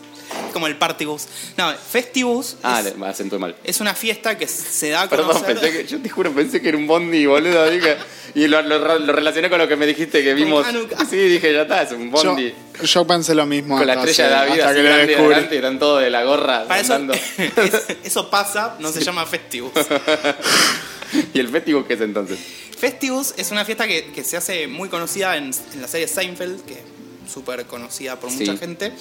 Speaker 3: Como el Partibus. No, Festibus
Speaker 1: Ah,
Speaker 3: es,
Speaker 1: le- me acentué mal.
Speaker 3: es una fiesta que se da a
Speaker 1: Perdón,
Speaker 3: conocer.
Speaker 1: pensé que, yo te juro, pensé que era un bondi, boludo. dije, y lo, lo- lo relacioné con lo que me dijiste que vimos.
Speaker 3: Hanukkah.
Speaker 1: Sí, dije, ya está, es un
Speaker 2: Yo,
Speaker 1: bondi.
Speaker 2: yo pensé lo mismo.
Speaker 1: con la
Speaker 2: hasta
Speaker 1: estrella de
Speaker 2: hace-
Speaker 1: David
Speaker 2: hasta
Speaker 1: así
Speaker 2: que lo
Speaker 1: grande
Speaker 2: descubrí.
Speaker 1: adelante y eran todos de la gorra
Speaker 3: Para eso,
Speaker 1: andando.
Speaker 3: es- eso pasa, no se llama Festibus.
Speaker 1: ¿Y el Festibus qué es entonces?
Speaker 3: Festivus es una fiesta que, que se hace muy conocida en, en la serie Seinfeld, que es súper conocida por mucha
Speaker 1: Sí.
Speaker 3: gente,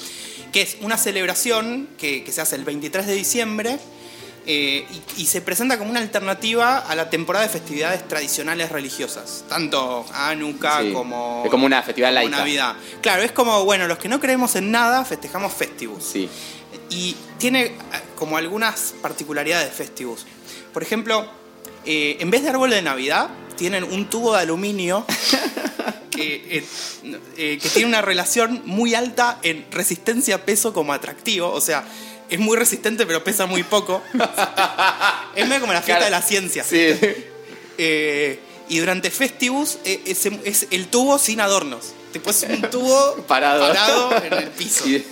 Speaker 3: que es una celebración que, que se hace el 23 de diciembre eh, y, y se presenta como una alternativa a la temporada de festividades tradicionales religiosas, tanto Hanukkah
Speaker 1: Sí.
Speaker 3: como...
Speaker 1: Es como una festividad
Speaker 3: como
Speaker 1: laica.
Speaker 3: Navidad. Claro, es como, bueno, los que no creemos en nada, festejamos Festivus
Speaker 1: Sí.
Speaker 3: y tiene eh, como algunas particularidades de Festivus. Por ejemplo, eh, en vez de árbol de Navidad, tienen un tubo de aluminio que, eh, eh, que tiene una relación muy alta en resistencia-peso como atractivo. O sea, es muy resistente pero pesa muy poco. es medio como la fiesta de la ciencia.
Speaker 1: Sí.
Speaker 3: Eh, y durante Festivus eh, es, es el tubo sin adornos. Tipo, es un tubo
Speaker 1: Parado.
Speaker 3: parado en el piso.
Speaker 1: Y-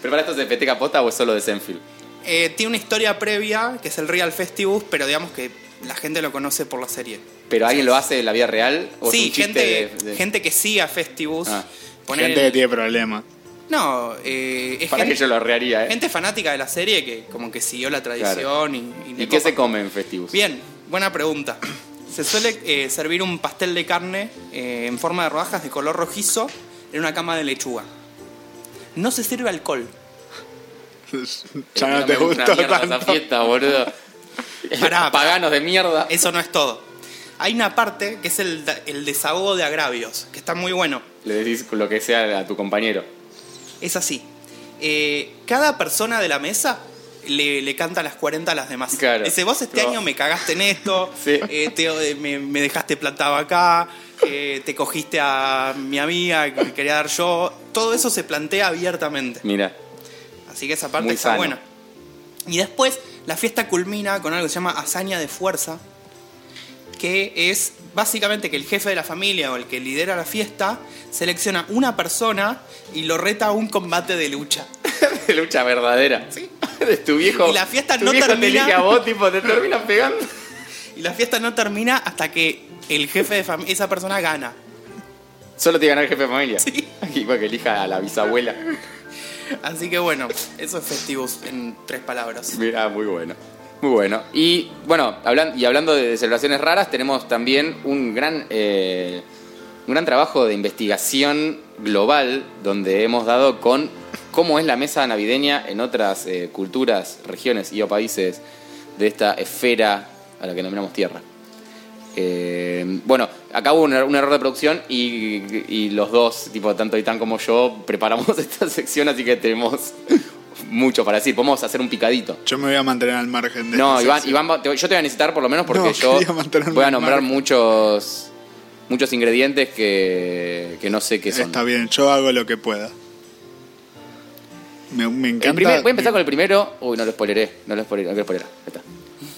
Speaker 1: ¿Pero para esto se festeja posta o es solo de Senfield?
Speaker 3: Eh, tiene una historia previa, que es el Real Festivus, pero digamos que la gente lo conoce por la serie.
Speaker 1: ¿Pero alguien lo hace en la vida real? ¿O es
Speaker 3: sí,
Speaker 1: un chiste
Speaker 3: gente,
Speaker 1: de- de-
Speaker 3: gente que sigue a Festivus.
Speaker 1: Ah,
Speaker 3: Poner
Speaker 2: Gente que tiene problemas.
Speaker 3: No, eh, es
Speaker 1: Para
Speaker 3: gente,
Speaker 1: que yo lo rearía, ¿eh?
Speaker 3: gente fanática de la serie que como que siguió la tradición y, y le
Speaker 1: ¿Y qué
Speaker 3: copa.
Speaker 1: se come en Festibus?
Speaker 3: Bien, buena pregunta. Se suele eh, servir un pastel de carne eh, en forma de rodajas de color rojizo en una cama de lechuga. No se sirve alcohol.
Speaker 2: ya no
Speaker 1: Una-
Speaker 2: te
Speaker 1: una
Speaker 2: gustó
Speaker 1: mierda esa
Speaker 2: tanto.
Speaker 1: fiesta, boludo.
Speaker 3: Ah, Pará, Eh.
Speaker 1: Paganos de mierda.
Speaker 3: Eso no es todo. Hay una parte que es el, da- el desahogo de agravios, que está muy bueno.
Speaker 1: Le decís lo que sea a tu compañero.
Speaker 3: Es así. Eh, cada persona de la mesa le, le canta las 40 a las demás.
Speaker 1: Claro.
Speaker 3: Dice, vos este
Speaker 1: No.
Speaker 3: año me cagaste en esto,
Speaker 1: Sí.
Speaker 3: eh, te- eh, me, me dejaste plantado acá, eh, te cogiste a mi amiga que me quería dar yo. Todo eso se plantea abiertamente.
Speaker 1: Mira,
Speaker 3: Así que esa parte
Speaker 1: Muy
Speaker 3: está
Speaker 1: sano.
Speaker 3: buena. Y después la fiesta culmina con algo que se llama hazaña de fuerza, que es básicamente que el jefe de la familia o el que lidera la fiesta selecciona una persona y lo reta a un combate de lucha.
Speaker 1: de lucha verdadera.
Speaker 3: Sí.
Speaker 1: De tu viejo.
Speaker 3: Y la fiesta
Speaker 1: tu
Speaker 3: no
Speaker 1: viejo te
Speaker 3: termina.
Speaker 1: elige a vos, tipo, te terminan pegando.
Speaker 3: Y la fiesta no termina hasta que el jefe de familia, esa persona gana.
Speaker 1: Solo te gana el jefe de familia.
Speaker 3: Sí.
Speaker 1: Igual que elija a la bisabuela.
Speaker 3: Así que bueno, eso es festivus en tres palabras.
Speaker 1: Mira, muy bueno. Muy bueno. Y bueno, hablan- y hablando de celebraciones raras, tenemos también un gran, eh, un gran trabajo de investigación global donde hemos dado con cómo es la mesa navideña en otras eh, culturas, regiones y o países de esta esfera a la que nombramos tierra. Eh, bueno, acá hubo un, er- un error de producción y, y los dos, tipo tanto Itán como yo, preparamos esta sección, así que tenemos mucho para decir. Podemos hacer un picadito.
Speaker 2: Yo me voy a mantener al margen de
Speaker 1: No,
Speaker 2: esta
Speaker 1: Iván,
Speaker 2: sección.
Speaker 1: Iván va- te- yo te voy a necesitar por lo menos porque
Speaker 2: No,
Speaker 1: yo
Speaker 2: quería mantenerme
Speaker 1: voy a
Speaker 2: al
Speaker 1: nombrar
Speaker 2: margen.
Speaker 1: muchos muchos ingredientes que, que no sé qué son.
Speaker 2: Está bien, yo hago lo que pueda. Me, me
Speaker 1: El
Speaker 2: encanta.
Speaker 1: primer- voy a empezar con el primero. Uy, no lo spoileré. No lo spoileré. No quiero spoilerar. Ya está.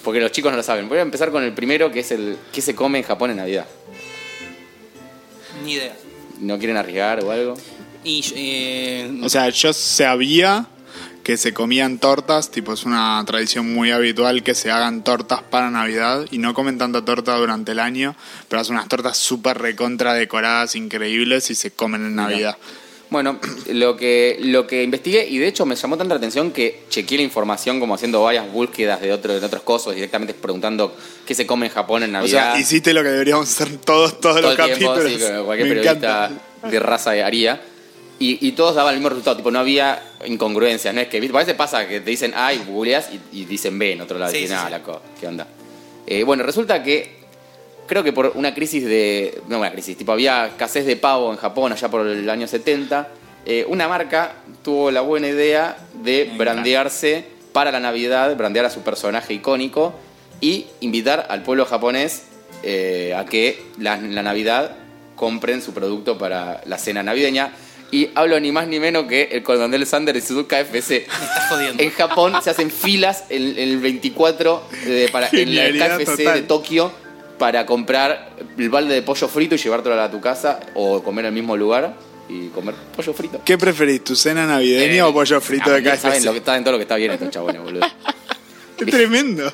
Speaker 1: Porque los chicos no lo saben. Voy a empezar con el primero que es el que se come en Japón en Navidad.
Speaker 3: Ni idea.
Speaker 1: ¿No quieren arriesgar o algo?
Speaker 3: Y eh,
Speaker 2: O sea, yo sabía que se comían tortas, tipo es una tradición muy habitual que se hagan tortas para Navidad y no comen tanta torta durante el año, pero hacen unas tortas súper recontra decoradas, increíbles y se comen en Navidad.
Speaker 1: Bueno, lo que, lo que investigué, y de hecho me llamó tanta la atención que chequeé la información como haciendo varias búsquedas de, otro, de otros cosos, directamente preguntando qué se come en Japón en
Speaker 2: O
Speaker 1: Navidad.
Speaker 2: sea, hiciste lo que deberíamos hacer todos,
Speaker 1: todo
Speaker 2: todos los
Speaker 1: el tiempo,
Speaker 2: capítulos.
Speaker 1: sí, como cualquier
Speaker 2: Me
Speaker 1: periodista
Speaker 2: encanta.
Speaker 1: de raza haría. Y, y todos daban el mismo resultado, tipo, no había incongruencias, no es que, ¿viste? a veces pasa que te dicen A y googleas y, y dicen B en otro lado,
Speaker 3: Sí,
Speaker 1: y dicen,
Speaker 3: sí,
Speaker 1: "Ah,
Speaker 3: sí.
Speaker 1: la co- ¿qué onda? Eh, bueno, resulta que creo que por una crisis de. No, una crisis, tipo había escasez de pavo en Japón allá por el año 70. eh, una marca tuvo la buena idea de
Speaker 2: encanta.
Speaker 1: brandearse para la Navidad, brandear a su personaje icónico y invitar al pueblo japonés eh, a que la, la Navidad compren su producto para la cena navideña. Y hablo ni más ni menos que el coronel Sander y su KFC.
Speaker 3: Me estás jodiendo.
Speaker 1: En Japón se hacen filas en, en el 24 de- para, en la
Speaker 2: Genialidad
Speaker 1: KFC de
Speaker 2: total.
Speaker 1: Tokio para comprar el balde de pollo frito y llevártelo a tu casa o comer al mismo lugar y comer pollo frito.
Speaker 2: ¿Qué preferís, tu cena navideña o pollo frito
Speaker 1: Ah,
Speaker 2: de
Speaker 1: ya Saben lo que
Speaker 2: KFC?
Speaker 1: está en todo lo que está bien estos chabones, boludo.
Speaker 2: Qué tremendo.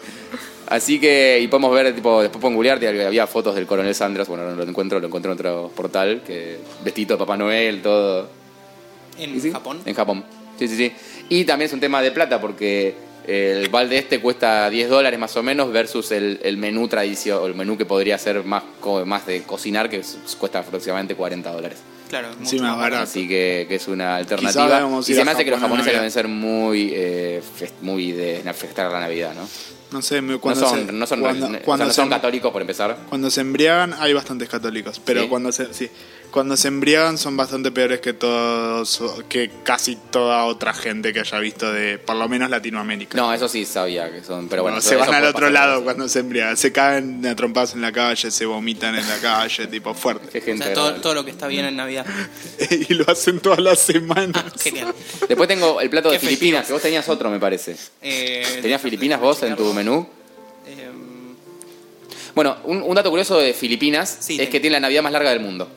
Speaker 1: Así que, y podemos ver, tipo, después puedo googlear, te- había fotos del coronel Sanders, bueno, no lo encuentro, lo encuentro en otro portal, que vestido de Papá Noel, todo.
Speaker 3: En
Speaker 1: ¿Y sí?
Speaker 3: Japón.
Speaker 1: En Japón. Sí, sí, sí. Y también es un tema de plata porque el balde este cuesta 10 dólares más o menos versus el, el menú tradicio, o el menú que podría ser más, co- más de cocinar que s- cuesta aproximadamente 40 dólares.
Speaker 3: Claro. mucho
Speaker 2: Sí, más barato.
Speaker 1: Así que, que es una alternativa.
Speaker 2: debemos
Speaker 1: Y
Speaker 2: ir
Speaker 1: se
Speaker 2: a
Speaker 1: me hace que los
Speaker 2: Japón en
Speaker 1: japoneses deben ser muy, eh, fest- muy de festejar la Navidad, ¿no?
Speaker 2: No sé, me-
Speaker 1: No
Speaker 2: cuando
Speaker 1: son,
Speaker 2: se,
Speaker 1: no son,
Speaker 2: cuando,
Speaker 1: o sea,
Speaker 2: cuando
Speaker 1: no
Speaker 2: se, em-
Speaker 1: son católicos por empezar.
Speaker 2: cuando se embriagan hay bastantes católicos, pero
Speaker 1: ¿Sí?
Speaker 2: cuando se sí, cuando se embriagan son bastante peores que todos que casi toda otra gente que haya visto de por lo menos Latinoamérica.
Speaker 1: No, eso sí sabía que son, pero bueno.
Speaker 2: No,
Speaker 1: eso-
Speaker 2: se
Speaker 1: eso
Speaker 2: van al
Speaker 1: puede
Speaker 2: otro
Speaker 1: pasar.
Speaker 2: lado cuando se embriagan, se caen a trompadas en la calle, se vomitan en la calle, tipo fuerte.
Speaker 1: Qué
Speaker 3: O
Speaker 1: gente
Speaker 3: sea, todo,
Speaker 1: agradable.
Speaker 3: todo lo que está bien en Navidad.
Speaker 2: y lo hacen todas las semanas.
Speaker 3: Genial.
Speaker 1: Después tengo el plato de
Speaker 3: Qué
Speaker 1: Filipinas, que vos tenías otro, me parece.
Speaker 3: Eh,
Speaker 1: ¿Tenías Filipinas vos en tu menú?
Speaker 3: Eh,
Speaker 1: Bueno, un, un dato curioso de Filipinas
Speaker 3: Sí,
Speaker 1: es
Speaker 3: tengo.
Speaker 1: que tiene la Navidad más larga del mundo.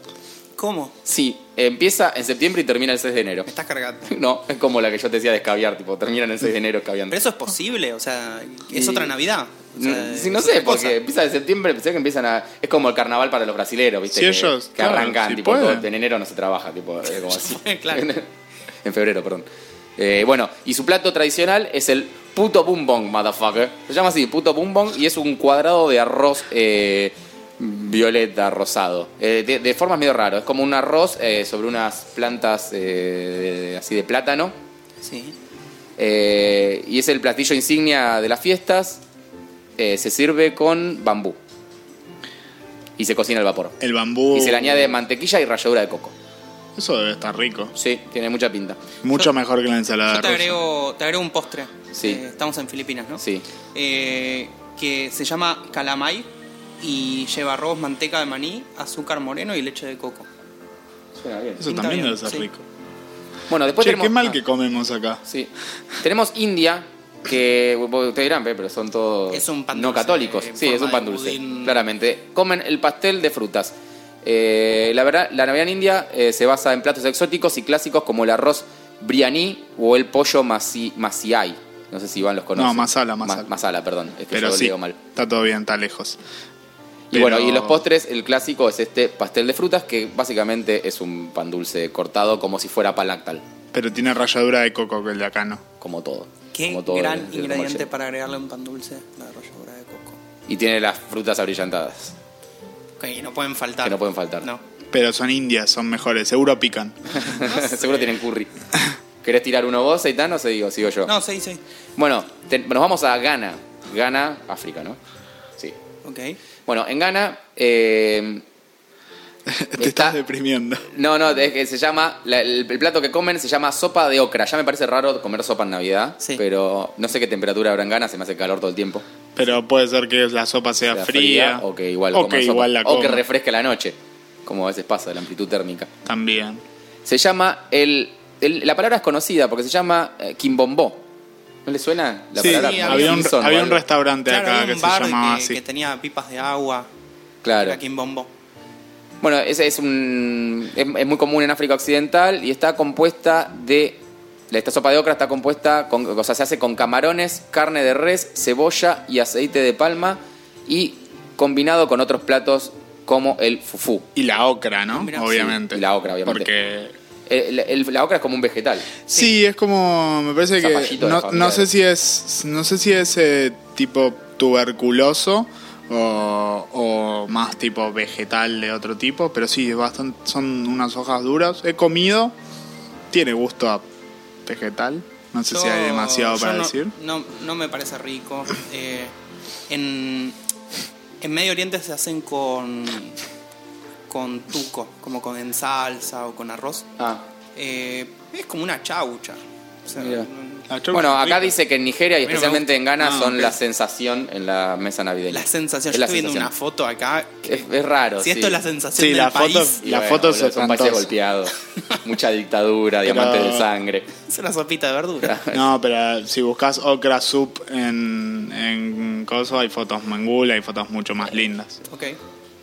Speaker 3: ¿Cómo?
Speaker 1: Sí, empieza en septiembre y termina el 6 de enero.
Speaker 3: Me estás cargando.
Speaker 1: No, es como la que yo te decía de escabiar, tipo, terminan el 6 de enero escabiando.
Speaker 3: Pero eso es posible, o sea, es
Speaker 1: Y-
Speaker 3: otra Navidad. O sea,
Speaker 1: N- sí, no
Speaker 3: es
Speaker 1: sé,
Speaker 3: otra cosa.
Speaker 1: porque empieza en septiembre, pensé que empiezan a... Es como el carnaval para los brasileros, ¿viste?
Speaker 2: Sí,
Speaker 1: que,
Speaker 2: ellos,
Speaker 1: que
Speaker 2: claro,
Speaker 1: arrancan,
Speaker 2: si
Speaker 1: tipo, todo-
Speaker 2: pueden.
Speaker 1: en enero no se trabaja, tipo, es como así.
Speaker 3: Claro.
Speaker 1: en febrero, perdón. Eh, bueno, y su plato tradicional es el puto bumbong, motherfucker. Se llama así, puto bumbong, y es un cuadrado de arroz eh, violeta, rosado. Eh, de, de formas medio raro. Es como un arroz eh, sobre unas plantas eh, así de plátano.
Speaker 3: Sí.
Speaker 1: Eh, y es el platillo insignia de las fiestas. Eh, se sirve con bambú. Y se cocina al vapor.
Speaker 2: El bambú.
Speaker 1: Y se le añade mantequilla y ralladura de coco.
Speaker 2: Eso debe estar rico.
Speaker 1: Sí, tiene mucha pinta.
Speaker 2: Mucho mejor que la ensalada
Speaker 3: Yo te
Speaker 2: rusa.
Speaker 3: agrego, te agrego un postre.
Speaker 1: Sí.
Speaker 3: Eh, estamos en Filipinas, ¿no?
Speaker 1: Sí.
Speaker 3: Eh, que se llama calamay y lleva arroz, manteca de maní, azúcar moreno y leche de coco.
Speaker 1: Suena bien.
Speaker 2: Eso
Speaker 3: Pinta
Speaker 2: también
Speaker 3: bien,
Speaker 2: debe ser
Speaker 3: sí.
Speaker 2: rico.
Speaker 1: Bueno, después
Speaker 2: Che,
Speaker 1: tenemos.
Speaker 2: qué mal
Speaker 1: ah,
Speaker 2: que comemos acá.
Speaker 1: Sí. Tenemos India, que bueno, ustedes dirán, "Pe, pero son todos
Speaker 3: Es un pan
Speaker 1: no
Speaker 3: dulce,
Speaker 1: católicos.
Speaker 3: en
Speaker 1: Sí, es
Speaker 3: forma
Speaker 1: un pan
Speaker 3: de
Speaker 1: dulce,
Speaker 3: budín.
Speaker 1: claramente. Comen el pastel de frutas. Eh, la, verdad, la Navidad en India eh, se basa en platos exóticos y clásicos como el arroz brianí o el pollo masi, masiai. No sé si Iván los conoce.
Speaker 2: No, masala,
Speaker 1: Ma-
Speaker 2: masala.
Speaker 1: masala, perdón. Es que
Speaker 2: Pero
Speaker 1: yo
Speaker 2: sí,
Speaker 1: digo mal.
Speaker 2: está todo bien, está lejos.
Speaker 1: Y bueno,
Speaker 2: Pero-
Speaker 1: y los postres, el clásico es este pastel de frutas que básicamente es un pan dulce cortado como si fuera pan lactal,
Speaker 2: Pero tiene ralladura de coco que el de acá no.
Speaker 1: como todo.
Speaker 3: Qué
Speaker 1: como todo
Speaker 3: gran
Speaker 1: el- el
Speaker 3: ingrediente
Speaker 1: comercio.
Speaker 3: para agregarle a un pan dulce, la ralladura de coco.
Speaker 1: Y tiene las frutas abrillantadas.
Speaker 3: Que no pueden faltar.
Speaker 1: Que no pueden faltar.
Speaker 3: No.
Speaker 2: Pero son indias, son mejores. Seguro pican.
Speaker 1: Seguro tienen curry. ¿Querés tirar uno vos, Aitán, o sigo, sigo yo?
Speaker 3: No, sí, sí.
Speaker 1: Bueno, te- nos vamos a Ghana. Ghana, África, ¿no? Sí.
Speaker 3: Ok.
Speaker 1: Bueno, en Ghana... eh,
Speaker 2: Te estás deprimiendo.
Speaker 1: no, no, es que se llama... la- el, el plato que comen se llama sopa de ocra. Ya me parece raro comer sopa en Navidad,
Speaker 3: Sí.
Speaker 1: pero no sé qué temperatura habrá en Ghana, se me hace calor todo el tiempo.
Speaker 2: Pero puede ser que la sopa sea,
Speaker 1: sea
Speaker 2: fría.
Speaker 1: O que igual,
Speaker 2: o
Speaker 1: coman
Speaker 2: que
Speaker 1: sopa.
Speaker 2: igual la
Speaker 1: O que
Speaker 2: coman.
Speaker 1: refresque la noche, como a veces pasa, la amplitud térmica.
Speaker 2: También.
Speaker 1: Se llama el, el- la palabra es conocida porque se llama eh, quimbombó. ¿No le suena la
Speaker 2: sí,
Speaker 1: palabra? Como
Speaker 2: había un,
Speaker 1: Simpson o
Speaker 2: había un
Speaker 1: algo.
Speaker 2: restaurante
Speaker 3: Claro,
Speaker 2: acá
Speaker 3: había
Speaker 2: que
Speaker 3: un
Speaker 2: se
Speaker 3: bar
Speaker 2: llamaba
Speaker 3: que,
Speaker 2: así.
Speaker 3: que tenía pipas de agua.
Speaker 1: Claro.
Speaker 3: Era aquí en Bombo.
Speaker 1: Bueno, ese es un es, es muy común en África Occidental y está compuesta de esta sopa de ocra está compuesta con o sea, se hace con camarones, carne de res, cebolla y aceite de palma y combinado con otros platos como el fufú.
Speaker 2: Y la ocra, ¿no?
Speaker 3: Ah, Mirá, sí,
Speaker 2: obviamente.
Speaker 1: y la ocra, obviamente.
Speaker 2: Porque
Speaker 1: El- el- la ocra es como un vegetal.
Speaker 2: Sí, es como. Me parece que.
Speaker 1: Zapallito de
Speaker 2: No,
Speaker 1: familia.
Speaker 2: no sé si es. No sé si es eh, tipo tuberculoso o, o más tipo vegetal de otro tipo, pero sí, es bastante, son unas hojas duras. He comido. Tiene gusto a vegetal. No sé
Speaker 3: Yo-
Speaker 2: si hay demasiado
Speaker 3: yo
Speaker 2: para
Speaker 3: no,
Speaker 2: decir.
Speaker 3: No, no me parece rico. Eh, en, en Medio Oriente se hacen con con tuco, como con en salsa o con arroz.
Speaker 1: Ah,
Speaker 3: Eh, es como una chaucha. O sea,
Speaker 1: Mira.
Speaker 3: mm,
Speaker 2: La chaucha
Speaker 1: Bueno,
Speaker 2: es
Speaker 1: acá
Speaker 2: rica.
Speaker 1: dice que en Nigeria y
Speaker 3: me
Speaker 1: especialmente en Ghana
Speaker 2: Ah,
Speaker 1: son
Speaker 2: ok.
Speaker 1: la sensación en la mesa navideña.
Speaker 3: La sensación,
Speaker 1: Es
Speaker 3: yo
Speaker 1: la
Speaker 3: estoy viendo una
Speaker 1: sensación.
Speaker 3: foto acá. que-
Speaker 1: Es, es raro.
Speaker 3: si esto
Speaker 1: sí.
Speaker 3: es la sensación
Speaker 2: Sí,
Speaker 3: del
Speaker 2: la foto-
Speaker 3: país,
Speaker 1: Y
Speaker 2: La
Speaker 1: bueno,
Speaker 2: foto es
Speaker 1: boludo, Son países
Speaker 2: espantosa.
Speaker 1: golpeados. Mucha dictadura, diamantes de sangre.
Speaker 3: es una sopita de verdura.
Speaker 2: No, pero si buscas Okra Soup en, en Coso, hay fotos en Google, hay fotos mucho más lindas.
Speaker 3: ok.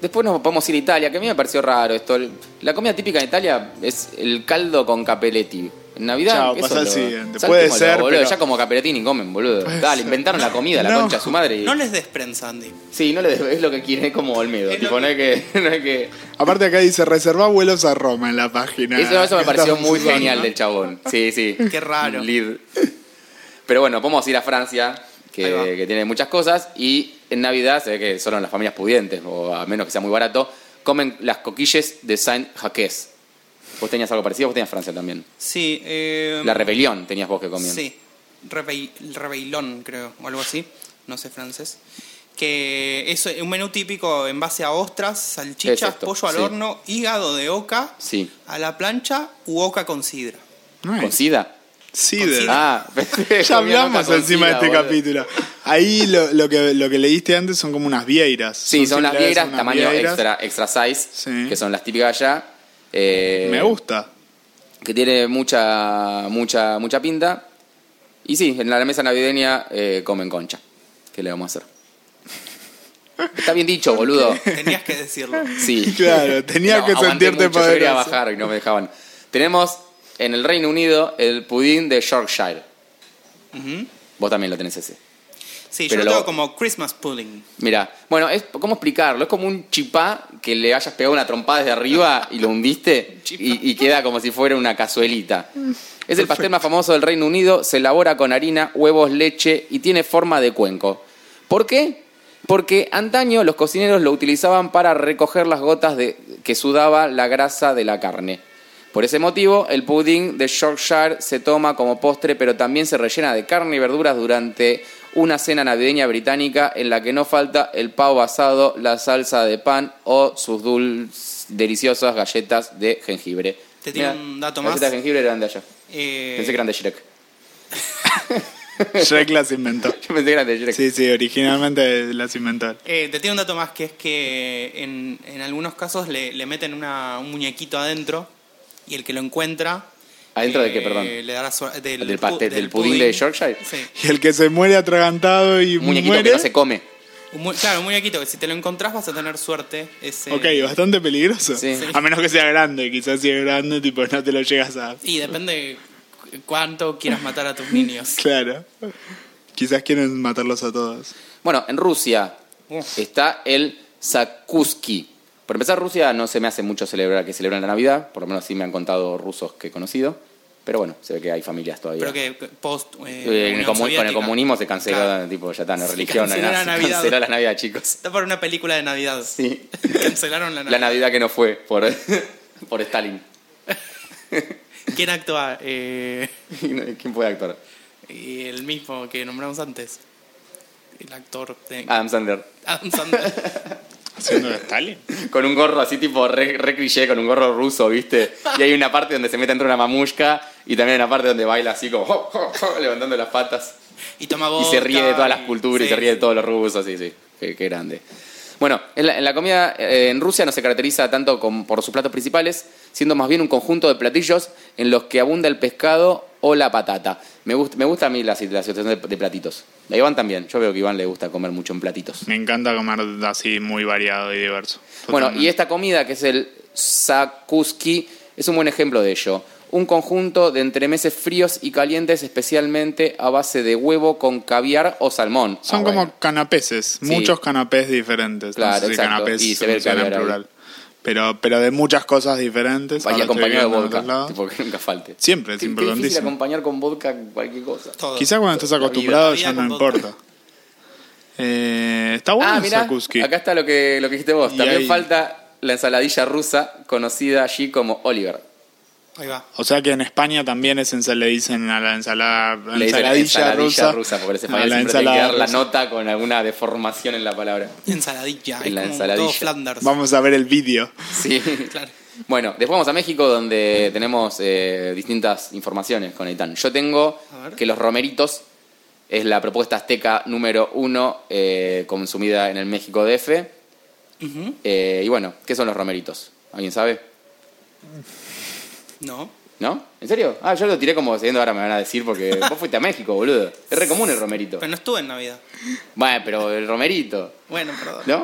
Speaker 1: Después nos podemos ir a Italia, que a mí me pareció raro esto. La comida típica en Italia es el caldo con capelletti. En Navidad,
Speaker 2: Chao,
Speaker 1: eso
Speaker 2: pasa al
Speaker 1: lo-
Speaker 2: siguiente.
Speaker 1: saltémoslo,
Speaker 2: Puede ser,
Speaker 1: boludo.
Speaker 2: pero-
Speaker 1: Ya como capelletti ni comen, boludo. Dale, inventaron la comida, la
Speaker 2: No.
Speaker 1: concha de su madre. y-
Speaker 3: No les desprens, Andy.
Speaker 1: Sí, no le des- es lo que quiere, es como Olmedo.
Speaker 3: Es lo
Speaker 1: tipo, no es que. No es que...
Speaker 2: Aparte acá dice, reserva vuelos a Roma en la página.
Speaker 1: Eso, eso me
Speaker 2: que
Speaker 1: pareció
Speaker 2: estamos
Speaker 1: muy
Speaker 2: usando.
Speaker 1: genial del chabón. Sí, sí.
Speaker 3: Qué raro.
Speaker 1: Lead. Pero bueno, podemos ir a Francia,
Speaker 3: Ahí va.
Speaker 1: que, que tiene muchas cosas. Y en Navidad se ve que solo en las familias pudientes, o a menos que sea muy barato, comen las coquilles de Saint-Jacques. Vos tenías algo parecido, vos tenías Francia también.
Speaker 3: Sí. eh,
Speaker 1: La rebelión tenías vos que comían.
Speaker 3: Sí, Rebei- Rebeilón, creo, o algo así, no sé francés. Que es un menú típico en base a ostras,
Speaker 1: Es
Speaker 3: salchichas,
Speaker 1: esto,
Speaker 3: pollo al
Speaker 1: sí.
Speaker 3: horno, hígado de oca,
Speaker 1: Sí.
Speaker 3: a la plancha u oca con sidra.
Speaker 2: Nice.
Speaker 1: ¿Con SIDA?
Speaker 2: Cider.
Speaker 1: Ah,
Speaker 2: Ya hablamos encima de este capítulo. Ahí lo, lo que, lo que leíste antes son como unas vieiras.
Speaker 1: Sí, son, las
Speaker 2: similares a
Speaker 1: vieiras,
Speaker 2: unas
Speaker 1: tamaño
Speaker 2: vieiras.
Speaker 1: extra, extra size,
Speaker 2: Sí.
Speaker 1: que son las típicas allá. Eh,
Speaker 2: Me gusta.
Speaker 1: que tiene mucha, mucha, mucha pinta. Y sí, en la mesa navideña eh, comen concha. ¿Qué le vamos a hacer? Está bien dicho, boludo.
Speaker 3: Tenías que decirlo.
Speaker 1: Sí.
Speaker 2: Claro, tenía que
Speaker 1: aguanté
Speaker 2: sentirte
Speaker 1: mucho, yo quería
Speaker 2: poderoso.
Speaker 1: bajar y no me dejaban. Tenemos en el Reino Unido el pudín de Yorkshire. Vos también lo tenés ese.
Speaker 3: Sí,
Speaker 1: Pero
Speaker 3: yo lo
Speaker 1: lo-
Speaker 3: tengo como Christmas pudding.
Speaker 1: Mira, bueno, es, ¿cómo explicarlo? Es como un chipá que le hayas pegado una trompada desde arriba y lo hundiste y, y queda como si fuera una cazuelita. Es el pastel más famoso del Reino Unido, se elabora con harina, huevos, leche y tiene forma de cuenco. ¿Por qué? Porque antaño los cocineros lo utilizaban para recoger las gotas de, que sudaba la grasa de la carne. Por ese motivo, el pudding de Yorkshire se toma como postre, pero también se rellena de carne y verduras durante una cena navideña británica en la que no falta el pavo asado, la salsa de pan o sus dulces, deliciosas galletas de jengibre.
Speaker 3: Te tiro
Speaker 1: Mirá,
Speaker 3: un dato
Speaker 1: las
Speaker 3: más.
Speaker 1: Galletas de jengibre eran de allá.
Speaker 3: Eh,
Speaker 1: Pensé que eran de Shrek.
Speaker 2: Shrek las inventó.
Speaker 1: Yo pensé que eran de Shrek.
Speaker 2: Sí, sí, originalmente las inventó.
Speaker 3: eh, te tiene un dato más que es que en, en algunos casos le, le meten una- un muñequito adentro y el que lo encuentra. eh,
Speaker 1: ¿Adentro de qué, perdón?
Speaker 3: Le dará su- del,
Speaker 1: Del
Speaker 3: pu-
Speaker 1: pastel, del pudín de Yorkshire.
Speaker 3: Sí.
Speaker 2: Y el que se muere atragantado y
Speaker 1: Un muñequito
Speaker 2: muere...
Speaker 1: que no se come.
Speaker 3: Un mu- claro, un muñequito que si te lo encontrás vas a tener suerte. Ese...
Speaker 2: Ok, bastante peligroso.
Speaker 1: Sí.
Speaker 2: A menos que sea grande, quizás si es grande, tipo, no te lo llegas a...
Speaker 3: Y depende cu- cuánto quieras matar a tus niños.
Speaker 2: Claro. Quizás quieren matarlos a todos.
Speaker 1: Bueno, en Rusia
Speaker 3: Uf.
Speaker 1: está el Zakuski. Por empezar, Rusia no se me hace mucho celebrar que celebran la Navidad, por lo menos sí me han contado rusos que he conocido, pero bueno, se ve que hay familias todavía.
Speaker 3: Pero que que post. eh,
Speaker 1: Eh, en el
Speaker 3: Unión
Speaker 1: comu- con el
Speaker 3: Soviética.
Speaker 1: comunismo se canceló,
Speaker 3: Claro.
Speaker 1: tipo, ya está, no es
Speaker 3: Se
Speaker 1: religión, no hay nada,
Speaker 3: canceló la
Speaker 1: se
Speaker 3: Navidad.
Speaker 1: canceló la Navidad, chicos.
Speaker 3: Está para una película de Navidad.
Speaker 1: Sí.
Speaker 3: Cancelaron
Speaker 1: La
Speaker 3: la Navidad.
Speaker 1: Navidad que no fue por, por Stalin.
Speaker 3: ¿Quién actúa? Eh,
Speaker 1: ¿Quién puede actuar?
Speaker 3: y el mismo que nombramos antes. El actor de
Speaker 1: Adam Sandler.
Speaker 3: Adam Sandler.
Speaker 2: ¿Haciendo de Stalin?
Speaker 1: Con un gorro así tipo re, re cliché, con un gorro ruso, ¿viste? Y hay una parte donde se mete entre una mamushka y también hay una parte donde baila así como "Jo, jo, jo", levantando las patas.
Speaker 3: Y toma
Speaker 1: Y
Speaker 3: vodka,
Speaker 1: se ríe de todas las
Speaker 3: y-
Speaker 1: culturas y
Speaker 3: sí,
Speaker 1: se ríe de
Speaker 3: sí.
Speaker 1: todos los rusos, sí, sí. Qué, qué grande. Bueno, en la, en la comida eh, en Rusia no se caracteriza tanto con- por sus platos principales, siendo más bien un conjunto de platillos en los que abunda el pescado o la patata. Me, gusta me gusta a mí la, sit- la situación de, de platitos. A Iván también. Yo veo que a Iván le gusta comer mucho en platitos.
Speaker 2: Me encanta comer así muy variado y diverso.
Speaker 1: Bueno,
Speaker 2: Totalmente.
Speaker 1: y esta comida que es el sakuski es un buen ejemplo de ello. Un conjunto de entremeses fríos y calientes, especialmente a base de huevo con caviar o salmón.
Speaker 2: Son
Speaker 1: Ah,
Speaker 2: como
Speaker 1: bueno.
Speaker 2: canapeses, muchos canapés diferentes.
Speaker 1: Claro,
Speaker 2: no sé si
Speaker 1: exacto,
Speaker 2: canapés
Speaker 1: y se ve el
Speaker 2: funciona en
Speaker 1: caviar ahí.
Speaker 2: plural. Pero, pero de muchas cosas diferentes.
Speaker 1: Y
Speaker 2: Ahora estoy
Speaker 1: acompañado de
Speaker 2: viendo en otros
Speaker 1: vodka,
Speaker 2: lados.
Speaker 1: tipo que nunca falte.
Speaker 2: Siempre, es
Speaker 1: Qué- qué difícil
Speaker 2: importantísimo.
Speaker 1: acompañar con vodka cualquier cosa. Ah,
Speaker 3: Todo.
Speaker 2: Quizás cuando estás
Speaker 1: vida,
Speaker 2: acostumbrado
Speaker 3: la vida
Speaker 2: ya no
Speaker 3: con vodka.
Speaker 2: importa. Eh, está bueno
Speaker 1: Ah,
Speaker 2: el
Speaker 1: mirá,
Speaker 2: Sakuski.
Speaker 1: acá está lo que, lo que dijiste vos.
Speaker 2: Y
Speaker 1: También
Speaker 2: hay-
Speaker 1: falta la ensaladilla rusa, conocida allí como Oliver.
Speaker 3: Ahí va.
Speaker 2: O sea que en España también es ensa- le dicen a la ensalada,
Speaker 1: Le dicen
Speaker 2: ensaladilla, rusa.
Speaker 1: porque los
Speaker 2: a
Speaker 1: españoles
Speaker 2: la
Speaker 1: siempre tienen que
Speaker 2: ensalada
Speaker 1: dar la
Speaker 2: rusa.
Speaker 1: nota con alguna deformación en la palabra.
Speaker 3: Ensaladilla.
Speaker 1: En la
Speaker 3: es como
Speaker 1: ensaladilla.
Speaker 3: Todo Flanders.
Speaker 2: Vamos a ver el vídeo.
Speaker 1: Sí.
Speaker 3: Claro.
Speaker 1: Bueno, después vamos a México donde tenemos eh, distintas informaciones con Aitán. Yo tengo
Speaker 3: A ver.
Speaker 1: que los romeritos es la propuesta azteca número uno eh, consumida en el México DF.
Speaker 3: Ujú.
Speaker 1: Eh, y bueno, ¿qué son los romeritos? ¿Alguien sabe?
Speaker 3: No.
Speaker 1: ¿No? ¿En serio? Ah, yo lo tiré como diciendo ahora me van a decir porque vos fuiste a México, boludo. Es re común el romerito.
Speaker 3: Pero no estuve en Navidad.
Speaker 1: Bueno, pero el romerito,
Speaker 3: Bueno, perdón.
Speaker 1: ¿no?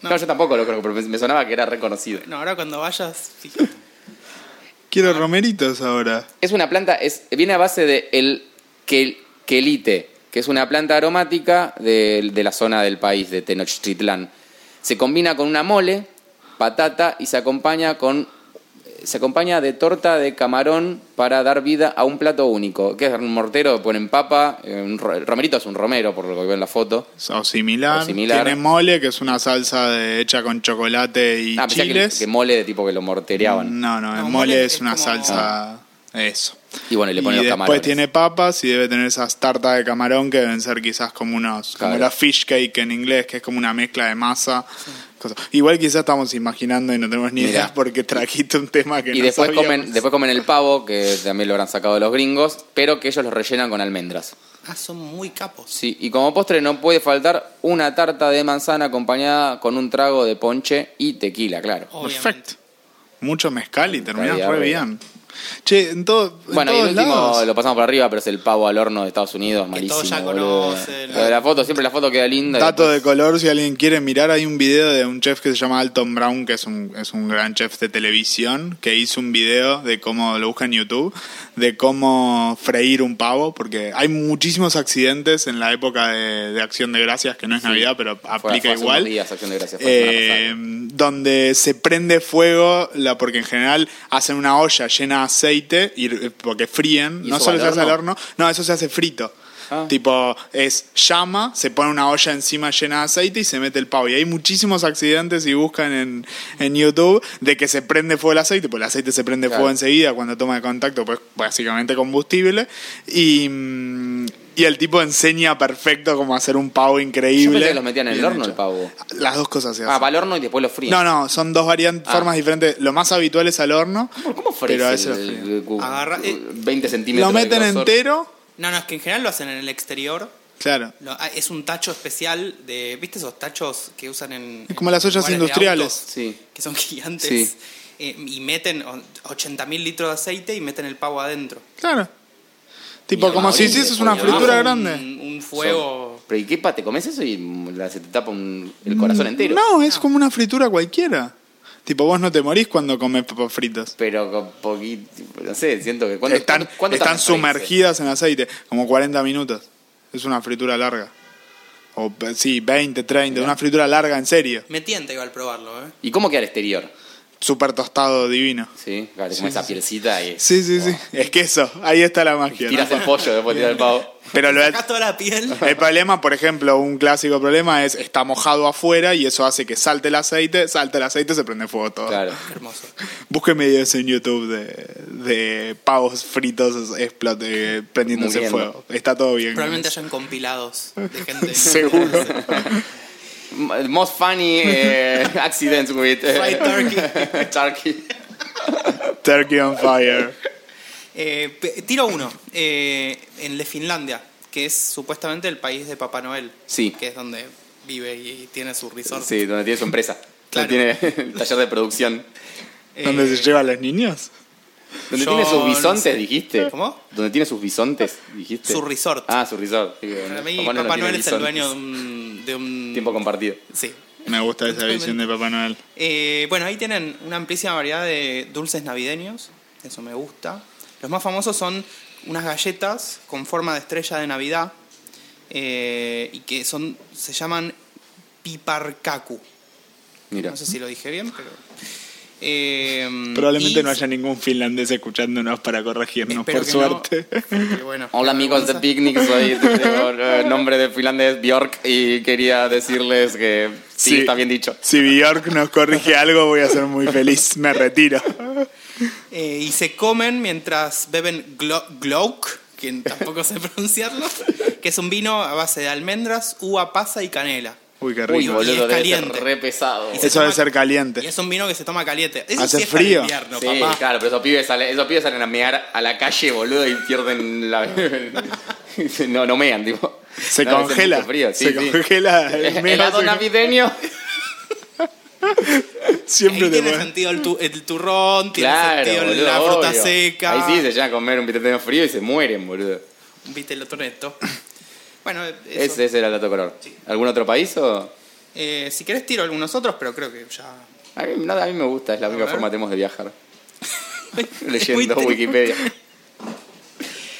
Speaker 1: No,
Speaker 3: No.
Speaker 1: yo tampoco lo creo, pero me me sonaba que era reconocido.
Speaker 3: No, ahora cuando vayas, fíjate.
Speaker 2: Quiero romeritos ahora.
Speaker 1: Es una planta, es, viene a base de el quel- quelite, que es una planta aromática de, de la zona del país de Tenochtitlán. Se combina con una mole, patata y se acompaña con eh, se acompaña de torta de camarón para dar vida a un plato único. Que es un mortero, ponen papa, eh, un ro- el romerito es un romero por lo que veo en la foto.
Speaker 2: O similar.
Speaker 1: O similar.
Speaker 2: Tiene mole, que es una salsa de- hecha con chocolate y
Speaker 1: Ah, pensé que,
Speaker 2: chiles. Mm,
Speaker 1: que mole de tipo que lo mortereaban.
Speaker 2: No, no, el
Speaker 3: No,
Speaker 2: mole,
Speaker 3: mole
Speaker 2: es
Speaker 3: es
Speaker 2: una
Speaker 3: como-
Speaker 2: salsa. Eso.
Speaker 1: Y bueno, y Ah. le ponen los
Speaker 2: después
Speaker 1: camarones.
Speaker 2: tiene papas y debe tener esas tartas de camarón que deben ser quizás como unos.
Speaker 1: Claro.
Speaker 2: Como la fish cake en inglés, que es como una mezcla de masa. cosas. Igual quizás estamos imaginando y no tenemos ni
Speaker 1: Mirá.
Speaker 2: idea porque trajiste un tema que
Speaker 1: Y
Speaker 2: no
Speaker 1: después
Speaker 2: sabíamos.
Speaker 1: comen, después comen el pavo, que también lo habrán sacado de los gringos, pero que ellos lo rellenan con almendras.
Speaker 3: Ah, son muy capos.
Speaker 1: Sí, y como postre no puede faltar una tarta de manzana acompañada con un trago de ponche y tequila, claro.
Speaker 3: Obviamente.
Speaker 2: Perfecto. Mucho mezcal y terminás
Speaker 1: Calidad,
Speaker 2: re
Speaker 1: verdad.
Speaker 2: bien. Che, en, todo, en
Speaker 1: Bueno, y el
Speaker 2: todos
Speaker 1: último
Speaker 2: lados.
Speaker 1: lo pasamos por arriba, pero es el pavo al horno de Estados Unidos,
Speaker 3: Que
Speaker 1: malísimo.
Speaker 3: todos ya
Speaker 1: boludo.
Speaker 3: conocen.
Speaker 1: Lo de la foto, siempre la foto queda linda. y
Speaker 2: Dato de
Speaker 1: después-
Speaker 2: color, si alguien quiere mirar, hay un video de un chef que se llama Alton Brown, que es un, es un gran chef de televisión, que hizo un video de cómo, lo busca en YouTube, de cómo freír un pavo, porque hay muchísimos accidentes en la época de, de Acción de Gracias, que no es Navidad, pero
Speaker 1: Fue- fue
Speaker 2: aplica
Speaker 1: hace
Speaker 2: igual.
Speaker 1: unos días, Acción de Gracias, fue la semana
Speaker 2: Eh, donde se prende fuego, la, porque en general hacen una olla llena de aceite, y, eh, porque fríen,
Speaker 1: ¿Y
Speaker 2: no
Speaker 1: eso
Speaker 2: solo
Speaker 1: va
Speaker 2: se
Speaker 1: al
Speaker 2: hace al
Speaker 1: horno?
Speaker 2: horno, horno. No, eso se hace frito.
Speaker 1: Ah.
Speaker 2: Tipo, es llama, se pone una olla encima llena de aceite y se mete el pavo. Y hay muchísimos accidentes y buscan en, en YouTube de que se prende fuego el aceite, pues el aceite se prende
Speaker 1: Claro.
Speaker 2: fuego enseguida cuando toma de contacto, pues básicamente combustible. Y, mm, y el tipo enseña perfecto cómo hacer un pavo
Speaker 1: Yo
Speaker 2: increíble.
Speaker 1: pensé que los metían en el
Speaker 2: Bien
Speaker 1: horno el
Speaker 2: hecho.
Speaker 1: pavo.
Speaker 2: Las dos cosas se
Speaker 1: Ah,
Speaker 2: hacen.
Speaker 1: va al horno y después lo fríen.
Speaker 2: No, no, son dos variantes,
Speaker 1: Ah.
Speaker 2: formas diferentes. Lo más habitual es al horno.
Speaker 1: ¿Cómo, cómo freís
Speaker 2: Pero a veces
Speaker 1: el-
Speaker 2: lo fríen.
Speaker 1: el cu-
Speaker 3: Agarra- eh,
Speaker 1: 20 centímetros
Speaker 2: Lo
Speaker 1: de
Speaker 2: meten
Speaker 1: grosor?
Speaker 2: entero.
Speaker 3: No, no, es que en general lo hacen en el exterior.
Speaker 2: Claro.
Speaker 3: Lo- ah, es un tacho especial de. ¿Viste esos tachos que usan en.
Speaker 2: Es como
Speaker 3: en
Speaker 2: las ollas
Speaker 3: lugares de
Speaker 2: industriales.
Speaker 3: autos?
Speaker 1: Sí.
Speaker 3: Que son gigantes.
Speaker 1: Sí.
Speaker 3: Eh, y meten o- 80.000 litros de aceite y meten el pavo adentro. Ah,
Speaker 2: Claro. Tipo,
Speaker 1: Y
Speaker 2: como si
Speaker 1: amarillo,
Speaker 2: hicieses una
Speaker 1: coño,
Speaker 2: fritura
Speaker 1: abajo.
Speaker 2: grande.
Speaker 3: Un, un fuego. Mm,
Speaker 1: Pero ¿y qué pa? ¿Te comes eso y mm, la- se te tapa un- el corazón entero?
Speaker 2: No, es como una fritura cualquiera. Tipo, vos no te morís cuando comes papas fritas.
Speaker 1: Pero con poquito, no sé, siento que... ¿cuánto-
Speaker 2: Están,
Speaker 1: cuánto- cuánto
Speaker 2: están
Speaker 1: tardan en freírse?
Speaker 2: sumergidas en aceite, como 40 minutos. Es una fritura larga. O eh, sí, 20, 30, una fritura larga, en serio.
Speaker 3: Me tienta igual probarlo, ¿eh?
Speaker 1: ¿Y cómo queda el exterior?
Speaker 2: Súper tostado, divino.
Speaker 1: Sí, claro, como esa pielcita y
Speaker 2: Sí, sí, sí. Es que eso, ahí está la magia. ¿no?
Speaker 1: tiras el pollo, después tiras el pavo.
Speaker 2: Pero lo,
Speaker 3: Sacás toda la piel.
Speaker 2: El problema, por ejemplo, un clásico problema es está mojado afuera y eso hace que salte el aceite, salte el aceite, se prende fuego todo.
Speaker 1: Claro.
Speaker 3: Qué Hermoso.
Speaker 2: Búsqueme videos en YouTube de, de pavos fritos explot- eh, prendiéndose
Speaker 1: Muriendo.
Speaker 2: fuego. Está todo bien.
Speaker 3: Probablemente hayan compilados de gente.
Speaker 2: Seguro.
Speaker 1: M- Most funny eh, accidents with eh,
Speaker 3: Fried turkey.
Speaker 1: turkey.
Speaker 2: Turkey on fire.
Speaker 3: Eh, pe- tiro uno. Eh, en el de Finlandia, que es supuestamente el país de Papá Noel.
Speaker 1: Sí.
Speaker 3: Que es donde vive y tiene su resort.
Speaker 1: Sí, donde tiene su empresa.
Speaker 3: Claro.
Speaker 1: Donde tiene el taller de producción.
Speaker 3: Eh,
Speaker 2: ¿Dónde se lleva a los niños?
Speaker 1: Donde
Speaker 3: Yo
Speaker 1: tiene sus
Speaker 3: no
Speaker 1: bisontes,
Speaker 3: sé.
Speaker 1: dijiste.
Speaker 3: ¿Cómo?
Speaker 1: Donde tiene sus bisontes, dijiste.
Speaker 3: Su resort.
Speaker 1: Ah, su resort. Sí,
Speaker 3: Para
Speaker 1: bueno,
Speaker 3: mí,
Speaker 1: no
Speaker 3: Papá
Speaker 1: tiene
Speaker 3: Noel es el
Speaker 1: bisontes.
Speaker 3: dueño de un. De un
Speaker 1: Tiempo compartido.
Speaker 3: Sí.
Speaker 2: Me gusta esa visión de Papá Noel.
Speaker 3: Eh, bueno, ahí tienen una amplísima variedad de dulces navideños. Eso me gusta. Los más famosos son unas galletas con forma de estrella de Navidad. eh, y que son se llaman piparcacu.
Speaker 1: Mira.
Speaker 3: No sé si lo dije bien, pero. eh,
Speaker 2: Probablemente
Speaker 3: y-
Speaker 2: no haya ningún finlandés escuchándonos para corregirnos,
Speaker 3: espero
Speaker 2: por
Speaker 3: que no,
Speaker 2: suerte.
Speaker 3: porque, bueno,
Speaker 1: Hola amigos de Picnic, soy eh, nombre de finlandés Bjork y quería decirles que sí,
Speaker 2: Sí.
Speaker 1: está bien dicho.
Speaker 2: Si Bjork nos corrige algo, voy a ser muy feliz. Me retiro.
Speaker 3: Eh, y se comen mientras beben glo- Glouk, que tampoco sé pronunciarlo, que es un vino a base de almendras, uva pasa y canela.
Speaker 2: Uy, qué
Speaker 1: Uy,
Speaker 2: rico.
Speaker 1: boludo,
Speaker 3: es
Speaker 1: debe ser
Speaker 3: caliente.
Speaker 1: re pesado.
Speaker 3: Y se
Speaker 2: Eso debe ser
Speaker 3: Y
Speaker 2: caliente.
Speaker 3: es un vino que se toma caliente. Eso
Speaker 2: Hace
Speaker 3: sí es para
Speaker 2: frío.
Speaker 3: invierno,
Speaker 1: sí,
Speaker 3: papá.
Speaker 1: claro, pero esos pibes, salen, esos pibes salen a mear a la calle, boludo, y pierden la... no, no mean, tipo.
Speaker 2: Se
Speaker 1: No, hace
Speaker 2: congela.
Speaker 1: mucho frío, sí,
Speaker 2: se
Speaker 1: sí.
Speaker 2: congela. El
Speaker 1: El
Speaker 2: medio
Speaker 1: helado
Speaker 2: se-
Speaker 1: navideño.
Speaker 2: Siempre
Speaker 3: Ahí
Speaker 2: te
Speaker 3: tiene
Speaker 2: ponen.
Speaker 3: sentido el, tu- el turrón, tiene
Speaker 1: Claro,
Speaker 3: sentido
Speaker 1: boludo,
Speaker 3: la fruta
Speaker 1: obvio.
Speaker 3: seca.
Speaker 1: Ahí sí se llegan a comer un piteteno frío y se mueren, boludo.
Speaker 3: Un vitelotoneto. Bueno, eso.
Speaker 1: Ese, ese era el dato color. ¿Algún otro país o...?
Speaker 3: Eh, si querés tiro algunos otros, pero creo que ya...
Speaker 1: A mí, no, a mí me gusta, es la única
Speaker 3: ver.
Speaker 1: forma que tenemos de viajar. Leyendo
Speaker 3: Muy
Speaker 1: Wikipedia.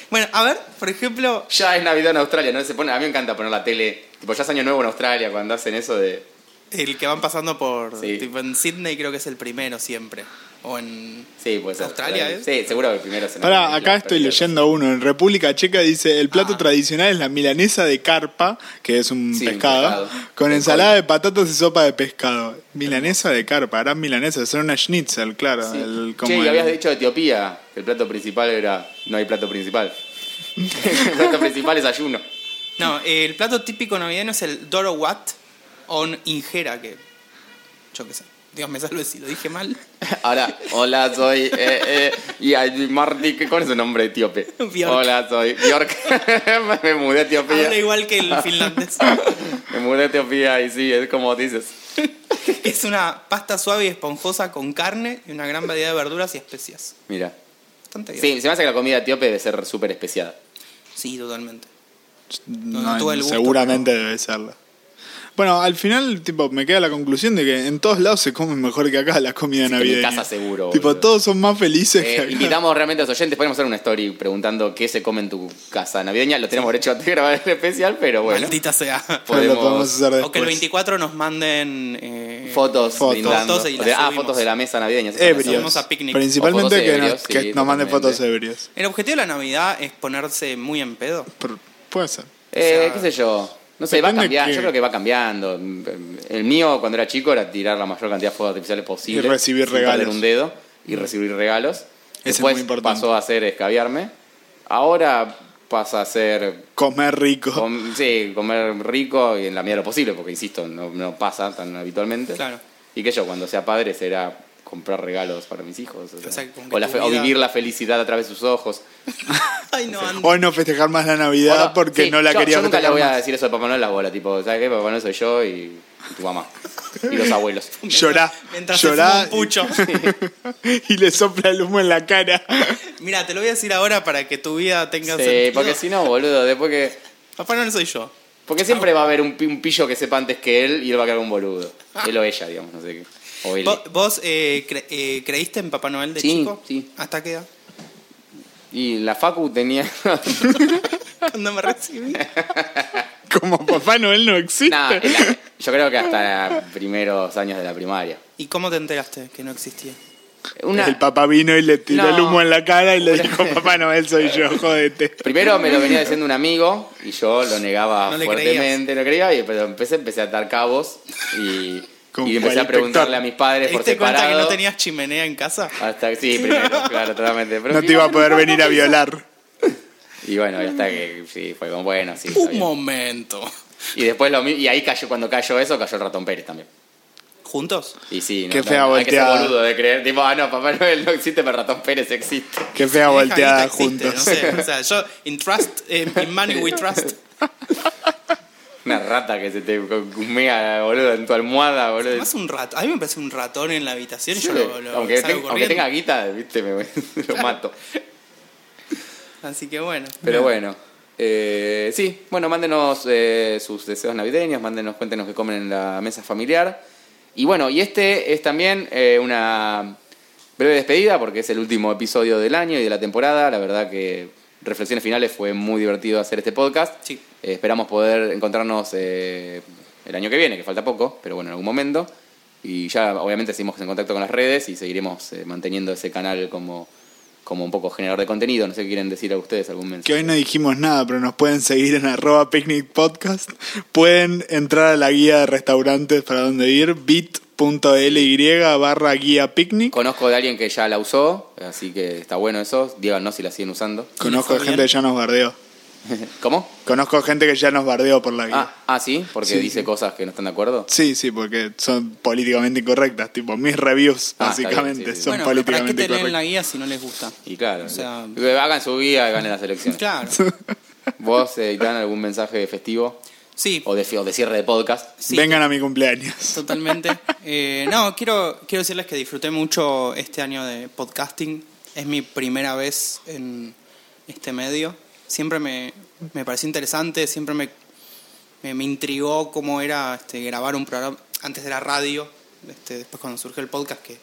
Speaker 3: Bueno, a ver, por ejemplo...
Speaker 1: Ya es Navidad en Australia, ¿no? Se pone, a mí me encanta poner la tele. Tipo, ya es Año Nuevo en Australia, cuando hacen eso de...
Speaker 3: El que van pasando por...
Speaker 1: Sí.
Speaker 3: Tipo, en Sydney creo que es el primero siempre. O en...
Speaker 1: Sí, puede ser.
Speaker 3: ¿Australia es?
Speaker 1: Sí, seguro que el primero se
Speaker 2: Pará, acá estoy leyendo uno. En República Checa dice: el plato
Speaker 3: Ah.
Speaker 2: tradicional es la milanesa de carpa, que es un
Speaker 1: Sí, un
Speaker 2: pescado,
Speaker 1: pescado.
Speaker 2: con
Speaker 1: El
Speaker 2: ensalada
Speaker 1: col.
Speaker 2: de patatas y sopa de pescado. Milanesa de carpa, harán milanesa, son una schnitzel, claro. el- como
Speaker 1: che, y
Speaker 2: el-
Speaker 1: habías dicho Etiopía, que el plato principal era... No hay plato principal. el plato principal es ayuno.
Speaker 3: No, eh, el plato típico navideño es el Doro Wat on injera, que... Yo qué sé. Dios me salve si lo dije mal.
Speaker 1: Ahora, hola, soy. Eh, eh, y ay, Marty, ¿qué- ¿cuál es su nombre etíope?
Speaker 3: Bjork.
Speaker 1: Hola, soy Bjork. Me mudé a Etiopía.
Speaker 3: Habla igual que el finlandés.
Speaker 1: Me mudé a Etiopía y sí, es como dices.
Speaker 3: Es una pasta suave y esponjosa con carne y una gran variedad de verduras y especias.
Speaker 1: Mira.
Speaker 3: Bastante bien.
Speaker 1: Sí, se me hace que la comida etíope debe ser súper especiada.
Speaker 3: Sí, totalmente.
Speaker 2: No,
Speaker 3: no tuve el gusto,
Speaker 2: seguramente debe serla. Bueno, al final, tipo, me queda la conclusión de que en todos lados se come mejor que acá la
Speaker 1: que
Speaker 2: comida
Speaker 1: en mi
Speaker 2: navideña.
Speaker 1: casa seguro,
Speaker 2: Tipo,
Speaker 1: boludo.
Speaker 2: todos son más felices
Speaker 1: Eh,
Speaker 2: que acá.
Speaker 1: invitamos realmente a los oyentes, podemos hacer una story preguntando qué se come en tu casa navideña. Lo tenemos derecho a grabar el especial, pero bueno.
Speaker 3: Maldita sea.
Speaker 2: Pero lo
Speaker 1: podemos-
Speaker 2: podemos hacer
Speaker 3: O que el
Speaker 2: después.
Speaker 3: 24 nos manden eh,
Speaker 1: Fotos,
Speaker 2: Fotos.
Speaker 1: brindando.
Speaker 3: Fotos y las
Speaker 1: O sea, ah,
Speaker 3: subimos.
Speaker 1: fotos de la mesa navideña. esas son las-
Speaker 2: Ebrios.
Speaker 3: Vamos a picnic.
Speaker 1: O
Speaker 2: Principalmente
Speaker 1: fotos
Speaker 2: que,
Speaker 1: ebrios,
Speaker 2: nos,
Speaker 1: sí,
Speaker 2: que nos manden
Speaker 1: totalmente.
Speaker 2: fotos ebrios.
Speaker 3: El objetivo de la Navidad es ponerse muy en pedo.
Speaker 2: Por- puede ser.
Speaker 1: Eh,
Speaker 3: O sea,
Speaker 1: qué sé yo. No sé, va
Speaker 2: depende
Speaker 1: cambiando.
Speaker 2: que-
Speaker 1: Yo creo que va cambiando. El mío, cuando era chico, era tirar la mayor cantidad de fuegos artificiales posible.
Speaker 2: Y recibir
Speaker 1: sin perder
Speaker 2: regalos.
Speaker 1: un dedo y recibir regalos.
Speaker 2: es
Speaker 1: Después
Speaker 2: muy importante.
Speaker 1: pasó a ser escabiarme. Ahora pasa a ser.
Speaker 2: Comer rico.
Speaker 1: com- sí, comer rico y en la medida de lo posible, porque insisto, no, no pasa tan habitualmente.
Speaker 3: Claro.
Speaker 1: Y que yo, cuando sea padre, será comprar regalos para mis hijos. O, sea,
Speaker 3: Exacto, como
Speaker 1: o
Speaker 3: que
Speaker 1: la
Speaker 3: tu
Speaker 1: fe- o
Speaker 3: vida-
Speaker 1: vivir la felicidad a través de sus ojos.
Speaker 3: Ay, no, ando.
Speaker 2: O no festejar más la Navidad
Speaker 1: Hola.
Speaker 2: porque
Speaker 1: Sí,
Speaker 2: no la
Speaker 1: yo,
Speaker 2: quería
Speaker 1: Yo nunca le
Speaker 2: festejar
Speaker 1: voy a
Speaker 2: más.
Speaker 1: decir eso de Papá Noel a las bolas, tipo, ¿sabes qué? Papá Noel soy yo y, y tu mamá. Y los abuelos.
Speaker 2: Llorá.
Speaker 3: Mientras
Speaker 2: Llorá.
Speaker 3: se fuma un pucho.
Speaker 2: y le sopla el humo en la cara.
Speaker 3: Mira, te lo voy a decir ahora para que tu vida tenga
Speaker 1: Sí,
Speaker 3: sentido.
Speaker 1: porque si no, boludo, después que.
Speaker 3: Papá Noel soy yo.
Speaker 1: Porque siempre va a haber un, pi- un pillo que sepa antes que él y él va a quedar un boludo.
Speaker 3: Ah.
Speaker 1: Él o ella, digamos, no sé qué. O él.
Speaker 3: ¿Vos, vos, eh, cre- eh, creíste en Papá Noel de
Speaker 1: Sí,
Speaker 3: chico?
Speaker 1: sí.
Speaker 3: ¿Hasta qué edad?
Speaker 1: Y la Facu tenía.
Speaker 3: Cuando me recibí.
Speaker 2: Como Papá Noel no existe.
Speaker 1: Nah, en la- yo creo que hasta primeros años de la primaria.
Speaker 3: ¿Y cómo te enteraste que no
Speaker 1: Eh,
Speaker 3: existía?
Speaker 1: Una-
Speaker 2: El papá vino y le tiró
Speaker 1: No.
Speaker 2: el humo en la cara y le dijo, Papá Noel soy yo, jódete.
Speaker 1: Primero me lo venía diciendo un amigo y yo lo negaba
Speaker 3: No le
Speaker 1: fuertemente, no creía, y pero empecé, empecé a atar cabos y,
Speaker 2: Como
Speaker 1: y empecé
Speaker 2: para
Speaker 1: a preguntarle
Speaker 2: inspector.
Speaker 1: a mis padres
Speaker 3: ¿Te
Speaker 1: por
Speaker 3: diste cuenta que
Speaker 1: separado.
Speaker 3: no tenías chimenea en casa?
Speaker 1: Hasta sí, primero, claro, totalmente. Pero
Speaker 2: No te iba a poder venir a violar.
Speaker 1: Y bueno, y hasta que sí, fue como bueno, sí. está
Speaker 3: Un
Speaker 1: bien.
Speaker 3: momento.
Speaker 1: Y después lo mi- y ahí cayó, cuando cayó eso, cayó el ratón Pérez también.
Speaker 3: ¿Juntos?
Speaker 1: Y sí, no,
Speaker 2: Qué
Speaker 1: no,
Speaker 2: fea
Speaker 1: no, hay que ser
Speaker 2: volteada.
Speaker 1: boludo de creer, tipo, ah, no, Papá Noel no existe, pero el ratón Pérez existe.
Speaker 2: Qué fea
Speaker 3: Mi hija
Speaker 2: volteada
Speaker 3: ahorita existe,
Speaker 2: juntos.
Speaker 3: No sé, o sea, yo, in trust, eh, in money we trust.
Speaker 1: Una rata que se te mega, boludo, en tu almohada, boludo.
Speaker 3: Más un rato. A mí me parece un ratón en la habitación.
Speaker 1: Sí,
Speaker 3: yo lo, lo
Speaker 1: aunque,
Speaker 3: salgo
Speaker 1: tenga, aunque tenga
Speaker 3: corriendo.
Speaker 1: guita, viste, me, lo mato.
Speaker 3: Así que bueno.
Speaker 1: Pero bueno. eh, sí, bueno, mándenos eh, sus deseos navideños, mándenos, cuéntenos que comen en la mesa familiar. Y bueno, y este es también eh, una breve despedida porque es el último episodio del año y de la temporada. La verdad que reflexiones finales fue muy divertido hacer este podcast.
Speaker 3: Sí.
Speaker 1: Eh, esperamos poder encontrarnos eh, el año que viene, que falta poco, pero bueno, en algún momento. Y ya obviamente seguimos en contacto con las redes y seguiremos eh, manteniendo ese canal como, como un poco generador de contenido. No sé qué quieren decir a ustedes, algún mensaje.
Speaker 2: Que hoy no dijimos nada, pero nos pueden seguir en arroba picnic podcast. Pueden entrar a la guía de restaurantes para donde ir, bit.ly barra guía picnic.
Speaker 1: Conozco de alguien que ya la usó, así que está bueno eso. Díganos si la siguen usando.
Speaker 2: Conozco
Speaker 3: ¿Y Fabián?
Speaker 2: gente que ya nos bardeó.
Speaker 1: ¿Cómo?
Speaker 2: Conozco gente que ya nos bardeó por la vida.
Speaker 1: Ah, ah, sí, porque
Speaker 2: Sí,
Speaker 1: dice
Speaker 2: sí.
Speaker 1: cosas que no están de acuerdo.
Speaker 2: Sí, sí, porque son políticamente incorrectas. Tipo, mis reviews,
Speaker 1: Ah, está bien,
Speaker 2: básicamente,
Speaker 1: sí, sí.
Speaker 2: son
Speaker 3: bueno, pero ¿para qué
Speaker 2: políticamente
Speaker 3: te leen
Speaker 2: incorrectas.
Speaker 3: la guía si no les gusta?
Speaker 1: Y claro,
Speaker 3: O sea-
Speaker 1: que hagan su guía y ganen las elecciones.
Speaker 3: Claro.
Speaker 1: ¿Vos, eh, Dan, algún mensaje festivo
Speaker 3: Sí,
Speaker 1: o de, fi- o de cierre de podcast?
Speaker 3: sí,
Speaker 2: Vengan a mi cumpleaños.
Speaker 3: totalmente. Eh, no, quiero, quiero decirles que disfruté mucho este año de podcasting. Es mi primera vez en este medio. Siempre me, me pareció interesante, siempre me, me, me intrigó cómo era este, grabar un programa. Antes de la radio, este, después cuando surgió el podcast, que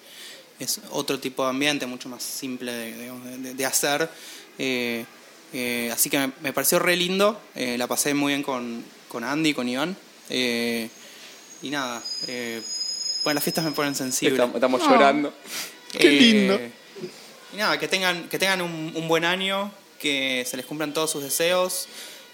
Speaker 3: es otro tipo de ambiente, mucho más simple de, digamos, de- de- de hacer. Eh, eh, así que me, me pareció re lindo. Eh, la pasé muy bien con, con Andy, con Iván. Eh, y nada, eh, bueno, las fiestas me ponen sensible. Eh,
Speaker 1: Estamos, estamos llorando.
Speaker 2: Qué lindo.
Speaker 3: Y nada, que tengan, que tengan un, un buen año, que se les cumplan todos sus deseos.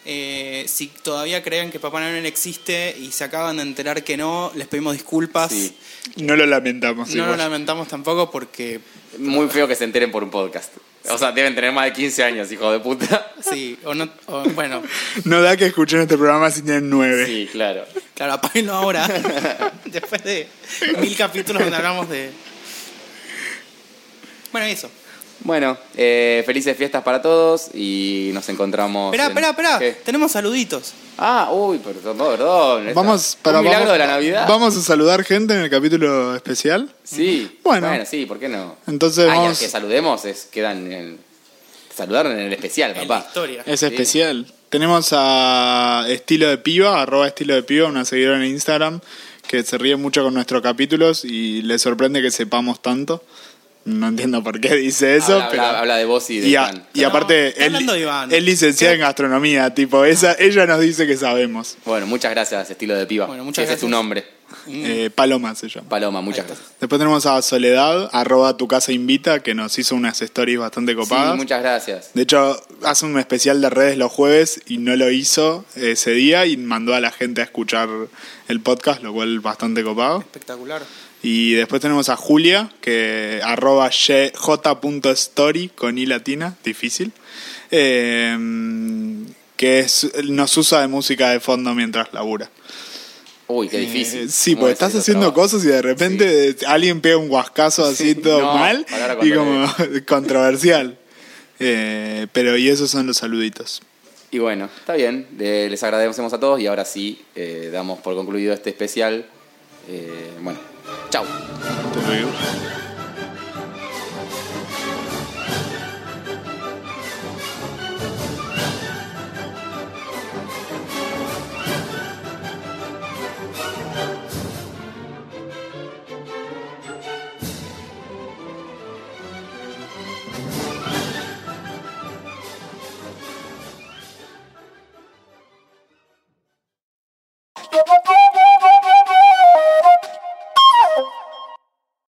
Speaker 3: Eh, si todavía creen que Papá Noel existe y se acaban de enterar que no, les pedimos disculpas.
Speaker 1: Sí.
Speaker 2: No lo lamentamos.
Speaker 3: no lo
Speaker 2: igual.
Speaker 3: lamentamos tampoco porque
Speaker 1: Muy feo que se enteren por un podcast. O sea, deben tener más de 15 años, hijo de puta.
Speaker 3: sí, o no, o, bueno,
Speaker 2: No da que escuchen este programa si tienen nueve.
Speaker 1: Sí, claro.
Speaker 3: claro, apáguenlo ahora. Después de mil capítulos donde hablamos de. Bueno, eso.
Speaker 1: Bueno, eh, felices fiestas para todos y nos encontramos.
Speaker 3: Esperá,
Speaker 1: en-
Speaker 3: esperá, esperá.
Speaker 1: ¿Qué?
Speaker 3: Tenemos saluditos.
Speaker 1: Ah, uy, perdón, perdón. Esta-
Speaker 2: Vamos,
Speaker 1: un
Speaker 2: para,
Speaker 1: milagro
Speaker 2: vamos,
Speaker 1: de la Navidad.
Speaker 2: Vamos a saludar gente en el capítulo especial.
Speaker 1: Sí.
Speaker 2: Bueno.
Speaker 1: sí, ¿por qué no?
Speaker 2: Entonces
Speaker 1: Ah, y a
Speaker 2: vamos-
Speaker 1: que saludemos es quedan en el saludaron en el especial,
Speaker 3: En la
Speaker 1: papá.
Speaker 3: historia.
Speaker 2: Es
Speaker 1: Sí.
Speaker 2: especial. Tenemos a Estilo de Piva, arroba Estilo de Piva, una seguidora en Instagram, que se ríe mucho con nuestros capítulos y le sorprende que sepamos tanto. No entiendo por qué dice eso,
Speaker 1: habla,
Speaker 2: pero...
Speaker 1: habla- habla de vos y de
Speaker 2: y, a-
Speaker 1: Juan.
Speaker 2: y
Speaker 3: No,
Speaker 2: aparte,
Speaker 3: está
Speaker 2: él,
Speaker 3: hablando Iván.
Speaker 2: él licenciada en gastronomía, tipo,
Speaker 1: Ah.
Speaker 2: esa, ella nos dice que sabemos.
Speaker 1: Bueno, muchas gracias, estilo de piba.
Speaker 3: Bueno, muchas
Speaker 1: Ese es tu
Speaker 3: gracias.
Speaker 1: nombre. Mm.
Speaker 2: Eh, Paloma se llama.
Speaker 1: Paloma, muchas
Speaker 3: Ahí está.
Speaker 1: gracias.
Speaker 2: Después tenemos a Soledad, arroba tu casa invita, que nos hizo unas stories bastante copadas.
Speaker 1: Sí, muchas gracias.
Speaker 2: De hecho, hace un especial de redes los jueves y no lo hizo ese día y mandó a la gente a escuchar el podcast, lo cual es bastante copado.
Speaker 3: Espectacular.
Speaker 2: Y después tenemos a Julia, que arroba ye- j.story con i latina, difícil, eh, que es- nos usa de música de fondo mientras labura.
Speaker 1: Uy, qué difícil.
Speaker 2: Eh, sí,
Speaker 1: Cómo
Speaker 2: porque estás
Speaker 1: decirlo,
Speaker 2: haciendo
Speaker 1: trabajo.
Speaker 2: cosas y de repente alguien pega un guascazo así todo
Speaker 1: no,
Speaker 2: mal
Speaker 1: palabra
Speaker 2: y como controversial. Eh, pero y esos son los saluditos.
Speaker 1: Y bueno, está bien. de- les agradecemos a todos y ahora sí eh, damos por concluido este especial. Eh, bueno, chao.
Speaker 2: Te lo digo.